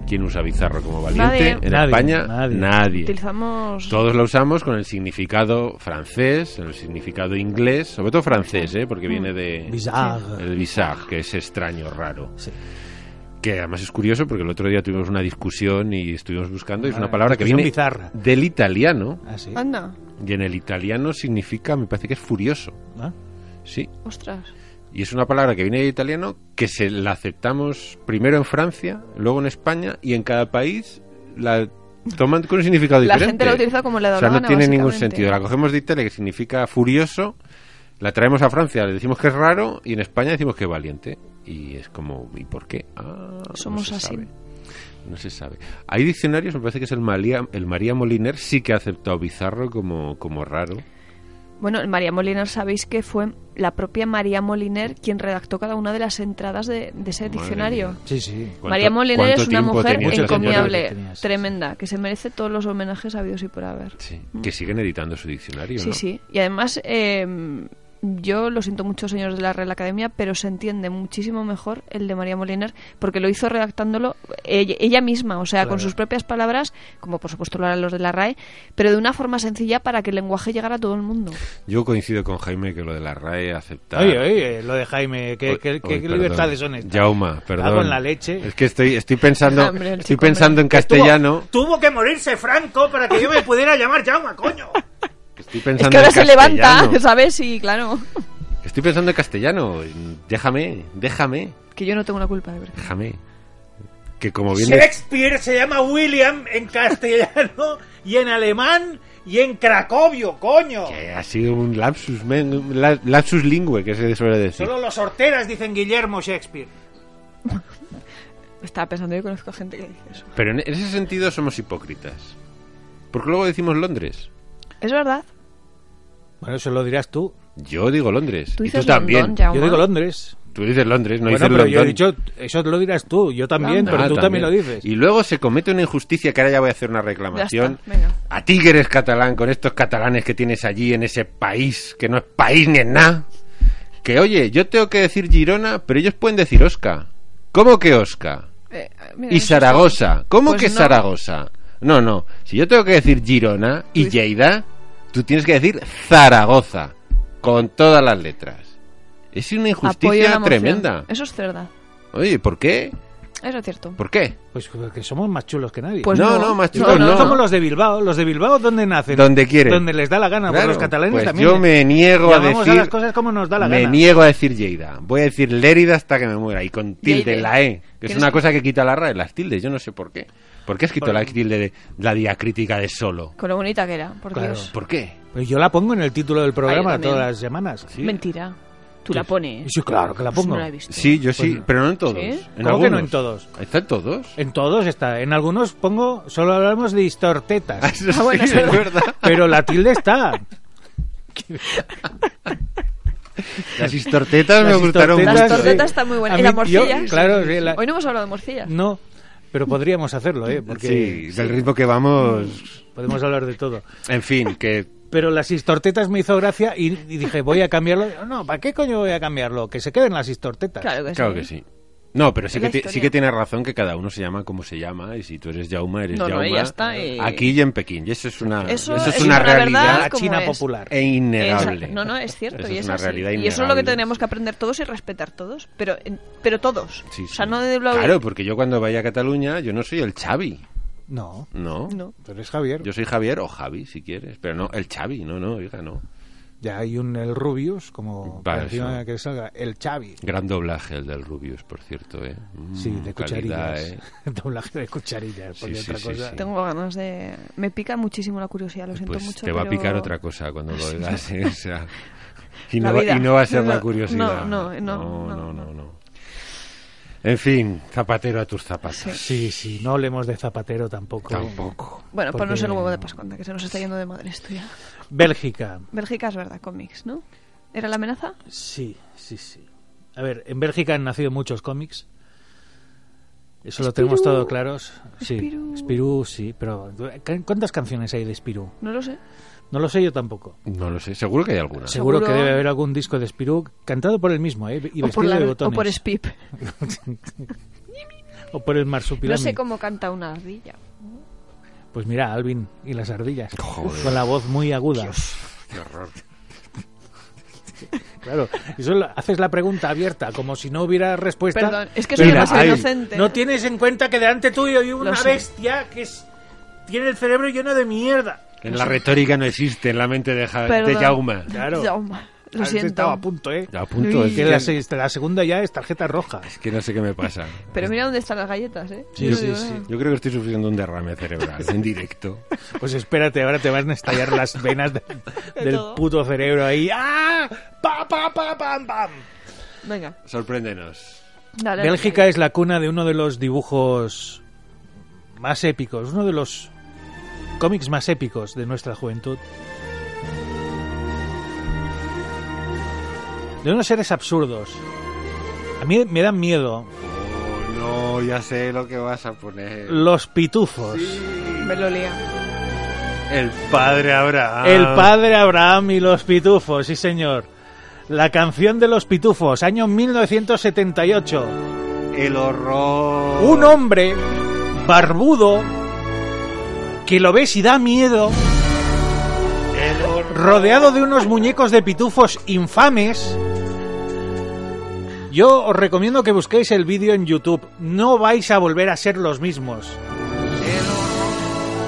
[SPEAKER 1] ¿Quién usa bizarro como
[SPEAKER 3] Nadie.
[SPEAKER 1] valiente? En
[SPEAKER 2] Nadie,
[SPEAKER 1] España,
[SPEAKER 2] nadie.
[SPEAKER 1] nadie.
[SPEAKER 3] Utilizamos.
[SPEAKER 1] Todos lo usamos con el significado francés, el significado inglés, sobre todo francés, ¿eh? porque viene de
[SPEAKER 2] Bizarro.
[SPEAKER 1] el bizarre, que es extraño, raro.
[SPEAKER 2] Sí.
[SPEAKER 1] Que además es curioso porque el otro día tuvimos una discusión y estuvimos buscando y es
[SPEAKER 2] Ah,
[SPEAKER 1] una palabra que
[SPEAKER 2] discusión
[SPEAKER 1] viene
[SPEAKER 2] bizarra.
[SPEAKER 1] del italiano
[SPEAKER 2] Ah, sí.
[SPEAKER 3] Anda,
[SPEAKER 1] y en el italiano significa, me parece que es furioso,
[SPEAKER 2] ¿Ah?
[SPEAKER 1] sí.
[SPEAKER 3] ostras.
[SPEAKER 1] Y es una palabra que viene del italiano que se la aceptamos primero en Francia, luego en España y en cada país la toman con un significado
[SPEAKER 3] La
[SPEAKER 1] diferente.
[SPEAKER 3] gente la utiliza como la de
[SPEAKER 1] O sea, no
[SPEAKER 3] Organa,
[SPEAKER 1] tiene ningún
[SPEAKER 3] básicamente.
[SPEAKER 1] sentido. La cogemos de Italia que significa furioso, la traemos a Francia, le decimos que es raro y en España decimos que es valiente. Y es como, ¿y por qué? Ah,
[SPEAKER 3] Somos
[SPEAKER 1] no se
[SPEAKER 3] así.
[SPEAKER 1] sabe. No se sabe. Hay diccionarios, me parece que es el María, el María Moliner, sí que ha aceptado bizarro como, como raro.
[SPEAKER 3] Bueno, María Moliner sabéis que fue la propia María Moliner quien redactó cada una de las entradas de, de ese
[SPEAKER 1] Madre
[SPEAKER 3] diccionario.
[SPEAKER 1] mía.
[SPEAKER 2] Sí, sí.
[SPEAKER 1] ¿Cuánto-
[SPEAKER 3] María Moliner
[SPEAKER 1] cuánto
[SPEAKER 3] es una
[SPEAKER 1] tiempo
[SPEAKER 3] mujer
[SPEAKER 1] tenía esa señora?
[SPEAKER 3] encomiable,
[SPEAKER 2] que tenías?
[SPEAKER 3] tremenda, que se merece todos los homenajes habidos y por haber.
[SPEAKER 1] Sí, Que siguen editando su diccionario,
[SPEAKER 3] Mm. Sí,
[SPEAKER 1] ¿no?
[SPEAKER 3] sí. Y además, eh, yo lo siento mucho, señores de la Real Academia, pero se entiende muchísimo mejor el de María Moliner, porque lo hizo redactándolo ella, ella misma, o sea, con
[SPEAKER 2] Claro.
[SPEAKER 3] sus propias palabras, como por supuesto lo harán los de la RAE, pero de una forma sencilla para que el lenguaje llegara a todo el mundo.
[SPEAKER 1] Yo coincido con Jaime que lo de la RAE aceptar...
[SPEAKER 2] Oye, oye, lo de Jaime, ¿qué, qué-
[SPEAKER 1] Uy,
[SPEAKER 2] qué
[SPEAKER 1] perdón.
[SPEAKER 2] libertades son estas?
[SPEAKER 1] Jauma, perdón.
[SPEAKER 2] con la leche.
[SPEAKER 1] Es que estoy, estoy pensando,
[SPEAKER 3] Hombre, el
[SPEAKER 1] estoy
[SPEAKER 3] chico, hombre.
[SPEAKER 1] pensando en castellano.
[SPEAKER 2] Tuvo, tuvo que morirse Franco para que yo me pudiera llamar Jauma, coño.
[SPEAKER 1] Estoy
[SPEAKER 3] Es
[SPEAKER 1] pensando
[SPEAKER 3] que ahora
[SPEAKER 1] en
[SPEAKER 3] se
[SPEAKER 1] castellano.
[SPEAKER 3] levanta, ¿sabes? Y claro,
[SPEAKER 1] Estoy pensando en castellano. Déjame, déjame,
[SPEAKER 3] que yo no tengo la culpa de verdad.
[SPEAKER 1] déjame. Que como bien... de-
[SPEAKER 2] Shakespeare se llama William en castellano y en alemán y en cracovio, coño.
[SPEAKER 1] que ha sido un lapsus, men- un la- lapsus lingüe, que se suele decir.
[SPEAKER 2] Solo los horteras dicen Guillermo Shakespeare.
[SPEAKER 3] Estaba pensando, yo conozco a gente que dice eso.
[SPEAKER 1] Pero en ese sentido somos hipócritas. Porque luego decimos Londres.
[SPEAKER 3] Es verdad.
[SPEAKER 2] Bueno, eso lo dirás tú.
[SPEAKER 1] Yo digo Londres.
[SPEAKER 3] Tú
[SPEAKER 1] y tú
[SPEAKER 3] dices
[SPEAKER 1] también.
[SPEAKER 3] London, Jaume.
[SPEAKER 2] Yo digo Londres.
[SPEAKER 1] Tú dices Londres, no
[SPEAKER 2] bueno,
[SPEAKER 1] dices
[SPEAKER 2] pero yo he
[SPEAKER 1] London.
[SPEAKER 2] dicho, eso lo dirás tú, yo también,
[SPEAKER 3] Anda.
[SPEAKER 2] pero
[SPEAKER 1] Ah,
[SPEAKER 2] tú también. lo dices.
[SPEAKER 1] Y luego se comete una injusticia que ahora ya voy a hacer una reclamación.
[SPEAKER 3] Ya está, venga.
[SPEAKER 1] A ti que eres catalán, con estos catalanes que tienes allí en ese país, que no es país ni es nada. Que oye, yo tengo que decir Girona, pero ellos pueden decir Osca. ¿Cómo que Osca?
[SPEAKER 3] Eh, mira,
[SPEAKER 1] Y
[SPEAKER 3] eso
[SPEAKER 1] Zaragoza.
[SPEAKER 3] está-
[SPEAKER 1] ¿Cómo
[SPEAKER 3] Pues
[SPEAKER 1] que
[SPEAKER 3] no.
[SPEAKER 1] Zaragoza? No, no. Si yo tengo que decir Girona y
[SPEAKER 3] Tú-
[SPEAKER 1] Lleida, tú tienes que decir Zaragoza. Con todas las letras. Es una
[SPEAKER 3] Apoyo la
[SPEAKER 1] injusticia
[SPEAKER 3] moción.
[SPEAKER 1] tremenda.
[SPEAKER 3] Eso es verdad.
[SPEAKER 1] Oye, ¿por qué?
[SPEAKER 3] Eso es cierto.
[SPEAKER 1] ¿Por qué?
[SPEAKER 2] Pues porque somos más chulos que nadie.
[SPEAKER 3] Pues
[SPEAKER 1] no,
[SPEAKER 3] no.
[SPEAKER 1] no, más
[SPEAKER 3] No,
[SPEAKER 1] chulos,
[SPEAKER 3] no,
[SPEAKER 1] no.
[SPEAKER 3] no.
[SPEAKER 2] Somos los de Bilbao. ¿Los de Bilbao dónde nacen?
[SPEAKER 1] Donde quieren.
[SPEAKER 2] Donde les da la gana. Pues
[SPEAKER 1] Claro,
[SPEAKER 2] los catalanes
[SPEAKER 1] pues
[SPEAKER 2] también.
[SPEAKER 1] Yo me niego a
[SPEAKER 2] Llamamos
[SPEAKER 1] decir.
[SPEAKER 2] las cosas como nos da la
[SPEAKER 1] me
[SPEAKER 2] gana.
[SPEAKER 1] niego a decir Lleida. Voy a decir Lérida hasta que me muera. Y con tilde
[SPEAKER 3] Lleida.
[SPEAKER 1] en la E. Que es
[SPEAKER 3] Tienes
[SPEAKER 1] una
[SPEAKER 3] que-
[SPEAKER 1] cosa que quita la RAE. Las tildes, yo no sé por qué. ¿Por qué has quitado
[SPEAKER 2] Por-
[SPEAKER 1] la tilde de la diacrítica de solo?
[SPEAKER 3] Con lo bonita que era, por
[SPEAKER 2] Claro.
[SPEAKER 3] Dios.
[SPEAKER 1] ¿Por qué?
[SPEAKER 2] Pues yo la pongo en el título del programa
[SPEAKER 3] Ah, yo también.
[SPEAKER 2] todas las semanas.
[SPEAKER 1] Sí.
[SPEAKER 3] Mentira. Tú la pones.
[SPEAKER 2] Sí, claro que la
[SPEAKER 3] Pues
[SPEAKER 2] pongo.
[SPEAKER 3] no la he visto.
[SPEAKER 1] Sí, yo sí,
[SPEAKER 2] Pues no.
[SPEAKER 1] pero no en todos.
[SPEAKER 3] ¿Sí?
[SPEAKER 1] En
[SPEAKER 2] ¿Cómo que no
[SPEAKER 1] algunos.
[SPEAKER 2] en todos? Eh,
[SPEAKER 1] ¿Está en todos?
[SPEAKER 2] En todos está. En algunos pongo, solo hablamos de histortetas.
[SPEAKER 1] Eso
[SPEAKER 3] Ah, bueno,
[SPEAKER 1] sí,
[SPEAKER 3] es
[SPEAKER 1] es
[SPEAKER 3] verdad.
[SPEAKER 1] verdad.
[SPEAKER 2] pero la tilde está.
[SPEAKER 1] Las histortetas me
[SPEAKER 2] Las
[SPEAKER 1] gustaron
[SPEAKER 2] histortetas,
[SPEAKER 3] Las
[SPEAKER 1] mucho. ¿eh?
[SPEAKER 2] tortetas
[SPEAKER 3] tortetas están muy buenas.
[SPEAKER 2] A
[SPEAKER 3] ¿Y la
[SPEAKER 2] mí-
[SPEAKER 3] morcilla?
[SPEAKER 2] yo- claro, sí, la-
[SPEAKER 3] Hoy no hemos hablado de morcillas.
[SPEAKER 2] no, pero podríamos hacerlo, ¿eh? Porque
[SPEAKER 1] Sí, del ritmo que vamos.
[SPEAKER 2] podemos hablar de todo.
[SPEAKER 1] En fin, que
[SPEAKER 2] Pero las histortetas me hizo gracia y, y dije, voy a cambiarlo. No, ¿para qué coño voy a cambiarlo? Que se queden las histortetas.
[SPEAKER 3] Claro que sí.
[SPEAKER 1] Claro que sí. No, pero sí
[SPEAKER 3] Es
[SPEAKER 1] que,
[SPEAKER 3] la
[SPEAKER 1] ti-
[SPEAKER 3] historia.
[SPEAKER 1] sí que tienes razón que cada uno se llama como se llama y si tú eres Jauma, eres
[SPEAKER 3] No, no,
[SPEAKER 1] Jaume
[SPEAKER 3] y ya está, y-
[SPEAKER 1] aquí y en Pekín. Y eso es una,
[SPEAKER 3] Eso
[SPEAKER 1] eso es
[SPEAKER 3] es
[SPEAKER 1] una
[SPEAKER 3] una
[SPEAKER 1] realidad
[SPEAKER 2] La
[SPEAKER 3] ¿Cómo
[SPEAKER 2] China
[SPEAKER 3] es?
[SPEAKER 2] popular.
[SPEAKER 1] e innegable.
[SPEAKER 3] Esa- No, no, es cierto.
[SPEAKER 1] Eso
[SPEAKER 3] y
[SPEAKER 1] es
[SPEAKER 3] es
[SPEAKER 1] una
[SPEAKER 3] así.
[SPEAKER 1] realidad
[SPEAKER 3] Y eso es lo que
[SPEAKER 1] innegable.
[SPEAKER 3] tenemos que aprender todos y respetar todos. Pero, en- pero todos.
[SPEAKER 1] Sí,
[SPEAKER 3] O sea,
[SPEAKER 1] sí.
[SPEAKER 3] no de lo-
[SPEAKER 1] Claro, porque yo cuando vaya a Cataluña, yo no soy el Xavi.
[SPEAKER 2] No,
[SPEAKER 1] No.
[SPEAKER 3] No.
[SPEAKER 2] tú eres Javier.
[SPEAKER 1] Yo soy Javier o Javi, si quieres. Pero no, el Xavi, no, no, oiga, no.
[SPEAKER 2] Ya hay un el Rubius, como
[SPEAKER 1] Vale,
[SPEAKER 2] para encima
[SPEAKER 1] eso.
[SPEAKER 2] que salga el Chavi.
[SPEAKER 1] Gran doblaje el del Rubius, por cierto, ¿eh? Mm,
[SPEAKER 2] Sí, de
[SPEAKER 1] calidad,
[SPEAKER 2] cucharillas.
[SPEAKER 1] ¿eh?
[SPEAKER 2] Doblaje de cucharillas, porque
[SPEAKER 1] Sí, sí,
[SPEAKER 2] otra
[SPEAKER 1] sí,
[SPEAKER 2] cosa.
[SPEAKER 1] sí.
[SPEAKER 3] Tengo ganas de. Me pica muchísimo la curiosidad, lo siento
[SPEAKER 1] Pues
[SPEAKER 3] mucho.
[SPEAKER 1] te va a
[SPEAKER 3] pero-
[SPEAKER 1] picar otra cosa cuando lo veas, ¿eh? o sea, y,
[SPEAKER 3] La
[SPEAKER 1] no, va-
[SPEAKER 3] vida.
[SPEAKER 1] y no va a ser
[SPEAKER 3] No,
[SPEAKER 1] la curiosidad.
[SPEAKER 3] no, no, no,
[SPEAKER 1] no,
[SPEAKER 3] no,
[SPEAKER 1] no, no,
[SPEAKER 3] no.
[SPEAKER 1] no. En fin, zapatero a tus zapatos.
[SPEAKER 2] Sí, sí, no hablemos de Zapatero tampoco. ¿eh?
[SPEAKER 1] Tampoco.
[SPEAKER 3] Bueno,
[SPEAKER 2] Porque-
[SPEAKER 3] ponnos el huevo de Pascuanda, que se nos está yendo de madre esto ya.
[SPEAKER 2] Bélgica.
[SPEAKER 3] Bélgica es verdad, cómics, ¿no? ¿Era la amenaza?
[SPEAKER 2] Sí, sí, sí. A ver, en Bélgica han nacido muchos cómics. Eso lo
[SPEAKER 3] Spirou.
[SPEAKER 2] tenemos todo claros. Sí,
[SPEAKER 3] Spirou.
[SPEAKER 2] Spirou, sí, pero ¿cuántas canciones hay de Spirou?
[SPEAKER 3] No lo sé.
[SPEAKER 2] No lo sé yo tampoco.
[SPEAKER 1] No lo sé, seguro que hay alguna.
[SPEAKER 3] Sí.
[SPEAKER 2] Seguro,
[SPEAKER 3] Seguro.
[SPEAKER 2] que debe haber algún disco de Spirou cantado por él mismo, ¿eh? Y
[SPEAKER 3] O
[SPEAKER 2] vestido
[SPEAKER 3] por, la-
[SPEAKER 2] de
[SPEAKER 3] o
[SPEAKER 2] botones.
[SPEAKER 3] por Spip.
[SPEAKER 2] O por el
[SPEAKER 3] No
[SPEAKER 2] marsupilami.
[SPEAKER 3] sé cómo canta una ardilla.
[SPEAKER 2] Pues mira, Alvin y las ardillas.
[SPEAKER 1] Joder.
[SPEAKER 2] Con la voz muy aguda.
[SPEAKER 1] Qué horror.
[SPEAKER 2] Claro, y solo haces la pregunta abierta, como si no hubiera respuesta.
[SPEAKER 3] Perdón, es que soy
[SPEAKER 1] Mira,
[SPEAKER 3] demasiado
[SPEAKER 1] ahí.
[SPEAKER 3] inocente.
[SPEAKER 2] No tienes en cuenta que delante tuyo hay una
[SPEAKER 3] Lo sé.
[SPEAKER 2] bestia que es, tiene el cerebro lleno de mierda.
[SPEAKER 1] En la retórica no existe, en la mente de, Ja- de
[SPEAKER 3] Perdón.
[SPEAKER 1] Jauma.
[SPEAKER 2] Claro.
[SPEAKER 3] Jauma, Lo
[SPEAKER 2] Has estado a
[SPEAKER 3] siento.
[SPEAKER 2] punto, ¿eh?
[SPEAKER 1] A punto, es
[SPEAKER 2] Que
[SPEAKER 1] que,
[SPEAKER 2] la, se- la segunda ya es tarjeta roja.
[SPEAKER 1] es que no sé qué me pasa.
[SPEAKER 3] Pero mira dónde están las galletas, ¿eh?
[SPEAKER 2] Sí,
[SPEAKER 3] Yo no
[SPEAKER 2] sí,
[SPEAKER 3] digo
[SPEAKER 2] sí.
[SPEAKER 3] nada.
[SPEAKER 1] Yo creo que estoy sufriendo un derrame cerebral en directo.
[SPEAKER 2] Pues espérate, ahora te van a estallar las venas de-
[SPEAKER 3] De
[SPEAKER 2] del
[SPEAKER 3] todo.
[SPEAKER 2] puto cerebro ahí. ¡Ah! ¡Pa, pa, pa, pam, pam!
[SPEAKER 3] Venga,
[SPEAKER 1] Sorpréndenos.
[SPEAKER 3] dale.
[SPEAKER 2] Bélgica es la cuna de uno de los dibujos más épicos, uno de los cómics más épicos de nuestra juventud. de unos seres absurdos. A mí me dan miedo
[SPEAKER 1] Oh, no, ya sé lo que vas a poner.
[SPEAKER 2] los pitufos.
[SPEAKER 3] Me lo lía.
[SPEAKER 1] El padre Abraham.
[SPEAKER 2] El padre Abraham y los pitufos, sí señor. La canción de los pitufos, año 1978.
[SPEAKER 1] El horror.
[SPEAKER 2] un hombre barbudo que lo ves y da miedo,
[SPEAKER 1] El horror.
[SPEAKER 2] rodeado de unos muñecos de pitufos infames. Yo os recomiendo que busquéis el vídeo en YouTube. No vais a volver a ser los mismos.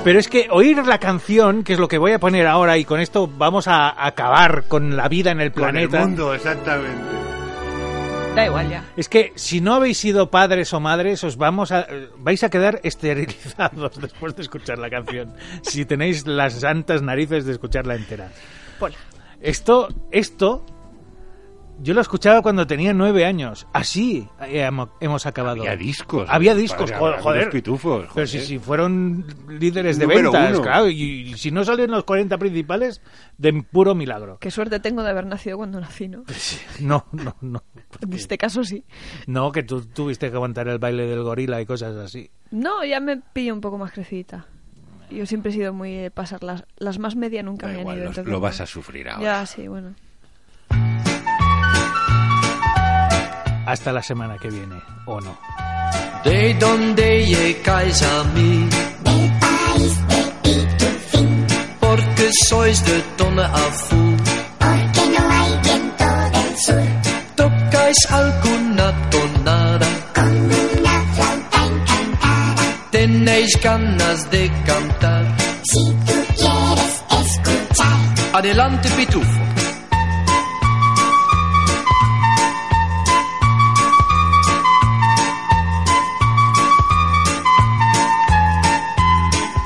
[SPEAKER 2] Pero es que oír la canción, que es lo que voy a poner ahora, y con esto vamos a acabar con la vida en el
[SPEAKER 1] Con el
[SPEAKER 2] planeta.
[SPEAKER 1] mundo, exactamente.
[SPEAKER 3] Da igual ya.
[SPEAKER 2] Es que si no habéis sido padres o madres, os vamos a, eh, vais a quedar esterilizados después de escuchar la canción. si tenéis las santas narices de escucharla entera.
[SPEAKER 3] Pola.
[SPEAKER 2] Esto, esto, yo lo escuchaba cuando tenía nueve años. Así eh, hemo- hemos acabado.
[SPEAKER 1] Había discos.
[SPEAKER 2] Había
[SPEAKER 1] El
[SPEAKER 2] discos,
[SPEAKER 1] padre
[SPEAKER 2] jo-
[SPEAKER 1] Abraham y
[SPEAKER 2] joder.
[SPEAKER 1] Los pitufos.
[SPEAKER 2] Pero
[SPEAKER 1] joder.
[SPEAKER 2] si, si fueron líderes de
[SPEAKER 1] Número
[SPEAKER 2] ventas,
[SPEAKER 1] uno.
[SPEAKER 2] claro, y, y si no salen los 40 principales, de puro milagro.
[SPEAKER 3] Qué suerte tengo de haber nacido cuando nací, ¿no?
[SPEAKER 2] No, no, no.
[SPEAKER 3] En este caso sí.
[SPEAKER 2] No, que tú tuviste que aguantar el baile del gorila y cosas así.
[SPEAKER 3] No, ya me pillo un poco más crecidita. Yo siempre he sido muy de pasar las, las más media nunca
[SPEAKER 1] Da
[SPEAKER 3] me han
[SPEAKER 1] igual,
[SPEAKER 3] ido.
[SPEAKER 1] los-
[SPEAKER 3] entonces,
[SPEAKER 1] lo vas
[SPEAKER 3] bueno.
[SPEAKER 1] a sufrir ahora.
[SPEAKER 3] Ya, sí, bueno.
[SPEAKER 2] Hasta la semana que viene, o no.
[SPEAKER 4] De donde llegáis a mí. Porque sois de tono azul. Porque no hay viento del sur. Tocáis alguna tonada. Con una flauta encantada. Tenéis ganas de cantar. Si tú quieres escuchar. Adelante, pitufo.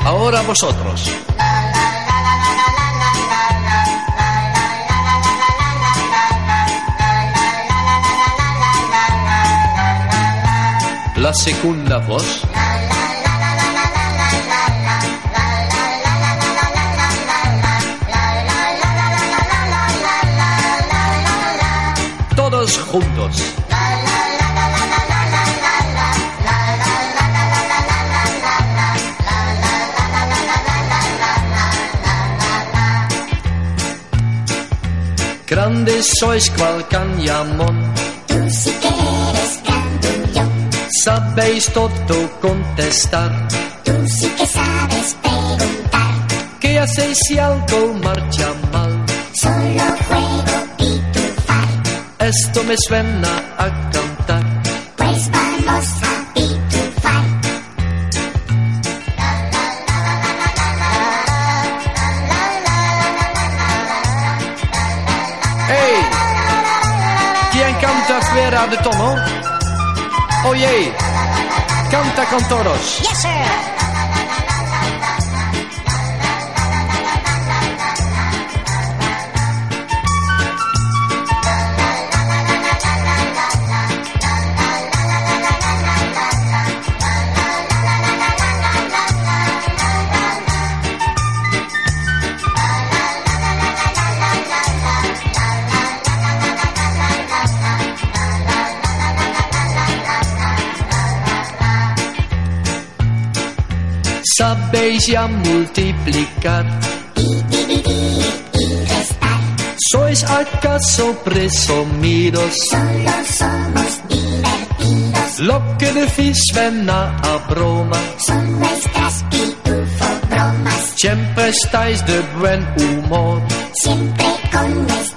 [SPEAKER 4] Ahora vosotros. La segunda voz. Todos juntos. Grande sois cual cañamón. Sabéis todo contestar.
[SPEAKER 5] Tú sí que sabes preguntar,
[SPEAKER 4] ¿Qué hacéis si algo marcha mal?
[SPEAKER 5] solo juego pitufar,
[SPEAKER 4] Esto me suena a cantar.
[SPEAKER 5] pues vamos a pitufar.
[SPEAKER 4] ¡Ey! ¿Quién canta fuera de tono? Oye, canta con todos.
[SPEAKER 5] Yes, sir.
[SPEAKER 4] Sabéis ya multiplicar. ¿Sois acaso presumidos?
[SPEAKER 5] Solo somos divertidos,
[SPEAKER 4] Lo que decís suena a broma,
[SPEAKER 5] son nuestras pitufo bromas,
[SPEAKER 4] siempre estáis de buen humor.
[SPEAKER 5] siempre con nuestras